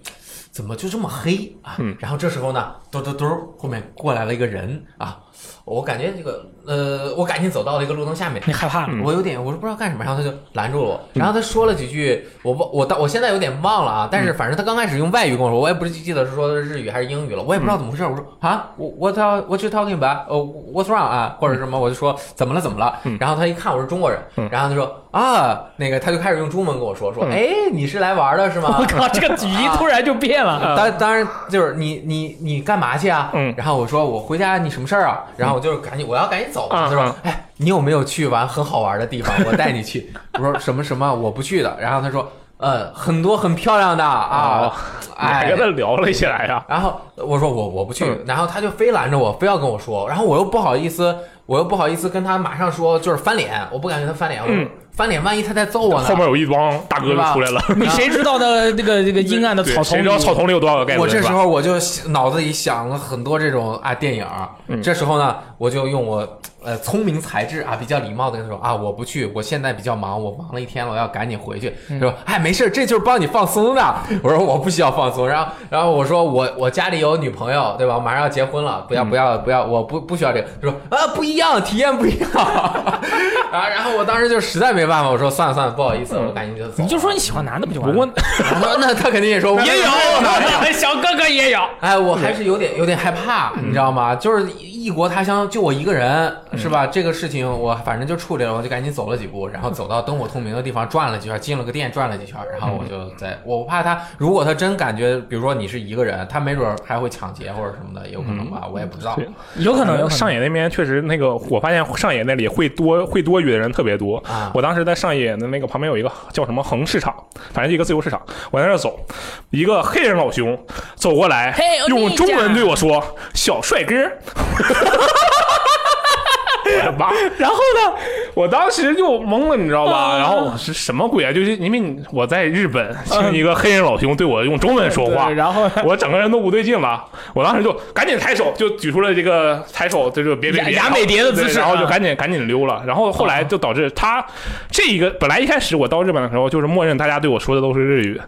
S1: 怎么就这么黑啊？
S2: 嗯
S1: 然后这时候呢，嘟嘟嘟，后面过来了一个人啊，我感觉这个呃，我赶紧走到了一个路灯下面，
S3: 你害怕吗？
S1: 我有点，我是不知道干什么，然后他就拦住了我，然后他说了几句，我忘，我到我现在有点忘了啊，但是反正他刚开始用外语跟我说，我也不是记得是说的是日语还是英语了，我也不知道怎么回事，我说啊，what are- what you talking about？呃、w h a t s wrong 啊，或者什么，我就说怎么了怎么了，然后他一看我是中国人，然后他说啊，那个他就开始用中文跟我说，说哎，你是来玩的是吗
S3: 我？靠，这个语音突然就变了。
S1: 当当然就是你你你干嘛去啊？
S2: 呃嗯
S1: 然后我说我回家，你什么事儿啊？然后我就赶紧我要赶紧走。
S2: 嗯
S1: 他说
S2: 嗯，
S1: 哎，你有没有去玩很好玩的地方？我带你去。 我说什么什么我不去的。然后他说，呃，很多很漂亮的
S2: 哦
S1: 啊，
S2: 还
S1: 哎
S2: 跟。他聊了起来呀。
S1: 然后我说我我不去
S2: 嗯，
S1: 然后他就非拦着我，非要跟我说，然后我又不好意思，我又不好意思跟他马上说，就是翻脸，我不敢跟他翻脸，我说
S2: 嗯
S1: 翻脸万一他再揍我呢
S2: 后？面有一帮大哥就出 来了，
S3: 你谁知道的那个那个阴暗的
S2: 对
S3: 草丛
S2: 谁
S3: 里？
S2: 知道草丛里有多少个盖子？
S1: 我这
S2: 是
S1: 时
S2: 吧
S1: 候我就脑子里想了很多这种啊电影儿，
S3: 嗯
S1: 这时候呢，我就用我呃聪明才智啊，比较礼貌的跟他说啊，我不去，我现在比较忙，我忙了一天了，我要赶紧回去。
S3: 嗯
S1: 他说哎，没事儿，这就是帮你放松的。我说我不需要放松，然后然后我说我我家里有女朋友，对吧？我马上要结婚了，不
S3: 嗯
S1: 要不要不要，我不不需要这个。他说啊，不一样，体验不一样。 啊，然后我当时就实在没办法，我说算了算了，不好意思，我赶紧就走了。
S3: 嗯你就说你喜欢男的不就完
S2: 不
S3: 了？
S2: 过
S1: 然后 那他肯定也说
S3: 也有，小哥哥也有。
S1: 哎哎，我还是有点有点害怕，你知道吗？就是一异国他乡就我一个人，是吧？这个事情我反正就处理了，我就赶紧走了几步，然后走到灯火通明的地方转了几圈，进了个店转了几圈，然后我就在，我怕他，如果他真感觉，比如说你是一个人，他没准还会抢劫或者什么的，有可能吧，我也不知道。
S2: 对
S3: 有可能有可能
S2: 上野那边确实那个，我发现上野那里会多会多余的人特别多。
S1: 啊
S2: 我当时在上野的那个旁边有一个叫什么横市场，反正就一个自由市场，我在那儿走，一个黑人老兄走过来
S3: 嘿欧，弟
S2: 用中文对我说：“小帅哥。” 我的妈！然后呢，我当时就懵了，你知道吧？
S3: 啊
S2: 然后我是什么鬼啊？就是因为你我在日本听一个黑人老兄对我用中文说话，
S3: 嗯对然后
S2: 我整个人都不对劲了，啊我当时就赶紧抬手，就举出了这个抬手，这就别别
S3: 雅
S2: 别
S3: 雅美蝶的姿势
S2: 对然后
S3: 啊
S2: 就赶紧赶紧溜了。然后后来就导致他这一个本来一开始我到日本的时候，就是默认大家对我说的都是日语，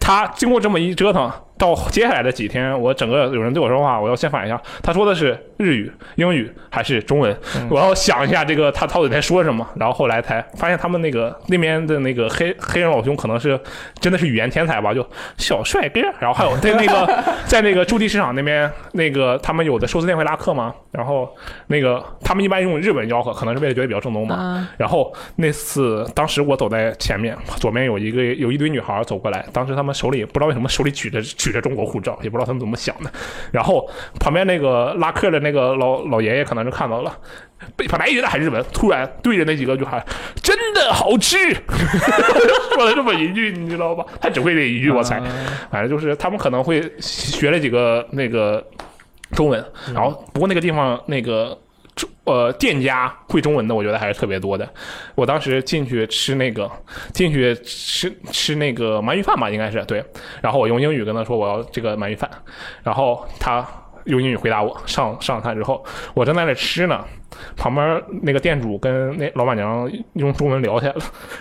S2: 他经过这么一折腾，到接下来的几天，我整个有人对我说话，我要先反应一下，他说的是日语、英语还是中文？
S3: 嗯
S2: 我要想一下这个他到底在说什么。然后后来才发现他们那个那边的那个黑黑人老兄可能是真的是语言天才吧，就小帅哥。然后还有在那个在那个驻地市场那边，那个他们有的寿司店会拉客嘛，然后那个他们一般用日本吆喝，可能是为了觉得比较正宗嘛。然后那次，当时我走在前面，左边有一个有一堆女孩走过来，当时她们手里不知道为什么手里举着举着中国护照，也不知道她们怎么想的。然后旁边那个拉客的那个老老爷爷可能是看到了。被本来一直在喊日文，突然对着那几个就喊“真的好吃”， 说了这么一句，你知道吧？他只会这一句，我猜。反正就是他们可能会学了几个那个中文，然后不过那个地方那个中呃店家会中文的，我觉得还是特别多的。我当时进去吃那个进去吃吃那个鳗鱼饭吧，应该是对。然后我用英语跟他说我要这个鳗鱼饭，然后他用英语回答我，上上菜之后，我正在那吃呢，旁边那个店主跟那老板娘用中文聊起来了，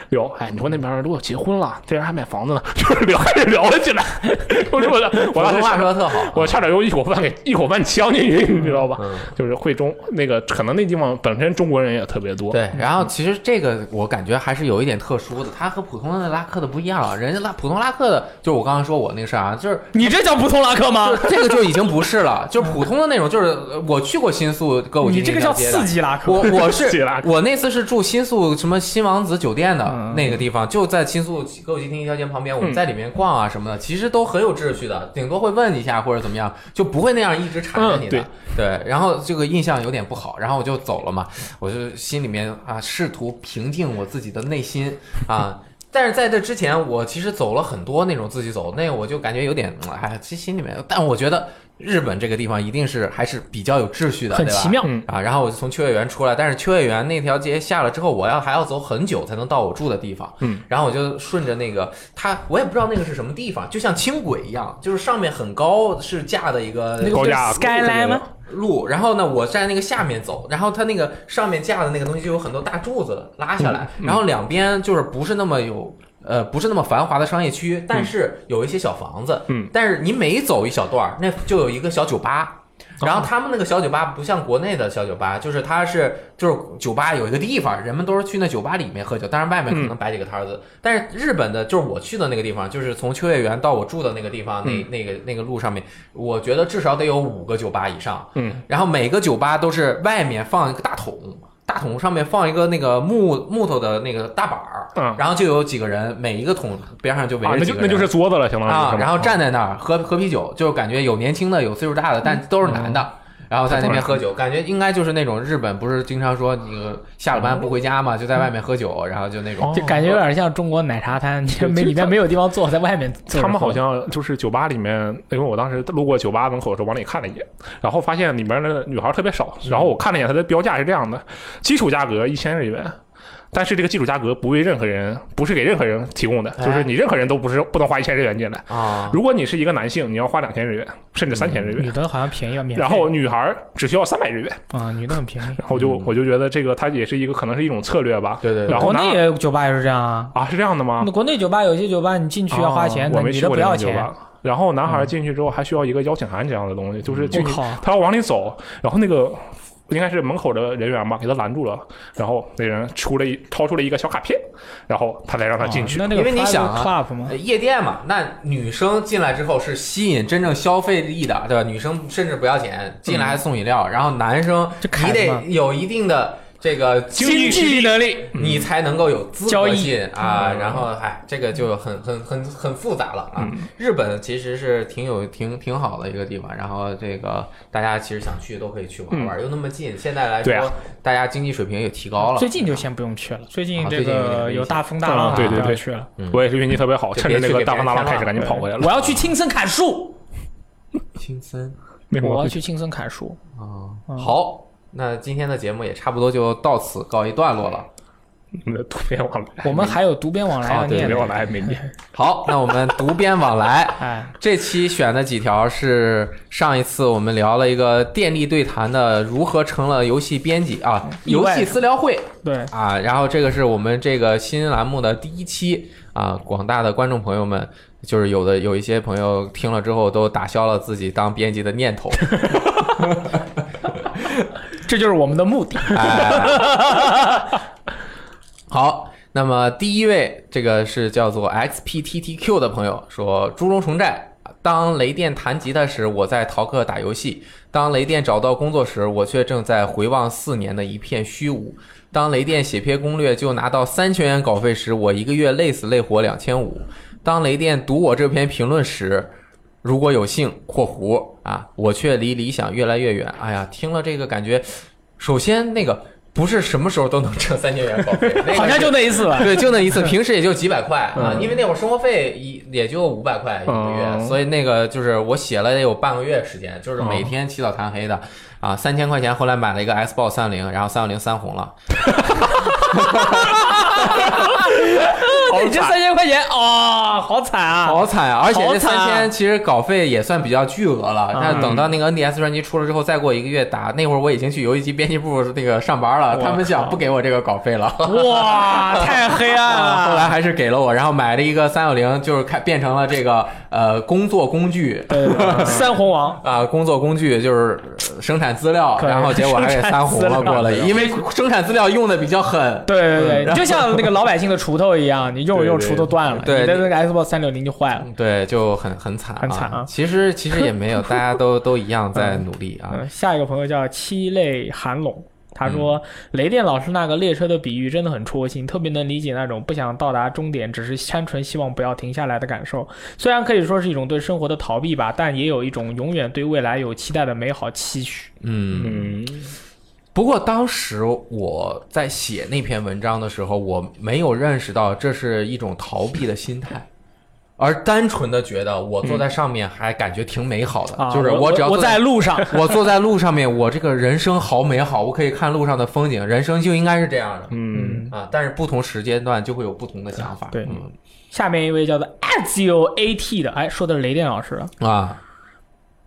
S2: 聊，哎，你说那边人都要结婚了，这人还买房子呢，就是聊还是聊了起来， 我说我的，我
S1: 普
S2: 当
S1: 通
S2: 时
S1: 话说的特好，
S2: 我差点用一口饭给一口饭呛进去，你知道
S1: 嗯
S2: 吧？就是会中那个，可能那地方本身中国人也特别多。
S1: 对，然后其实这个我感觉还是有一点特殊的，它和普通的拉客的不一样啊。人家拉普通拉客的，就是我刚刚说我那个事儿啊，就是
S3: 你这叫不通拉客吗？
S2: 啊
S1: 就这个就已经不是了，就是普通的那种，就是呃我去过新宿歌舞伎
S3: 你
S1: 町
S3: 这个
S1: 那条
S3: 叫
S1: 街的
S3: 刺。激拉客。
S1: 我我
S2: 刺激
S1: 是
S2: 拉客
S1: 我那次是住新宿什么新王子酒店的那个地方，就在新宿歌舞伎町一条街旁边，我们在里面逛啊什么的，其实都很有秩序的，顶多会问一下或者怎么样，就不会那样一直缠着你的。
S2: 嗯
S1: 对，然后这个印象有点不好，然后我就走了嘛，我就心里面啊试图平静我自己的内心啊。但是在这之前，我其实走了很多那种自己走，那个我就感觉有点，嗯哎，其实心里面，但我觉得日本这个地方一定是还是比较有秩序的，
S3: 很
S1: 对吧
S3: 奇妙
S2: 嗯
S1: 啊。然后我就从秋叶原出来，但是秋叶原那条街下了之后，我要还要走很久才能到我住的地方。
S2: 嗯，
S1: 然后我就顺着那个它，我也不知道那个是什么地方，就像轻轨一样，就是上面很高，是架的一个
S3: 那个
S2: 高架
S3: Skyline 吗？
S1: 路，然后呢，我在那个下面走，然后它那个上面架的那个东西就有很多大柱子拉下来，然后两边就是不是那么有。呃，不是那么繁华的商业区，但是有一些小房子，
S2: 嗯，
S1: 但是你每走一小段儿，那就有一个小酒吧，然后他们那个小酒吧不像国内的小酒吧，就是它是就是酒吧有一个地方，人们都是去那酒吧里面喝酒，当然外面可能摆几个摊儿子，但是日本的就是我去的那个地方，就是从秋叶原到我住的那个地方，那那个那个路上面，我觉得至少得有五个酒吧以上，
S2: 嗯
S1: 然后每个酒吧都是外面放一个大桶，大桶上面放一个那个木木头的那个大板儿，
S2: 嗯
S1: 然后就有几个人，每一个桶边上就围
S2: 啊，
S1: 着
S2: 那
S1: 几
S2: 就
S1: 个人。
S2: 那就是桌子了，相当于是
S1: 啊，
S2: 吧
S1: 然后站在那儿喝喝啤酒，就感觉有年轻的，有岁数大的，
S2: 嗯
S1: 但都是男的。然后在那边喝酒，感觉应该就是那种日本不是经常说那个下了
S2: 嗯
S1: 班不回家嘛，就在外面喝酒，然后就那种
S2: 哦
S3: 就感觉有点像中国奶茶摊，
S2: 对
S3: 没
S2: 其实
S3: 里面
S2: 他
S3: 没有地方坐，在外面坐着喝。
S2: 他们好像就是酒吧里面，因为我当时路过酒吧门口的时候往里看了一眼，然后发现里面的女孩特别少。
S1: 嗯
S2: 然后我看了一眼它的标价是这样的：基础价格一千日元，但是这个基础价格不为任何人，不是给任何人提供的，
S1: 哎
S2: 就是你任何人都不是不能花一千日元进来。
S1: 啊，
S2: 如果你是一个男性，你要花两千日元，甚至三千日
S3: 女
S2: 元。
S3: 的好像便宜啊，免费
S2: 然后女孩只需要三百日元，
S3: 啊，女的很便宜。
S2: 然后就我就觉得这个它也是一个可能是一种策略吧。
S1: 对对对
S2: 然后
S3: 国
S2: 呢
S3: 内也有酒吧也是这样啊。
S2: 啊，是这样的吗
S3: 那？国内酒吧有些酒吧你进去要花钱，
S2: 啊
S3: 那
S2: 我没
S3: 女
S2: 去
S3: 的
S2: 过
S3: 不
S2: 这
S3: 要
S2: 种酒
S3: 钱。嗯
S2: 吧。然后男孩进去之后还需要一个邀请函这样的东西，就是进去啊
S3: 我靠
S2: 他要往里走，然后那个应该是门口的人员吧，给他拦住了，然后那人出了一掏出了一个小卡片，然后他才让他进去。
S3: 那那个
S1: 因为你
S3: private
S1: 想啊
S3: club 吗
S1: 呃？夜店嘛，那女生进来之后是吸引真正消费力的，对吧？女生甚至不要钱，进来
S3: 嗯
S1: 还送饮料，然后男生
S3: 就砍
S1: 你
S3: 嘛
S1: 得有一定的这个
S2: 济实力
S1: 能力，你才能够有资
S3: 嗯交
S1: 格
S3: 易嗯
S1: 进啊。然后哎，这个就很很很很复杂了啊。日本其实是挺有挺挺好的一个地方，然后这个大家其实想去都可以去玩
S3: 嗯
S1: 玩，又那么近，现在来说、
S2: 对啊
S1: 大家经济水平也提高了，
S3: 最近就先不用去了，最近
S1: 啊
S3: 这
S1: 最近有点
S3: 个
S1: 危
S3: 有
S1: 险
S3: 大风大浪
S2: 啊
S3: 啊，
S2: 对对
S3: 不要
S2: 对
S3: 去了。
S2: 我也是运气特别好，
S1: 就
S2: 趁着那
S1: 别去
S2: 个
S1: 给
S2: 大风大浪
S1: 别人添
S2: 开始，赶紧
S1: 乱
S2: 跑回来
S3: 我
S2: 了。
S3: 要去青森砍树，
S1: 青森
S2: 那会儿
S3: 我要去青森砍树。
S1: 啊，
S3: 嗯
S1: 好。那今天的节目也差不多就到此告一段落了。
S2: 我们的图片往来，
S3: 我们还有读编往来要
S1: 啊对
S2: 图
S3: 念
S2: 片
S3: 的，
S2: 往来还哎没念。
S1: 好，那我们读编往来，
S3: 哎，
S1: 这期选的几条是上一次我们聊了一个电力对谈的如何成了游戏编辑啊，
S3: 意
S1: 游
S3: 外的
S1: 戏私聊会
S3: 对，
S1: 啊，然后这个是我们这个新栏目的第一期啊，广大的观众朋友们。就是有的有一些朋友听了之后都打消了自己当编辑的念头，
S3: 这就是我们的目的。
S1: 哎， 好，那么第一位这个是叫做 XPTTQ 的朋友说，猪笼重寨。当雷电弹吉他时，我在逃课打游戏；当雷电找到工作时，我却正在回望四年的一片虚无；当雷电写篇攻略就拿到三千元稿费时，我一个月累死累活两千五；当雷电读我这篇评论时，如果有幸（括弧）啊，我却离理想越来越远。哎呀，听了这个感觉，首先那个不是什么时候都能挣三千元稿费，那个
S3: 好像就那一次吧。
S1: 对，就那 一次，平时也就几百块啊，因为那会儿生活费一也就五百块一个月，
S2: 嗯
S1: 所以那个就是我写了得有半个月时间，就是每天起早贪黑的啊，三千块钱，后来买了一个 Xbox 三零，然后三六零三红了，
S3: 你这三千块钱哦，好惨啊！
S1: 好惨啊！而且这
S3: 好惨
S1: 三
S3: 啊
S1: 千其实稿费也算比较巨额了，
S3: 嗯
S1: 但等到那个 NDS 专辑出了之后，再过一个月打，那会儿我已经去游戏机编辑部那个上班了，
S3: 我
S1: 他们想不给我这个稿费了。
S3: 哇，太黑 暗
S1: 啊，后
S3: 了。
S1: 来还是给了我，然后买了一个三六零，就是开变成了这个呃工作工具，
S3: 对，三红王，
S1: 啊、工作工具就是呃生产资料，
S3: 可以
S1: 然后结果还给三红了过来，因为生产资料用的比较狠。
S3: 对对对，就像那个老百姓的锄头一样，你用着用着锄头断了，
S1: 对
S3: 你
S1: 对
S3: 的那个 Xbox 三六零就坏了。
S1: 对，就很很惨、啊，
S3: 很惨啊
S1: 其实其实也没有，大家都都一样在努力啊。
S3: 嗯，下一个朋友叫七泪寒龙。他
S1: 嗯
S3: 说：“雷电老师那个列车的比喻真的很戳心，特别能理解那种不想到达终点，只是单纯希望不要停下来的感受。虽然可以说是一种对生活的逃避吧，但也有一种永远对未来有期待的美好期许。
S1: 嗯，
S2: 嗯，
S1: 不过当时我在写那篇文章的时候，我没有认识到这是一种逃避的心态。而单纯的觉得我坐在上面还感觉挺美好的，
S3: 嗯啊，
S1: 就是
S3: 我
S1: 只要
S3: 我
S1: 坐
S3: 在路上，
S1: 我坐在路上面，我这个人生好美好，我可以看路上的风景，人生就应该是这样的。
S2: 嗯，
S1: 啊，但是不同时间段就会有不同的想法。
S3: 对
S1: 嗯
S3: 下面一位叫做 Azio AT 的，哎，说的是雷电老师了，
S1: 啊，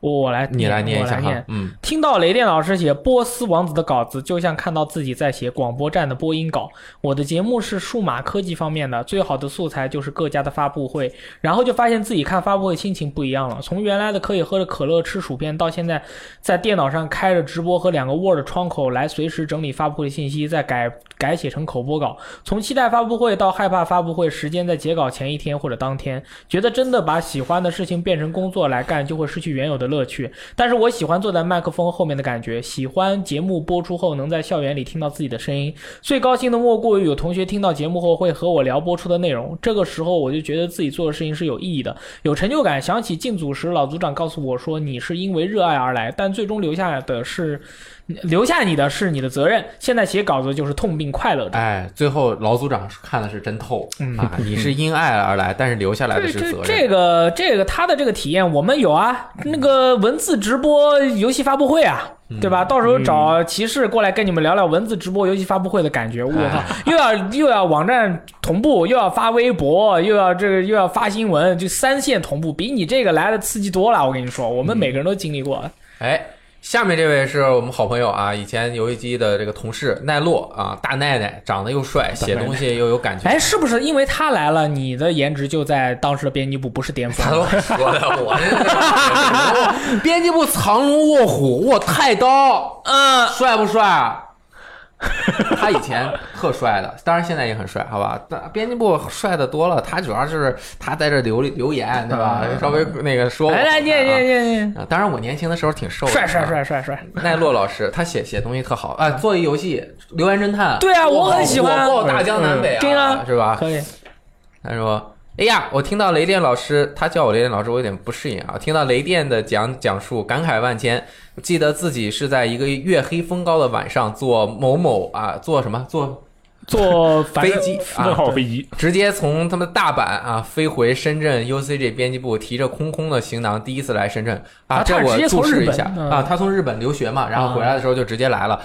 S3: 我我来
S1: 你来念一
S3: 嗯我
S1: 下
S3: 来
S1: 哈
S3: 念，。
S1: 嗯
S3: 听到雷电老师写《波斯王子》的稿子，就像看到自己在写广播站的播音稿。我的节目是数码科技方面的，最好的素材就是各家的发布会，然后就发现自己看发布会心情不一样了。从原来的可以喝着可乐吃薯片，到现在在电脑上开着直播和两个 Word 窗口来随时整理发布会的信息，再改改写成口播稿。从期待发布会到害怕发布会，时间在截稿前一天或者当天，觉得真的把喜欢的事情变成工作来干，就会失去原有的乐趣。但是我喜欢坐在麦克风后面的感觉，喜欢节目播出后能在校园里听到自己的声音。最高兴的莫过于有同学听到节目后会和我聊播出的内容，这个时候我就觉得自己做的事情是有意义的，有成就感。想起进组时，老组长告诉我说，你是因为热爱而来，但最终留下的是。留下你的是你的责任。现在写稿子就是痛并快乐着。
S1: 哎，最后老组长看的是真透啊！你是因爱而来，但是留下来的
S3: 嗯这
S1: 是
S3: 这
S1: 责
S3: 这
S1: 任。
S3: 个这个他的这个体验我们有啊，那个文字直播游戏发布会啊，
S1: 嗯
S3: 对吧？到时候找骑士过来跟你们聊聊文字直播游戏发布会的感觉。我 靠，又要又要网站同步，又要发微博，又要这个又要发新闻，就三线同步，比你这个来的刺激多了。我跟你说，我们每个人都经历过。
S1: 哎，下面这位是我们好朋友啊，以前游戏机的这个同事奈落啊，大奈奈，长得又帅，写东西又有感觉。
S3: 哎，是不是因为他来了，你的颜值就在当时的编辑部不是巅
S1: 他
S3: 峰？
S1: 都说的我这个编辑部藏龙卧虎，我太刀，
S3: 嗯，
S1: 帅不帅？他以前特帅的，当然现在也很帅，好吧？但编辑部帅的多了，他主要是他在这留留言，对吧？稍微那个说我，
S3: 嗯来来念念念念，
S1: 啊，当然我年轻的时候挺瘦的，啊
S3: 帅帅帅帅帅！
S1: 奈落老师，他写写东西特好啊，做一游戏《留言侦探》，
S3: 对啊我很喜欢啊
S1: 火爆大江南北啊，
S3: 对啊
S1: 是吧？
S3: 可以，
S1: 他说。哎呀，我听到雷电老师，他叫我雷电老师，我有点不适应啊。听到雷电的讲讲述，感慨万千。记得自己是在一个月黑风高的晚上坐某某啊，坐什么坐
S3: 坐反
S1: 飞
S3: 正
S1: 机
S2: 问
S1: 啊，
S2: 号飞机，
S1: 直接从他们大阪啊飞回深圳 UCG 编辑部，提着空空的行囊，第一次来深圳
S3: 啊
S1: 这
S3: 他
S1: 我
S3: 直接从
S1: 注
S3: 日
S1: 释一
S3: 本
S1: 下
S3: 嗯
S1: 啊，他从日本留学嘛，然后回来的时候就直接来了。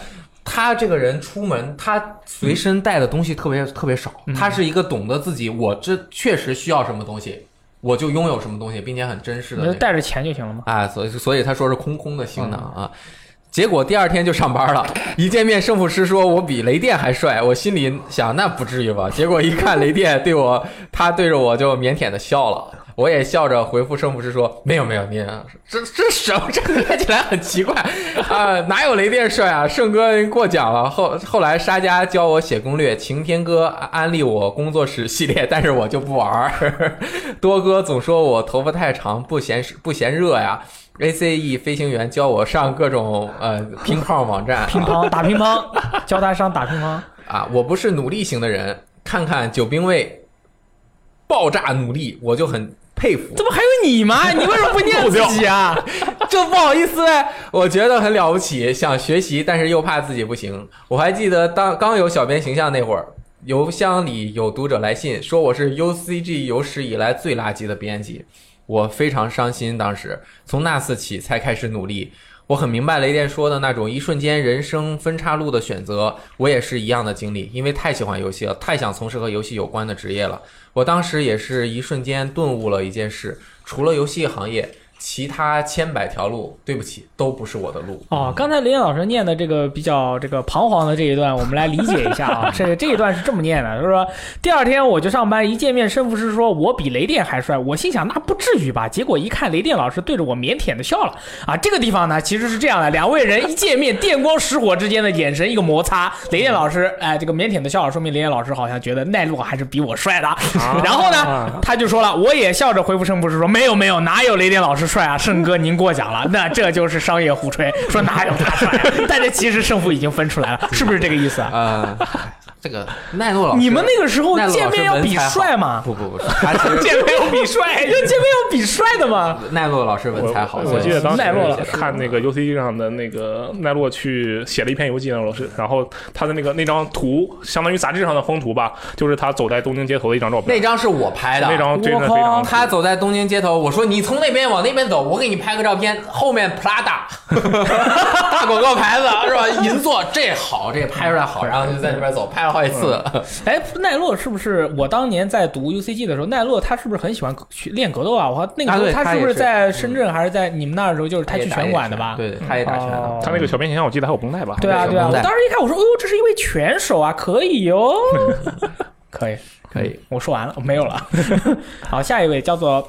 S1: 他这个人出门，他随身带的东西特别特别少，
S3: 嗯
S1: 他是一个懂得自己，我这确实需要什么东西，我就拥有什么东西，并且很珍视的
S3: 你
S1: 那种。
S3: 就带着钱就行了嘛。
S1: 啊，所以所以他说是空空的行囊
S3: 嗯
S1: 啊。结果第二天就上班了， 一见面，胜负师说我比雷电还帅，我心里想那不至于吧。结果一看雷电对我，他对着我就腼腆的笑了，我也笑着回复胜负师说没有没有，你这这什么？这看起来很奇怪啊，哪有雷电帅啊？胜哥过奖了。后后来沙家教我写攻略，晴天哥安利我工作室系列， 但是我就不玩儿。 多哥总说我头发太长，不嫌不嫌热呀。ACE 飞行员教我上各种呃拼抗网站
S3: 乒乓打乒乓，教他上打乒乓。
S1: 啊，我不是努力型的人，看看九兵卫爆炸努力，我就很佩服。
S3: 怎么还有你 吗？你为什么不念自己啊？
S1: 这不好意思哎，我觉得很了不起，想学习，但是又怕自己不行。我还记得当刚有小编形象那会儿，邮箱里有读者来信说我是 UCG 有史以来最垃圾的编辑，我非常伤心。当时从那次起才开始努力。我很明白雷电说的那种一瞬间人生分岔路的选择，我也是一样的经历，因为太喜欢游戏了，太想从事和游戏有关的职业了。我当时也是一瞬间顿悟了一件事，除了游戏行业，其他千百条路，对不起，都不是我的路。
S3: 哦，刚才林燕老师念的这个比较这个彷徨的这一段，我们来理解一下 啊。这这一段是这么念的，就是说第二天我就上班，一见面，胜负师说我比雷电还帅，我心想那不至于吧。结果一看雷电老师对着我腼腆的笑了啊。这个地方呢其实是这样的，两位人一见面，电光石火之间的眼神一个摩擦，雷电老师哎这个腼腆的笑了，说明雷电老师好像觉得奈落还是比我帅的。
S1: 啊
S3: 然后呢，他就说了，我也笑着回复胜负师说：“没有没有，哪有雷电老师帅啊？胜哥您过奖了，那这就是商业互吹，说哪有他帅、啊。但是其实胜负已经分出来了，是不是这个意思啊？
S1: 啊、这个奈诺老师，
S3: 你们那个时候哦见面要比帅
S1: 吗？
S3: 吗？
S1: 不不不，他其 实
S3: 见面要比帅，要见面要比帅的吗？
S1: 奈落老师文采好，
S2: 我我记得当时
S3: 奈落老师
S2: 看那个 UCG 上的那个奈落去写了一篇游记，奈落老师，然后他的那个那张图，相当于杂志上的封图吧，就是他走在东京街头的一张照片。
S1: 那张是我拍的，
S2: 那张真的非
S3: 我靠
S2: 常，
S1: 他走在东京街头，我说你从那边往那边走，我给你拍个照片。后面 Prada 大广告牌子是吧？银座这好，这拍出来好，然后就在那边走，拍了好几次。
S2: 嗯
S3: 哎，奈落是不是我当年在读 UCG 的时候，奈落他是不是很喜欢去练格斗啊？我还那个时
S1: 啊
S3: 候
S1: 对他
S3: 是
S1: 也
S3: 不是
S1: 是
S3: 在深圳还是在你们那儿的时候，就是他去拳馆的吧？
S1: 对，对他也打拳
S3: 哦
S1: 的。
S2: 他那个小变形象，我记得还有绷带吧？
S3: 对啊，对啊！我当时一看，我说：“哦呦，这是一位拳手啊，可以哟、 可以，
S1: 可以。
S3: 嗯我说完了，没有 了。好，下一位叫做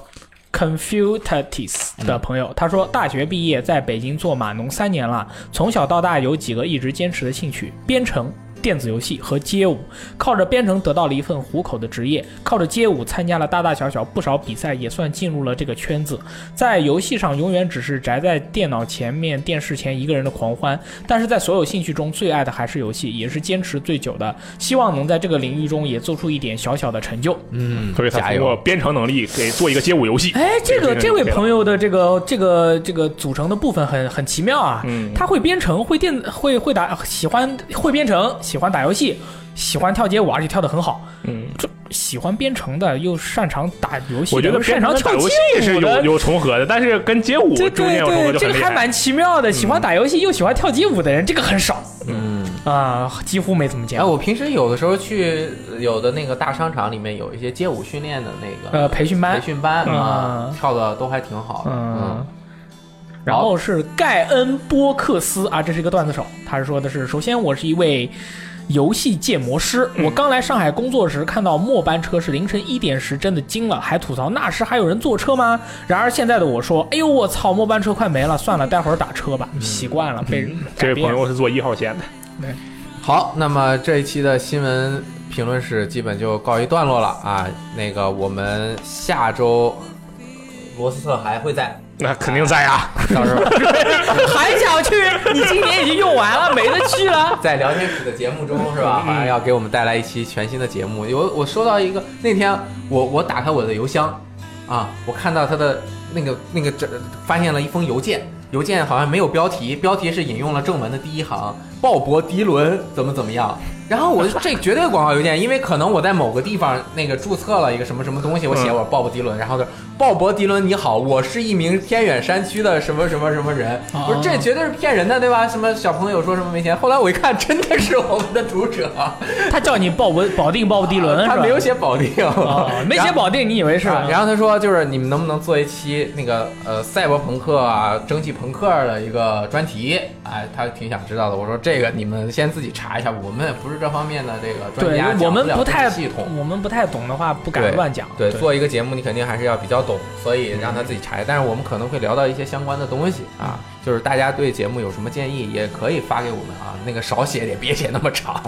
S3: Confutatis
S1: 嗯
S3: 的朋友，他说大学毕业，在北京做码农三年了，从小到大有几个一直坚持的兴趣：编程。电子游戏和街舞，靠着编程得到了一份糊口的职业，靠着街舞参加了大大小小不少比赛，也算进入了这个圈子。在游戏上永远只是宅在电脑前面、电视前一个人的狂欢，但是在所有兴趣中最爱的还是游戏，也是坚持最久的。希望能在这个领域中也做出一点小小的成就。
S1: 嗯，
S2: 所以他
S1: 加
S2: 通过
S1: 油。
S2: 编程能力给做一个街舞游戏。
S3: 哎，这个这位朋
S2: 友，
S3: 友的这个这个这个组成的部分很很奇妙啊，
S2: 嗯
S3: 他会编程，会电会会打，喜欢会编程，喜欢打游戏，喜欢跳街舞，而且跳得很好。
S2: 嗯，
S3: 这喜欢编程的又擅长打游戏的，
S2: 我觉得
S3: 又
S2: 编
S3: 擅
S2: 程跟
S3: 长
S2: 打
S3: 跳
S2: 游
S3: 街
S2: 戏
S3: 舞
S2: 是有
S3: 的
S2: 有重合的，但是跟街舞
S3: 对
S2: 中间
S3: 对
S2: 有重合
S3: 对，
S2: 就
S3: 这
S2: 很
S3: 个
S2: 厉
S3: 还
S2: 害嗯
S3: 蛮。奇妙的。喜欢打游戏又喜欢跳街舞的人，这个很少
S1: 嗯，
S3: 啊，几乎没怎么见
S1: 哎，
S2: 哦
S3: 过。
S1: 我平时有的时候去有的那个大商场里面有一些街舞训练的那个
S3: 呃，培训班
S1: 培，训班
S3: 嗯
S1: 啊，跳的都还挺好的。
S3: 嗯
S1: 嗯，，
S3: 然后是盖恩·波克斯啊，这是一个段子手，他说的是：首先我是一位游戏建模师，
S1: 嗯
S3: 我刚来上海工作时看到末班车是凌晨一点时，真的惊了，还吐槽那时还有人坐车吗？然而现在的我说，哎呦我操，末班车快没了，算了，待会儿打车
S1: 嗯
S3: 吧，习惯了被
S2: 这
S3: 改
S2: 位
S3: 变
S2: 朋
S3: 了。
S2: 友是坐一号线的，
S1: 好，那么这一期的新闻评论室基本就告一段落了啊。那个，我们下周罗斯特还会在，
S2: 那肯定在啊。
S1: 到时候
S3: 还想去？你今年已经用完了，没得去了。
S1: 在聊天室的节目中是吧？好像要给我们带来一期全新的节目。有我收到一个，那天我我打开我的邮箱，啊，我看到他的那个那个这发现了一封邮件，邮件好像没有标题，标题是引用了正文的第一行，鲍勃迪伦怎么怎么样。然后我就这绝对广告邮件，因为可能我在某个地方那个注册了一个什么什么东西，我写我鲍勃迪伦，然后就是鲍勃迪伦你好，我是一名偏远山区的什么什么什么人，
S3: 啊
S1: 不是这绝对是骗人的对吧？什么小朋友说什么没钱，后来我一看真的是我们的读者，
S3: 他叫你保文保定鲍勃迪伦是吧？
S1: 他没有写啊保定，
S3: 哦，没写保定，你以为是？
S1: 是、然后他说，就是你们能不能做一期那个呃赛博朋克啊、蒸汽朋克的一个专题？哎，他挺想知道的。我说这个你们先自己查一下，我们也不是这方面的这个专
S3: 对
S1: 家，，
S3: 我们
S1: 讲
S3: 不
S1: 了
S3: 太
S1: 这个系统。
S3: 我们不太懂的话，不敢
S1: 对
S3: 乱讲。
S1: 对，嗯做一个节目你肯定还是要比较懂，所以让他自己查。但是我们可能会聊到一些相关的东西啊，就是大家对节目有什么建议，也可以发给我们啊。那个少写点，别写那么 长。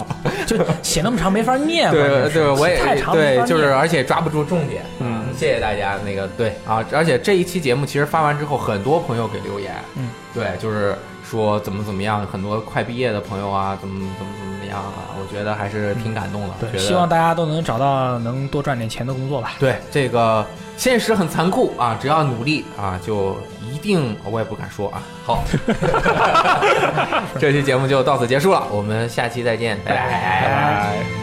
S3: 就写那么长没法念嘛。
S1: 对
S3: 真是
S1: 对，我也
S3: 太长没法
S1: 对，
S3: 念
S1: 就是而且抓不住重点。嗯，谢谢大家。那个对啊，而且这一期节目其实发完之后，很多朋友给留言。
S3: 嗯，
S1: 对，就是说怎么怎么样，很多快毕业的朋友啊，怎么怎么怎么样啊，我觉得还是挺感动的。觉
S3: 对，
S1: 得
S3: 希望大家都能找到能多赚点钱的工作吧。
S1: 对这个现实很残酷啊，只要努力啊，就一定我也不敢说啊。 好，这期节目就到此结束了，我们下期再见，拜拜
S3: 拜拜